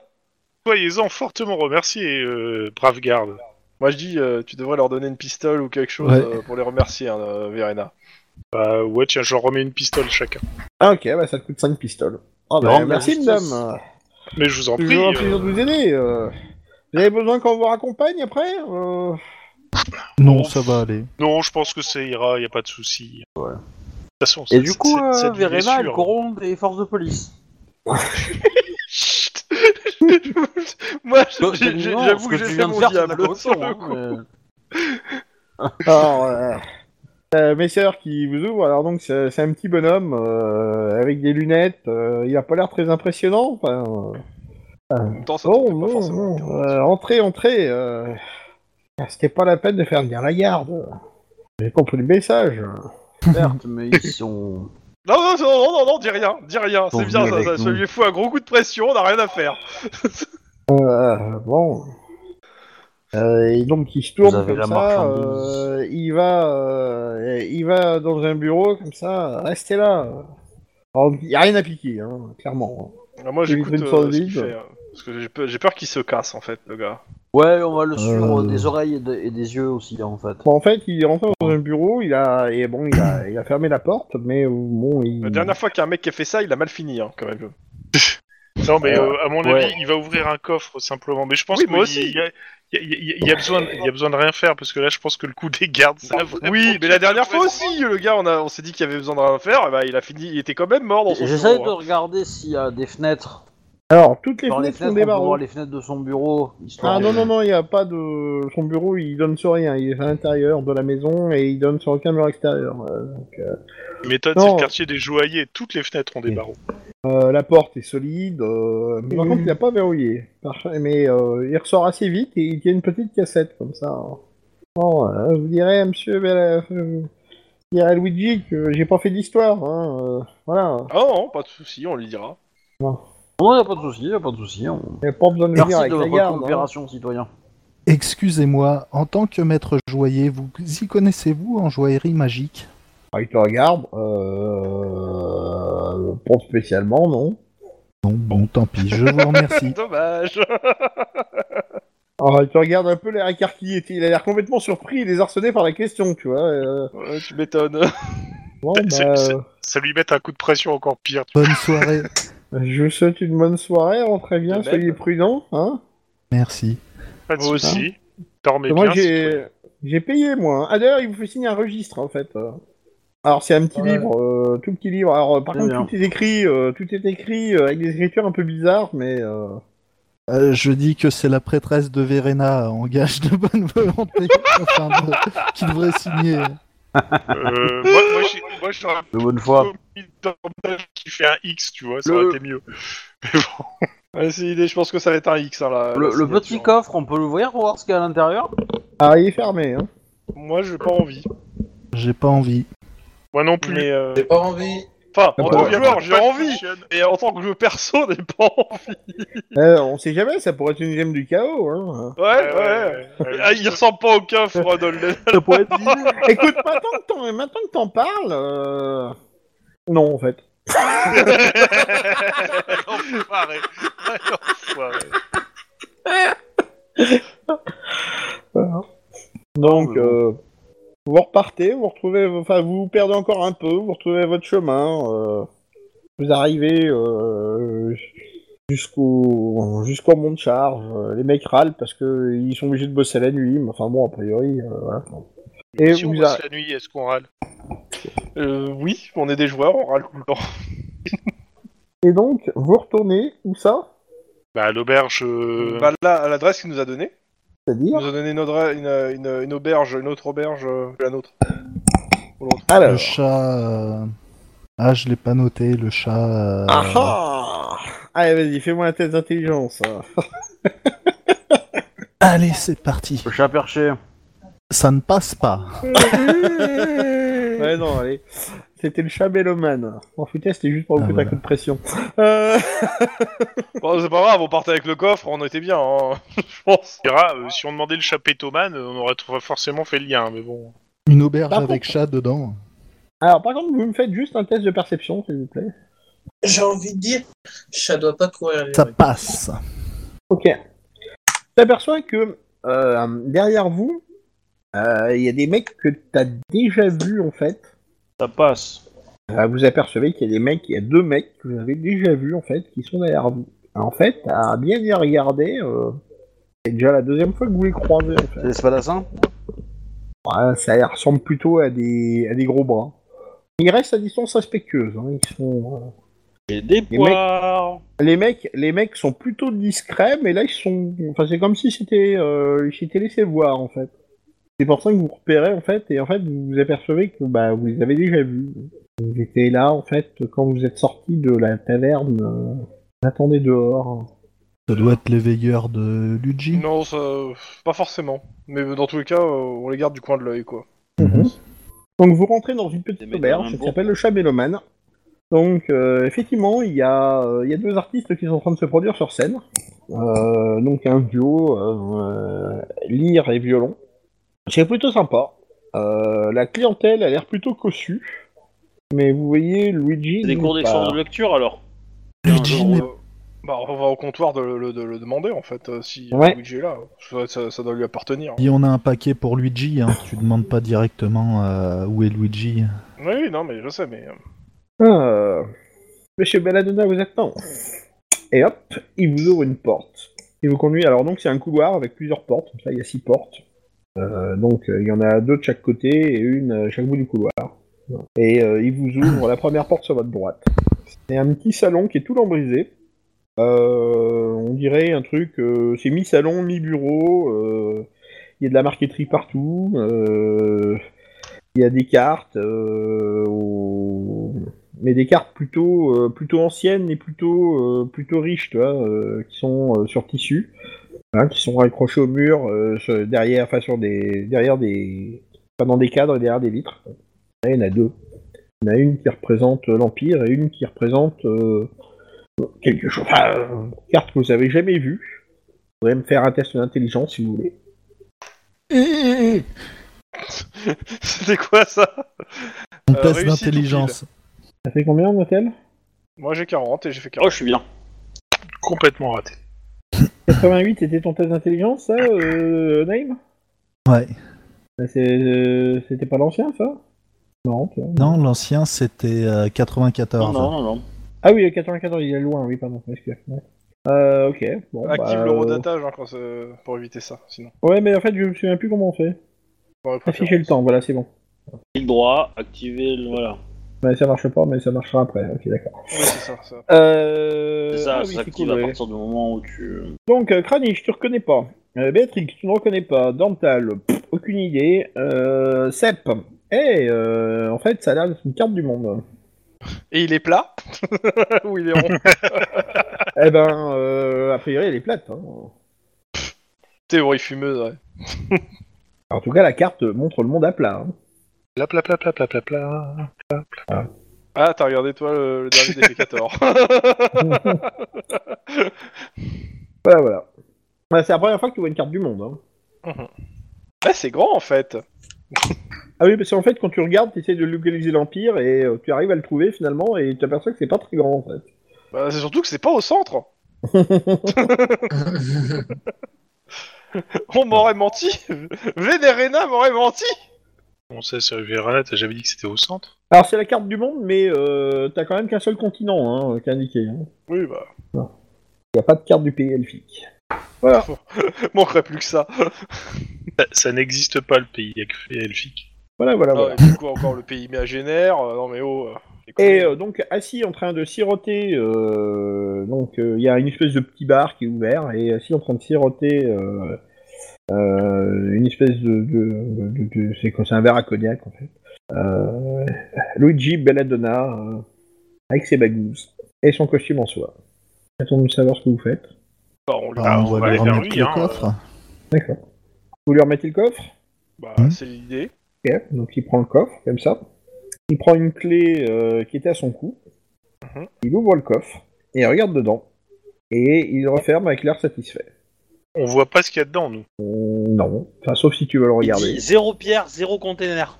[SPEAKER 4] Soyez-en fortement remerciés, euh, brave garde.
[SPEAKER 5] Moi je dis, euh, tu devrais leur donner une pistole ou quelque chose
[SPEAKER 6] Ouais.
[SPEAKER 5] euh, pour les remercier, hein, euh, Verena.
[SPEAKER 4] Bah ouais, tiens, je leur remets une pistole chacun.
[SPEAKER 2] Ah, ok, bah, ça te coûte 5 pistoles. Ah bah,
[SPEAKER 1] Grande
[SPEAKER 2] merci,
[SPEAKER 1] justice.
[SPEAKER 2] madame.
[SPEAKER 4] Mais je vous en prie.
[SPEAKER 2] Toujours un plaisir
[SPEAKER 4] euh,
[SPEAKER 2] de vous aider. euh. Vous avez besoin qu'on vous raccompagne après Euh,
[SPEAKER 6] Non, ça va aller.
[SPEAKER 4] non, je pense que ça ira, y a pas de souci. Ouais. De toute façon,
[SPEAKER 1] Et
[SPEAKER 4] cette-
[SPEAKER 1] du coup,
[SPEAKER 4] cette-
[SPEAKER 1] euh,
[SPEAKER 4] cette vie est
[SPEAKER 1] Verena, elle
[SPEAKER 4] sûre.
[SPEAKER 1] corrompt les forces de police.
[SPEAKER 5] Moi
[SPEAKER 1] Donc,
[SPEAKER 5] j'ai- j'ai-
[SPEAKER 1] techniquement,
[SPEAKER 5] j'avoue
[SPEAKER 1] ce
[SPEAKER 5] que
[SPEAKER 1] tu
[SPEAKER 5] j'ai fait
[SPEAKER 1] viens de
[SPEAKER 5] mon
[SPEAKER 1] faire, c'est de la
[SPEAKER 5] diable.
[SPEAKER 1] corruption,
[SPEAKER 5] sur le
[SPEAKER 1] hein,
[SPEAKER 5] coup.
[SPEAKER 1] mais-
[SPEAKER 2] Alors, euh, euh, mes sœurs qui vous ouvrent, alors donc c'est c'est un petit bonhomme euh, avec des lunettes, euh, il a pas l'air très impressionnant. Enfin, euh,
[SPEAKER 5] En même temps, ça
[SPEAKER 2] bon,
[SPEAKER 5] te plaît pas
[SPEAKER 2] bon,
[SPEAKER 5] forcément.
[SPEAKER 2] bon, euh, entrez, entrez. euh, C'était pas la peine de faire venir la garde. J'ai compris le message.
[SPEAKER 1] Certes, mais ils sont.
[SPEAKER 5] Non, non, non, non, non, non, dis rien, dis rien,
[SPEAKER 1] Bon,
[SPEAKER 5] c'est bien
[SPEAKER 1] venez
[SPEAKER 5] ça, ça,
[SPEAKER 1] avec
[SPEAKER 5] ça
[SPEAKER 1] nous.
[SPEAKER 5] lui fout un gros coup de pression, on a rien à faire.
[SPEAKER 2] Euh, bon. Euh, et donc il se tourne
[SPEAKER 1] Vous avez
[SPEAKER 2] comme
[SPEAKER 1] la
[SPEAKER 2] ça,
[SPEAKER 1] marchandise.
[SPEAKER 2] euh, il va, euh, il va dans un bureau comme ça. Restez là. Alors, Il y a rien à piquer, hein, clairement.
[SPEAKER 5] Alors, moi
[SPEAKER 2] Tu lui
[SPEAKER 5] j'écoute
[SPEAKER 2] fais une
[SPEAKER 5] euh,
[SPEAKER 2] fois
[SPEAKER 5] ce qu'il
[SPEAKER 2] vide.
[SPEAKER 5] fait, hein, parce que j'ai peur, j'ai peur qu'il se casse en fait, le gars.
[SPEAKER 1] Ouais, on va le suivre
[SPEAKER 2] Euh.
[SPEAKER 1] des oreilles et, de- et des yeux aussi, hein, en fait.
[SPEAKER 2] Bon, en fait, il est rentré dans un bureau, il a, et bon, il a, il a fermé la porte, mais euh, bon, il...
[SPEAKER 5] La dernière fois qu'un mec a fait ça, il a mal fini hein, quand même.
[SPEAKER 4] Non, mais euh, à mon
[SPEAKER 1] Ouais.
[SPEAKER 4] avis, il va ouvrir un coffre simplement. Mais je pense
[SPEAKER 5] Oui,
[SPEAKER 4] que
[SPEAKER 5] moi aussi.
[SPEAKER 4] Il y a, il y a- il y a- il y a besoin, de- il y a besoin de rien faire parce que là, je pense que le coup des gardes, ça a vraiment-
[SPEAKER 5] Oui, mais la dernière fois aussi, le gars, on, a- on s'est dit qu'il y avait besoin de rien faire, et bah, il a fini, il était quand même mort dans son
[SPEAKER 1] J'essaie
[SPEAKER 5] bureau, hein,
[SPEAKER 1] de regarder s'il y a des fenêtres.
[SPEAKER 2] Alors, toutes les
[SPEAKER 1] Dans les
[SPEAKER 2] fenêtres sont
[SPEAKER 1] fenêtres, on
[SPEAKER 2] des
[SPEAKER 1] peut
[SPEAKER 2] barreaux.
[SPEAKER 1] voir les fenêtres de son bureau. histoire
[SPEAKER 2] Ah
[SPEAKER 1] de-
[SPEAKER 2] non, non, non, il n'y a pas de. Son bureau, il donne sur rien. Il est à l'intérieur de la maison et il donne sur aucun mur extérieur. Euh,
[SPEAKER 4] Méthode,
[SPEAKER 2] Non.
[SPEAKER 4] c'est le quartier des joailliers. Toutes les fenêtres ont des
[SPEAKER 2] Oui.
[SPEAKER 4] barreaux.
[SPEAKER 2] euh, la porte est solide. euh, mais Par contre, il n'a pas verrouillé. Par- Mais euh, il ressort assez vite et il y a une petite cassette comme ça. hein. Bon, euh, vous direz à monsieur Bella- euh, vous direz à Luigi que j'ai pas fait d'histoire. Hein, euh, voilà.
[SPEAKER 5] Ah non, pas de souci, on lui dira.
[SPEAKER 1] Non, y a pas de souci, y a pas de souci. on-
[SPEAKER 2] Il n'y a pas besoin de le
[SPEAKER 1] Merci
[SPEAKER 2] dire avec
[SPEAKER 1] de
[SPEAKER 2] la
[SPEAKER 1] votre
[SPEAKER 2] garde. hein.
[SPEAKER 1] coopération, citoyen.
[SPEAKER 6] Excusez-moi, en tant que maître joaillier, vous y connaissez-vous en joaillerie magique
[SPEAKER 2] Ah, il te regarde. Euh... Pas spécialement, non.
[SPEAKER 6] Non, bon, tant pis, je vous remercie.
[SPEAKER 5] Dommage.
[SPEAKER 2] Alors, Ah, il te regarde un peu l'air écarquillé. Il a l'air complètement surpris et désarçonné par la question, tu vois. euh,
[SPEAKER 5] Ouais, tu m'étonnes.
[SPEAKER 2] Bon,
[SPEAKER 4] Bah, c'est-
[SPEAKER 2] bah,
[SPEAKER 4] c'est- Ça lui met un coup de pression encore pire.
[SPEAKER 6] Bonne soirée.
[SPEAKER 2] je vous souhaite une bonne soirée. Rentrez bien,
[SPEAKER 5] De même.
[SPEAKER 2] soyez prudents. Hein
[SPEAKER 6] Merci.
[SPEAKER 4] Pas de
[SPEAKER 5] Moi
[SPEAKER 4] souci. Dormez
[SPEAKER 2] moi,
[SPEAKER 4] bien.
[SPEAKER 2] j'ai j'ai payé, moi. hein. Ah, d'ailleurs, il vous fait signer un registre, en fait. euh. Alors, c'est un petit
[SPEAKER 3] Ouais.
[SPEAKER 2] livre, euh, tout petit livre. Alors, euh, par
[SPEAKER 1] Très
[SPEAKER 2] contre,
[SPEAKER 1] bien.
[SPEAKER 2] tout est écrit, euh, tout est écrit euh, avec des écritures un peu bizarres, mais... euh,
[SPEAKER 6] Euh, je dis que c'est la prêtresse de Verena en gage de bonne volonté enfin, de- qui devrait signer.
[SPEAKER 4] Euh, moi, moi, j'ai- moi, j'aurais
[SPEAKER 1] De bonne foi.
[SPEAKER 4] plutôt mis Dormage qui fait un X, tu vois, ça
[SPEAKER 5] Le-
[SPEAKER 4] aurait été mieux. Mais bon.
[SPEAKER 5] Ouais, c'est l'idée, je pense que ça va être un X. hein, la-
[SPEAKER 1] Le,
[SPEAKER 5] la
[SPEAKER 1] le
[SPEAKER 5] signature.
[SPEAKER 1] petit coffre, on peut l'ouvrir pour voir ce qu'il y a à l'intérieur
[SPEAKER 2] Ah, il est fermé, hein.
[SPEAKER 5] Moi, j'ai pas envie.
[SPEAKER 6] J'ai pas envie.
[SPEAKER 4] Moi non plus.
[SPEAKER 5] Mais euh,
[SPEAKER 3] J'ai pas envie.
[SPEAKER 5] enfin, en
[SPEAKER 2] Ouais,
[SPEAKER 5] tant
[SPEAKER 2] ouais.
[SPEAKER 5] que joueur, j'ai envie. Et en tant que jeu perso, j'ai pas envie.
[SPEAKER 2] Euh, on sait jamais, ça pourrait être une gemme du chaos, hein.
[SPEAKER 5] Ouais, ouais. Ah, il ressemble pas au coffre euh, dans le-
[SPEAKER 2] Écoute, maintenant que t'en, maintenant que t'en parles... euh, Non, en fait.
[SPEAKER 4] L'enfoiré. L'enfoiré.
[SPEAKER 2] Donc, euh, vous repartez, vous retrouvez, enfin, vous vous perdez encore un peu, vous retrouvez votre chemin, euh, vous arrivez euh, jusqu'au jusqu'au mont de charge. euh, Les mecs râlent parce que ils sont obligés de bosser la nuit, mais enfin bon, a priori, euh, voilà. Et
[SPEAKER 4] Si on
[SPEAKER 2] vous
[SPEAKER 4] bosse
[SPEAKER 2] arri-
[SPEAKER 4] la nuit, est-ce qu'on râle
[SPEAKER 5] Euh, oui, on est des joueurs, on râle tout le temps.
[SPEAKER 2] et donc vous retournez où ça
[SPEAKER 4] Bah, à l'auberge. euh,
[SPEAKER 5] Bah là, à l'adresse qu'il nous a donnée, il
[SPEAKER 2] C'est-à-dire
[SPEAKER 5] nous a donné une, odre- une- une- une auberge, une autre auberge euh, que la nôtre.
[SPEAKER 6] Le
[SPEAKER 2] Alors.
[SPEAKER 6] chat. euh, Ah, je l'ai pas noté, le chat. euh,
[SPEAKER 2] Ah ah Allez, vas-y, fais-moi la test d'intelligence. hein.
[SPEAKER 6] Allez, c'est parti.
[SPEAKER 1] Le chat perché.
[SPEAKER 6] Ça ne passe pas.
[SPEAKER 2] ouais, non, allez. C'était le chat Belloman. En foutait, c'était juste pour vous
[SPEAKER 6] Ah,
[SPEAKER 2] foutre
[SPEAKER 6] voilà.
[SPEAKER 2] un coup de pression. Euh...
[SPEAKER 5] Bon, c'est pas grave, on partait avec le coffre, on était bien, hein, je pense.
[SPEAKER 4] on verra, euh, si on demandait le chapétoman, on aurait trouvé- forcément fait le lien, mais bon.
[SPEAKER 6] Une auberge
[SPEAKER 2] Par
[SPEAKER 6] avec chat dedans.
[SPEAKER 2] Alors, par contre, vous me faites juste un test de perception, s'il vous plaît.
[SPEAKER 3] J'ai envie de dire, ça doit pas courir
[SPEAKER 2] Eh
[SPEAKER 3] les
[SPEAKER 6] Ça
[SPEAKER 3] rues.
[SPEAKER 6] passe.
[SPEAKER 2] Ok. T'aperçois que euh, derrière vous, euh, il y a des mecs que t'as déjà vus, en fait.
[SPEAKER 1] Ça passe.
[SPEAKER 2] Euh, vous apercevez qu'il y a des mecs, il y a deux mecs que vous avez déjà vus, en fait, qui sont derrière vous. En fait, à bien y regarder, euh, c'est déjà la deuxième fois que vous les croisez, en fait.
[SPEAKER 1] C'est l'espadassins
[SPEAKER 2] Ouais, ça ressemble plutôt à des, à des gros bras. Ils restent à distance respectueuse. hein, Ils sont... euh,
[SPEAKER 1] J'ai des
[SPEAKER 2] Les mecs-
[SPEAKER 1] poires.
[SPEAKER 2] Les mecs, les mecs sont plutôt discrets, mais là ils sont. Enfin, c'est comme si c'était, euh, ils s'étaient laissés voir en fait. C'est pour ça que vous repérez en fait, et en fait vous vous apercevez que bah vous les avez déjà vus. Vous étiez là en fait quand vous êtes sortis de la taverne. euh, vous attendez dehors. hein.
[SPEAKER 6] Ça doit être les veilleurs de Luigi.
[SPEAKER 4] Mm.
[SPEAKER 5] Non, ça, pas forcément. Mais dans tous les cas, euh, on les garde du coin de l'œil, quoi.
[SPEAKER 6] Mhm.
[SPEAKER 2] Donc vous rentrez dans une
[SPEAKER 1] Des
[SPEAKER 2] petite
[SPEAKER 1] mecs dans un
[SPEAKER 2] auberge qui
[SPEAKER 1] bourg.
[SPEAKER 2] s'appelle le Chat Mélomane. Donc euh, effectivement, il y a, euh, il y a deux artistes qui sont en train de se produire sur scène. Euh, donc un duo euh, euh, lyre et violon. C'est plutôt sympa. Euh, la clientèle a l'air plutôt cossue. Mais vous voyez, Luigi.
[SPEAKER 1] C'est des
[SPEAKER 2] n'y
[SPEAKER 1] cours
[SPEAKER 2] est
[SPEAKER 1] d'excellence
[SPEAKER 2] pas.
[SPEAKER 1] de lecture alors
[SPEAKER 6] Luigi
[SPEAKER 1] Un
[SPEAKER 6] n'est-
[SPEAKER 5] Euh, bah, on va au comptoir de le, de le demander, en fait, euh, si euh,
[SPEAKER 2] Ouais.
[SPEAKER 5] Luigi est là. Ça, ça- ça doit lui appartenir.
[SPEAKER 6] Et on a un paquet pour Luigi, hein. tu demandes pas directement euh, où est Luigi.
[SPEAKER 5] Oui, oui, non, mais je sais, mais... euh,
[SPEAKER 2] Ah, Monsieur Belladonna vous attend. et hop, il vous ouvre une porte. Il vous conduit. Alors donc c'est un couloir avec plusieurs portes. Comme ça, il y a six portes. Euh, donc euh, il y en a deux de chaque côté et une euh, à chaque bout du couloir. Et euh, il vous ouvre la première porte sur votre droite. C'est un petit salon qui est tout lambrisé. Euh, on dirait un truc, euh, c'est mi-salon, mi-bureau. euh, Il y a de la marqueterie partout. euh, Il y a des cartes, euh, au- mais des cartes plutôt, euh, plutôt anciennes et plutôt, euh, plutôt riches, tu vois, euh, qui sont euh, sur tissu, hein, qui sont accrochées au mur, euh, sur- derrière, enfin sur des, derrière des, enfin, dans des cadres et derrière des vitres. Il y en a deux. Il y en a une qui représente euh, l'Empire et une qui représente euh, quelque chose. Enfin, euh, une carte que vous avez jamais vue. Vous pouvez me faire un test d'intelligence si vous voulez.
[SPEAKER 5] C'était quoi ça
[SPEAKER 6] On
[SPEAKER 5] Euh,
[SPEAKER 6] teste
[SPEAKER 5] réussite ou
[SPEAKER 6] d'intelligence.
[SPEAKER 2] Ça fait combien, Motel
[SPEAKER 5] Moi j'ai 40 et j'ai fait 40.
[SPEAKER 1] Oh, je suis bien.
[SPEAKER 4] Complètement raté.
[SPEAKER 2] 88, c'était ton test d'intelligence, ça, euh, Naïm
[SPEAKER 6] Ouais.
[SPEAKER 2] Mais c'est, euh, C'était pas l'ancien, ça Non, tu vois.
[SPEAKER 6] Non, l'ancien c'était euh,
[SPEAKER 1] Non,
[SPEAKER 6] 94.
[SPEAKER 1] non, non, non.
[SPEAKER 2] Ah oui, le 94, il est loin, oui, pardon. excuse. Ouais. Euh, ok, bon.
[SPEAKER 1] Ah,
[SPEAKER 5] Active
[SPEAKER 2] bah,
[SPEAKER 5] l'eurodatage hein, quand c'est- pour éviter ça, sinon.
[SPEAKER 2] euh, Ouais, mais en fait, je me souviens plus comment on fait.
[SPEAKER 5] Dans les
[SPEAKER 1] Ah,
[SPEAKER 2] Afficher le
[SPEAKER 5] préférences.
[SPEAKER 2] temps, voilà, c'est bon.
[SPEAKER 1] Clic droit, activer le. Voilà.
[SPEAKER 2] Ouais, ça marche pas, mais ça marchera après, ok, d'accord.
[SPEAKER 5] Oui, c'est ça, ça.
[SPEAKER 2] Euh...
[SPEAKER 1] C'est ça,
[SPEAKER 2] ah oui,
[SPEAKER 1] ça
[SPEAKER 2] c'est
[SPEAKER 1] s'active
[SPEAKER 2] cool,
[SPEAKER 1] à
[SPEAKER 2] ouais.
[SPEAKER 1] partir du moment où tu.
[SPEAKER 2] Donc, euh, Kranich, tu reconnais pas. Euh, Béatrix, tu ne reconnais pas. Dental, pff, aucune idée. Euh, Sep, eh, euh, en fait, ça a l'air d'être une carte du monde.
[SPEAKER 5] Et il est plat Ou il est rond
[SPEAKER 2] eh ben, euh, a priori, elle est plate. hein.
[SPEAKER 5] Théorie fumeuse, ouais.
[SPEAKER 2] En tout cas, la carte montre le monde à plat. hein.
[SPEAKER 4] Pla pla pla pla pla pla pla.
[SPEAKER 5] Ah, t'as regardé toi le, le dernier des Pécators.
[SPEAKER 2] Voilà, voilà. Ouais, c'est la première fois que tu vois une carte du monde. hein.
[SPEAKER 5] Ah, c'est grand en fait
[SPEAKER 2] Ah oui, parce qu'en fait, quand tu regardes, tu essaies de localiser l'Empire et euh, tu arrives à le trouver finalement et tu aperçois que c'est pas très grand en fait.
[SPEAKER 5] Bah, C'est surtout que c'est pas au centre On m'aurait Oh, menti Vénérena m'aurait menti
[SPEAKER 4] Bon, ça, c'est Vérana, t'as jamais dit que c'était au centre
[SPEAKER 2] Alors, c'est la carte du monde, mais euh, t'as quand même qu'un seul continent hein, qui est indiqué. hein.
[SPEAKER 5] Oui, bah,
[SPEAKER 2] Il n'y a pas de carte du pays elfique.
[SPEAKER 5] manquerait plus que ça
[SPEAKER 4] Ça, ça n'existe pas le pays elf- elfique.
[SPEAKER 2] Voilà, voilà,
[SPEAKER 5] Non,
[SPEAKER 2] Ah, voilà.
[SPEAKER 5] Ah, et Du coup, encore le pays imaginaire, euh, non mais oh... euh, les conneries.
[SPEAKER 2] Et euh, donc assis en train de siroter, euh, donc euh, il y a une espèce de petit bar qui est ouvert et assis en train de siroter euh, euh, une espèce de, de- de- de- c'est quoi, c'est un verre à cognac en fait. Euh, Luigi Belladonna euh, avec ses bagouses et son costume en soie. Attendons de savoir ce que vous faites.
[SPEAKER 5] Bah, on lui-
[SPEAKER 6] Enfin,
[SPEAKER 4] Ah,
[SPEAKER 6] on
[SPEAKER 4] on
[SPEAKER 6] va
[SPEAKER 4] va
[SPEAKER 6] lui
[SPEAKER 4] aller vers
[SPEAKER 6] remettre
[SPEAKER 4] lui,
[SPEAKER 6] le
[SPEAKER 4] hein,
[SPEAKER 6] coffre.
[SPEAKER 2] D'accord. Vous lui remettez le coffre
[SPEAKER 5] bah,
[SPEAKER 6] Hmm.
[SPEAKER 5] c'est l'idée.
[SPEAKER 2] Ok, donc il prend le coffre, comme ça. Il prend une clé euh, qui était à son cou.
[SPEAKER 5] Mhm.
[SPEAKER 2] Il ouvre le coffre et il regarde dedans. Et il referme avec l'air satisfait.
[SPEAKER 4] On voit pas ce qu'il y a dedans, nous.
[SPEAKER 2] Mm, Non. Enfin, sauf si tu veux le
[SPEAKER 1] Il
[SPEAKER 2] regarder.
[SPEAKER 1] dit zéro pierre, zéro container.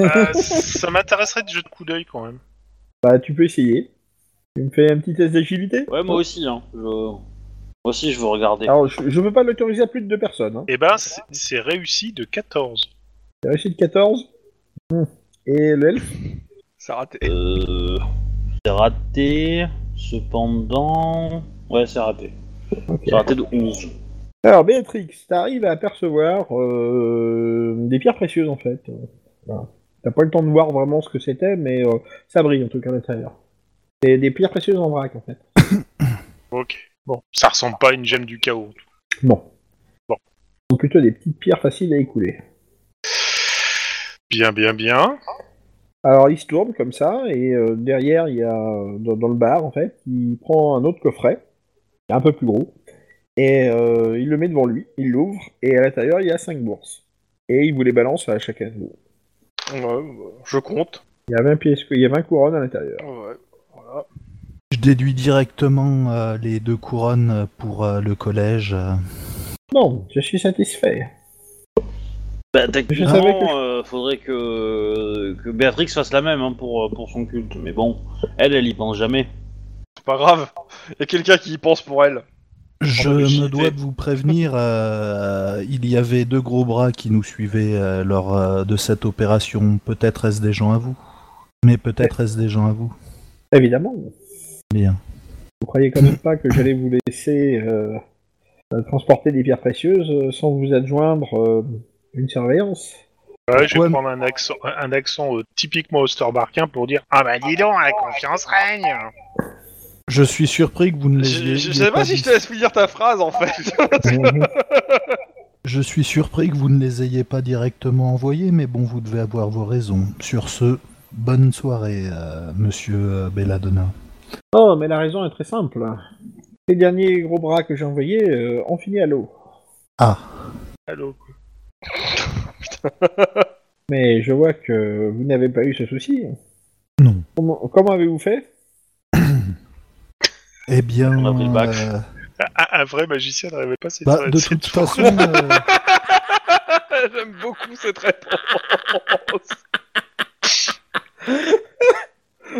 [SPEAKER 4] Ah, ça m'intéresserait de jeu de coup d'œil quand même.
[SPEAKER 2] Bah, tu peux essayer. Tu me fais un petit test d'agilité
[SPEAKER 1] Ouais, moi aussi, hein. Je... Moi aussi, je veux regarder.
[SPEAKER 2] Alors, je ne peux pas l'autoriser à plus de deux personnes. Hein.
[SPEAKER 4] Eh ben, c'est- c'est réussi de 14.
[SPEAKER 2] J'ai réussi de 14. Mm. Et le elfe
[SPEAKER 5] Ça a raté.
[SPEAKER 1] Euh... C'est raté. Cependant. Ouais, c'est raté. C'est raté de 11.
[SPEAKER 2] Alors, Béatrix, t'arrives à apercevoir euh, des pierres précieuses en fait. Euh, voilà. T'as pas le temps de voir vraiment ce que c'était, mais euh, ça brille en tout cas à l'intérieur. C'est des pierres précieuses en vrac en fait.
[SPEAKER 4] Ok. Bon, ça ressemble pas à une gemme du chaos.
[SPEAKER 2] Non.
[SPEAKER 4] Bon.
[SPEAKER 2] Ce sont plutôt des petites pierres faciles à écouler.
[SPEAKER 4] Bien, bien, bien.
[SPEAKER 2] Alors, il se tourne comme ça, et euh, derrière, il y a, euh, dans, dans le bar en fait, il prend un autre coffret, un peu plus gros, et euh, il le met devant lui, il l'ouvre, et à l'intérieur, il y a cinq bourses. Et il vous les balance à chacun de vous.
[SPEAKER 5] Ouais, bah, je compte.
[SPEAKER 2] Il y a 20 pièces, il y a 20 couronnes à l'intérieur.
[SPEAKER 5] Ouais, voilà.
[SPEAKER 6] Je déduis directement euh, les deux couronnes euh, pour euh, le collège. euh.
[SPEAKER 2] Non, je suis satisfait.
[SPEAKER 1] Bah,
[SPEAKER 2] Je savais que
[SPEAKER 1] techniquement, euh, faudrait que... que Béatrix fasse la même hein, pour, pour son culte. Mais bon, elle, elle y pense jamais.
[SPEAKER 5] C'est pas grave. Y a quelqu'un qui y pense pour elle.
[SPEAKER 6] Je
[SPEAKER 5] En
[SPEAKER 6] me
[SPEAKER 5] rigidité.
[SPEAKER 6] dois de vous prévenir, euh, il y avait deux gros bras qui nous suivaient euh, lors euh, de cette opération. Peut-être est-ce des gens à vous. Mais peut-être est-ce des gens à vous.
[SPEAKER 2] Évidemment.
[SPEAKER 6] Bien.
[SPEAKER 2] Vous croyez quand même pas que j'allais vous laisser euh, euh, transporter des pierres précieuses euh, sans vous adjoindre euh, une surveillance
[SPEAKER 4] Ouais, je vais
[SPEAKER 6] Ouais, mais-
[SPEAKER 4] prendre un accent, un accent euh, typiquement osterbarquin pour dire Ah bah dis donc, la confiance règne
[SPEAKER 6] Je suis surpris que vous ne
[SPEAKER 5] Je,
[SPEAKER 6] l'ayez
[SPEAKER 5] je sais pas si je te laisse finir ta phrase en fait.
[SPEAKER 2] Mhm.
[SPEAKER 6] Je suis surpris que vous ne les ayez pas directement envoyés, mais bon, vous devez avoir vos raisons. Sur ce, bonne soirée, euh, monsieur euh, Belladonna.
[SPEAKER 2] Oh, mais la raison est très simple. Les derniers gros bras que j'ai envoyés euh, ont fini à l'eau.
[SPEAKER 6] Ah,
[SPEAKER 4] Allô
[SPEAKER 2] Mais je vois que vous n'avez pas eu ce souci.
[SPEAKER 6] Non.
[SPEAKER 2] Comment, comment avez-vous fait
[SPEAKER 6] Eh bien,
[SPEAKER 1] On a pris le bac.
[SPEAKER 6] euh,
[SPEAKER 4] un, Ah, un- un vrai magicien n'arrivait pas à cette-
[SPEAKER 6] bah, de
[SPEAKER 4] cette
[SPEAKER 6] toute façon, euh,
[SPEAKER 5] J'aime beaucoup cette réponse.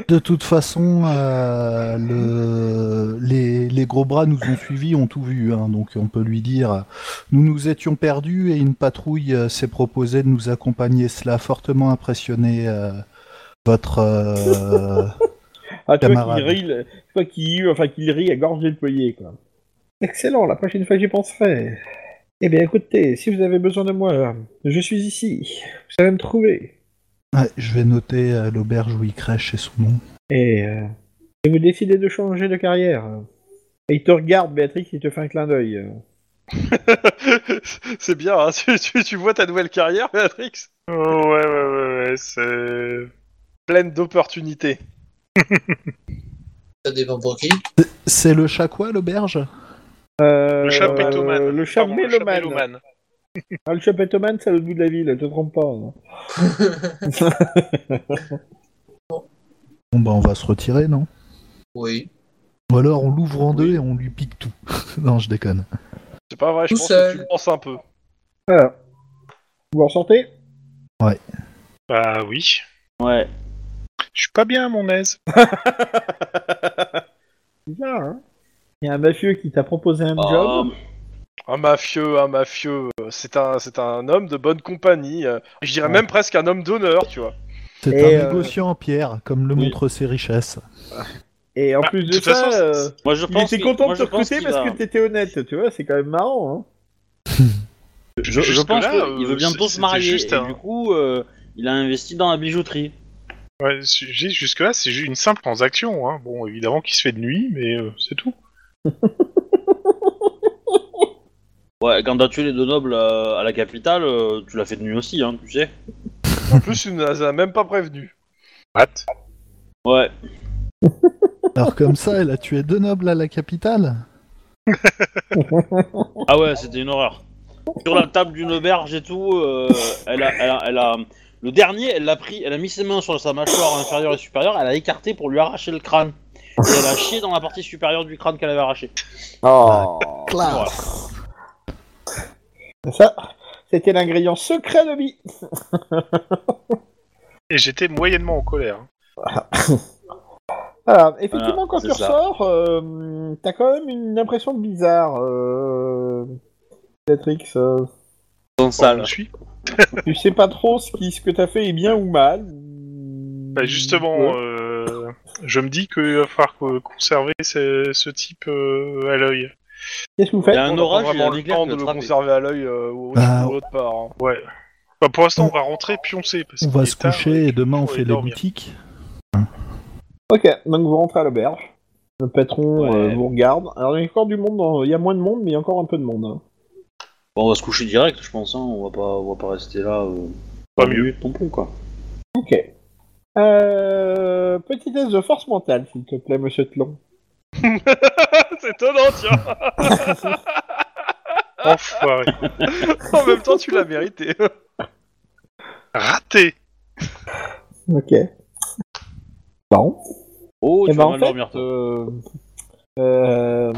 [SPEAKER 6] de toute façon, euh, le- les, les gros bras nous ont suivis, ont tout vu, hein, donc on peut lui dire, euh, nous nous étions perdus et une patrouille euh, s'est proposée de nous accompagner. Cela a fortement impressionné euh, votre euh,
[SPEAKER 2] Ah, toi
[SPEAKER 6] Camarade.
[SPEAKER 2] qui ris, le- toi qui hurle, enfin qui rit à gorge déployée, quoi. Excellent, la prochaine fois j'y penserai. Eh bien écoutez, si vous avez besoin de moi, je suis ici. Vous savez me trouver.
[SPEAKER 6] Ouais, je vais noter euh, l'auberge où il crèche et son nom.
[SPEAKER 2] Et euh, si vous décidez de changer de carrière, euh, et il te regarde, Béatrix, il te fait un clin d'œil. euh.
[SPEAKER 5] C'est bien, hein, tu, tu- tu vois ta nouvelle carrière, Béatrix
[SPEAKER 4] Oh, ouais, ouais, ouais, ouais, c'est.
[SPEAKER 5] Pleine d'opportunités.
[SPEAKER 3] Ça dépend pour qui.
[SPEAKER 6] C'est le chat quoi, l'auberge
[SPEAKER 2] Euh,
[SPEAKER 4] Le chapétomane.
[SPEAKER 2] Le chat
[SPEAKER 4] Pardon, le
[SPEAKER 2] mélomane.
[SPEAKER 4] chapétomane.
[SPEAKER 2] Ah, le chapétomane, c'est le bout de la ville, te trompe pas. hein.
[SPEAKER 6] Bon bah on va se retirer, non
[SPEAKER 3] oui.
[SPEAKER 6] Ou alors on l'ouvre en deux et on lui pique tout. non, je déconne.
[SPEAKER 5] C'est pas vrai, je
[SPEAKER 3] Tout
[SPEAKER 5] pense
[SPEAKER 3] seul.
[SPEAKER 5] que tu penses un peu.
[SPEAKER 2] Voilà. Vous ressortez
[SPEAKER 4] Bah oui.
[SPEAKER 1] Ouais.
[SPEAKER 4] Je suis pas bien à mon aise.
[SPEAKER 2] Bizarre, hein Il y a un mafieux qui t'a proposé
[SPEAKER 4] Oh.
[SPEAKER 2] un
[SPEAKER 1] Ah,
[SPEAKER 2] job.
[SPEAKER 5] Un mafieux, un mafieux, euh, c'est un, c'est un homme de bonne compagnie. euh, Je dirais
[SPEAKER 2] Ouais.
[SPEAKER 5] même presque un homme d'honneur, tu vois.
[SPEAKER 6] C'est
[SPEAKER 2] Et,
[SPEAKER 6] un
[SPEAKER 2] euh,
[SPEAKER 6] négociant en pierre, comme le
[SPEAKER 1] oui.
[SPEAKER 6] montrent ses richesses.
[SPEAKER 2] Et en
[SPEAKER 4] Bah,
[SPEAKER 2] plus
[SPEAKER 4] de
[SPEAKER 2] de
[SPEAKER 4] toute
[SPEAKER 2] ça,
[SPEAKER 4] façon, c'est-
[SPEAKER 2] euh,
[SPEAKER 1] moi je
[SPEAKER 2] il
[SPEAKER 1] pense.
[SPEAKER 2] était
[SPEAKER 1] qu'il-
[SPEAKER 2] content
[SPEAKER 1] moi,
[SPEAKER 2] de te
[SPEAKER 1] je pense
[SPEAKER 2] recruter
[SPEAKER 1] qu'il
[SPEAKER 2] parce
[SPEAKER 1] va-
[SPEAKER 2] que t'étais honnête, tu vois, c'est quand même marrant. Hein
[SPEAKER 1] Je, je
[SPEAKER 4] Jusque-là,
[SPEAKER 1] pense
[SPEAKER 4] euh,
[SPEAKER 1] qu'il veut bientôt
[SPEAKER 4] c'était
[SPEAKER 1] se marier.
[SPEAKER 4] juste hein.
[SPEAKER 1] et
[SPEAKER 4] un-
[SPEAKER 1] Du coup, euh, il a investi dans la bijouterie.
[SPEAKER 4] Ouais, je- je dis, jusque-là, c'est ju- une simple transaction. Hein. Bon, évidemment qu'il se fait de nuit, mais euh, c'est tout.
[SPEAKER 1] Ouais, quand t'as tué les deux nobles euh, à la capitale, euh, tu l'as fait de nuit aussi, hein, tu sais.
[SPEAKER 5] En plus, tu nous as même pas prévenu.
[SPEAKER 4] What
[SPEAKER 1] Ouais.
[SPEAKER 6] Alors comme ça, elle a tué deux nobles à la capitale
[SPEAKER 1] Ah ouais, c'était une horreur. Sur la table d'une auberge et tout, euh, elle, a, elle, a, elle a- le dernier, elle l'a pris, elle a mis ses mains sur sa mâchoire inférieure et supérieure, elle a écarté pour lui arracher le crâne. Et elle a chié dans la partie supérieure du crâne qu'elle avait arraché.
[SPEAKER 2] Oh
[SPEAKER 6] Classe
[SPEAKER 2] Ça, c'était l'ingrédient secret de vie.
[SPEAKER 4] Et j'étais moyennement en colère.
[SPEAKER 2] Voilà, effectivement,
[SPEAKER 1] Voilà,
[SPEAKER 2] quand tu
[SPEAKER 1] c'est ça.
[SPEAKER 2] ressors, euh, t'as quand même une impression bizarre, euh, Patrix. euh,
[SPEAKER 1] Dans
[SPEAKER 4] Bon, je suis.
[SPEAKER 2] tu sais pas trop ce, qui, ce que t'as fait est bien ou mal. Bah
[SPEAKER 4] Bah, justement, euh, je me dis qu'il va falloir co- conserver ce, ce type euh, à l'œil.
[SPEAKER 2] Qu'est-ce que vous
[SPEAKER 1] Il y
[SPEAKER 2] faites
[SPEAKER 1] a un
[SPEAKER 5] On a pas
[SPEAKER 1] orage, il y a
[SPEAKER 5] vraiment
[SPEAKER 1] un
[SPEAKER 5] le
[SPEAKER 1] éclair
[SPEAKER 5] temps
[SPEAKER 1] qui
[SPEAKER 5] de
[SPEAKER 1] l'a
[SPEAKER 5] le
[SPEAKER 1] attrapé.
[SPEAKER 5] conserver à l'œil euh, ou
[SPEAKER 4] Ah.
[SPEAKER 6] Bah,
[SPEAKER 5] ou autre part. hein.
[SPEAKER 4] Ouais. Enfin, pour l'instant, on va rentrer pioncé. Parce
[SPEAKER 6] On
[SPEAKER 4] qu'il
[SPEAKER 6] va
[SPEAKER 4] est
[SPEAKER 6] se
[SPEAKER 4] tard,
[SPEAKER 6] coucher et demain on
[SPEAKER 4] faut
[SPEAKER 6] fait
[SPEAKER 4] aller
[SPEAKER 6] les
[SPEAKER 4] dormir.
[SPEAKER 6] boutiques.
[SPEAKER 2] Ok, donc vous rentrez à l'auberge. Le patron
[SPEAKER 1] Ouais.
[SPEAKER 2] euh, vous regarde. Alors il y a encore du monde, dans- il y a moins de monde, mais il y a encore un peu de monde. hein.
[SPEAKER 1] Bon, on va se coucher direct, je pense, hein. on, va pas, on va pas rester là. Euh,
[SPEAKER 4] Pas
[SPEAKER 1] pas mieux non plus, quoi.
[SPEAKER 2] Ok. Euh, petit test de force mentale, s'il te plaît, monsieur Tlon.
[SPEAKER 5] c'est étonnant, tiens.
[SPEAKER 4] Enfoiré.
[SPEAKER 5] en même temps, tu l'as mérité.
[SPEAKER 4] Raté
[SPEAKER 2] Ok. Bon.
[SPEAKER 1] Oh,
[SPEAKER 2] Eh
[SPEAKER 1] tu
[SPEAKER 2] ben,
[SPEAKER 1] vas
[SPEAKER 2] en
[SPEAKER 1] mal
[SPEAKER 2] fait,
[SPEAKER 1] dormir, toi.
[SPEAKER 2] euh, euh,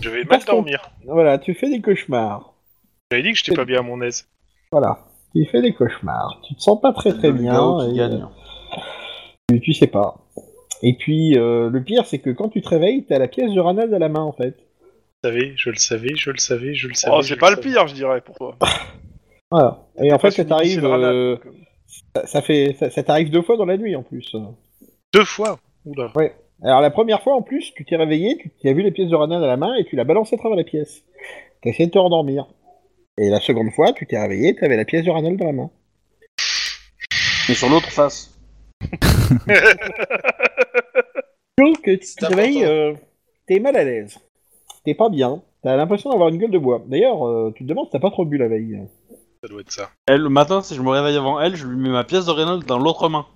[SPEAKER 4] Je vais mal
[SPEAKER 2] Parce qu'on-
[SPEAKER 4] dormir.
[SPEAKER 2] voilà, tu fais des cauchemars.
[SPEAKER 4] J'avais dit que j'étais pas bien à mon aise.
[SPEAKER 2] Voilà. Tu fais des cauchemars. Tu te sens pas très très
[SPEAKER 1] Le
[SPEAKER 2] bien.
[SPEAKER 1] gars qui
[SPEAKER 2] et,
[SPEAKER 1] gagne.
[SPEAKER 2] euh, tu sais pas. Et puis, euh, le pire, c'est que quand tu te réveilles, t'as la pièce de Ranald à la main, en fait.
[SPEAKER 4] Je le savais, je le savais, je le savais, je le savais.
[SPEAKER 5] Oh,
[SPEAKER 4] je
[SPEAKER 5] c'est pas le
[SPEAKER 4] savais.
[SPEAKER 5] pire, je dirais, pour toi.
[SPEAKER 2] Voilà. Et en fait,
[SPEAKER 5] Après,
[SPEAKER 2] ça
[SPEAKER 5] tu me dis,
[SPEAKER 2] t'arrive
[SPEAKER 5] c'est le radar,
[SPEAKER 2] euh,
[SPEAKER 5] donc, euh,
[SPEAKER 2] ça, ça fait, ça, ça t'arrive deux fois dans la nuit, en plus.
[SPEAKER 4] Deux fois Oula.
[SPEAKER 2] Ouais. Alors la première fois en plus, tu t'es réveillé, tu, tu as vu les pièces de Ranan à la main et tu l'as balancé à travers la pièce. T'as essayé de te rendormir. Et la seconde fois, tu t'es réveillé, tu avais la pièce de Ranal dans la main.
[SPEAKER 1] Mais sur l'autre face.
[SPEAKER 2] Donc tu
[SPEAKER 3] C'est
[SPEAKER 2] te réveilles,
[SPEAKER 3] important.
[SPEAKER 2] euh, t'es mal à l'aise. T'es pas bien. T'as l'impression d'avoir une gueule de bois. D'ailleurs, euh, tu te demandes si t'as pas trop bu la veille.
[SPEAKER 4] Ça doit être ça.
[SPEAKER 1] Elle, le matin, si je me réveille avant elle, je lui mets ma pièce de Reynolds dans l'autre main.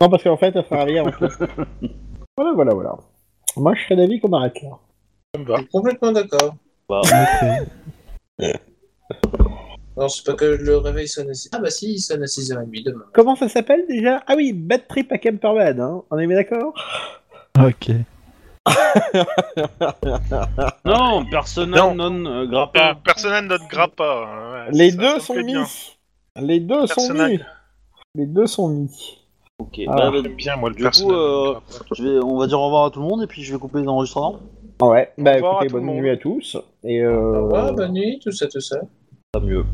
[SPEAKER 2] Non, parce qu'en fait, elle sera réveillée avant toi. Voilà, voilà, voilà. Moi, je serais d'avis qu'on arrête là.
[SPEAKER 4] Ça me va.
[SPEAKER 3] Je suis complètement d'accord.
[SPEAKER 6] Ok.
[SPEAKER 3] Non, c'est pas que le réveil sonne à 6 Ah bah si, il sonne à 6h30 demain.
[SPEAKER 2] Comment ça s'appelle déjà Ah oui, Bad Trip à Camperman, hein. On est bien d'accord
[SPEAKER 6] Ok.
[SPEAKER 1] Non, personnel non, euh, grappa.
[SPEAKER 4] Personnel notre
[SPEAKER 5] Ah,
[SPEAKER 4] grappa.
[SPEAKER 2] Les deux sont mis. Les deux sont
[SPEAKER 4] Personnage.
[SPEAKER 2] mis. Les deux sont mis.
[SPEAKER 1] Ok,
[SPEAKER 2] Ah.
[SPEAKER 1] bah, bah,
[SPEAKER 4] J'aime bien moi le
[SPEAKER 1] du coup,
[SPEAKER 4] personnel.
[SPEAKER 1] euh, je vais- on va dire au revoir à tout le monde et puis je vais couper les enregistrements.
[SPEAKER 2] Ouais, bah
[SPEAKER 5] revoir à
[SPEAKER 2] écoutez,
[SPEAKER 5] tout le
[SPEAKER 2] bonne
[SPEAKER 5] monde.
[SPEAKER 2] nuit à tous. Et euh...
[SPEAKER 3] Ah, Au revoir, bonne nuit, tout ça, tout ça.
[SPEAKER 1] Pas mieux.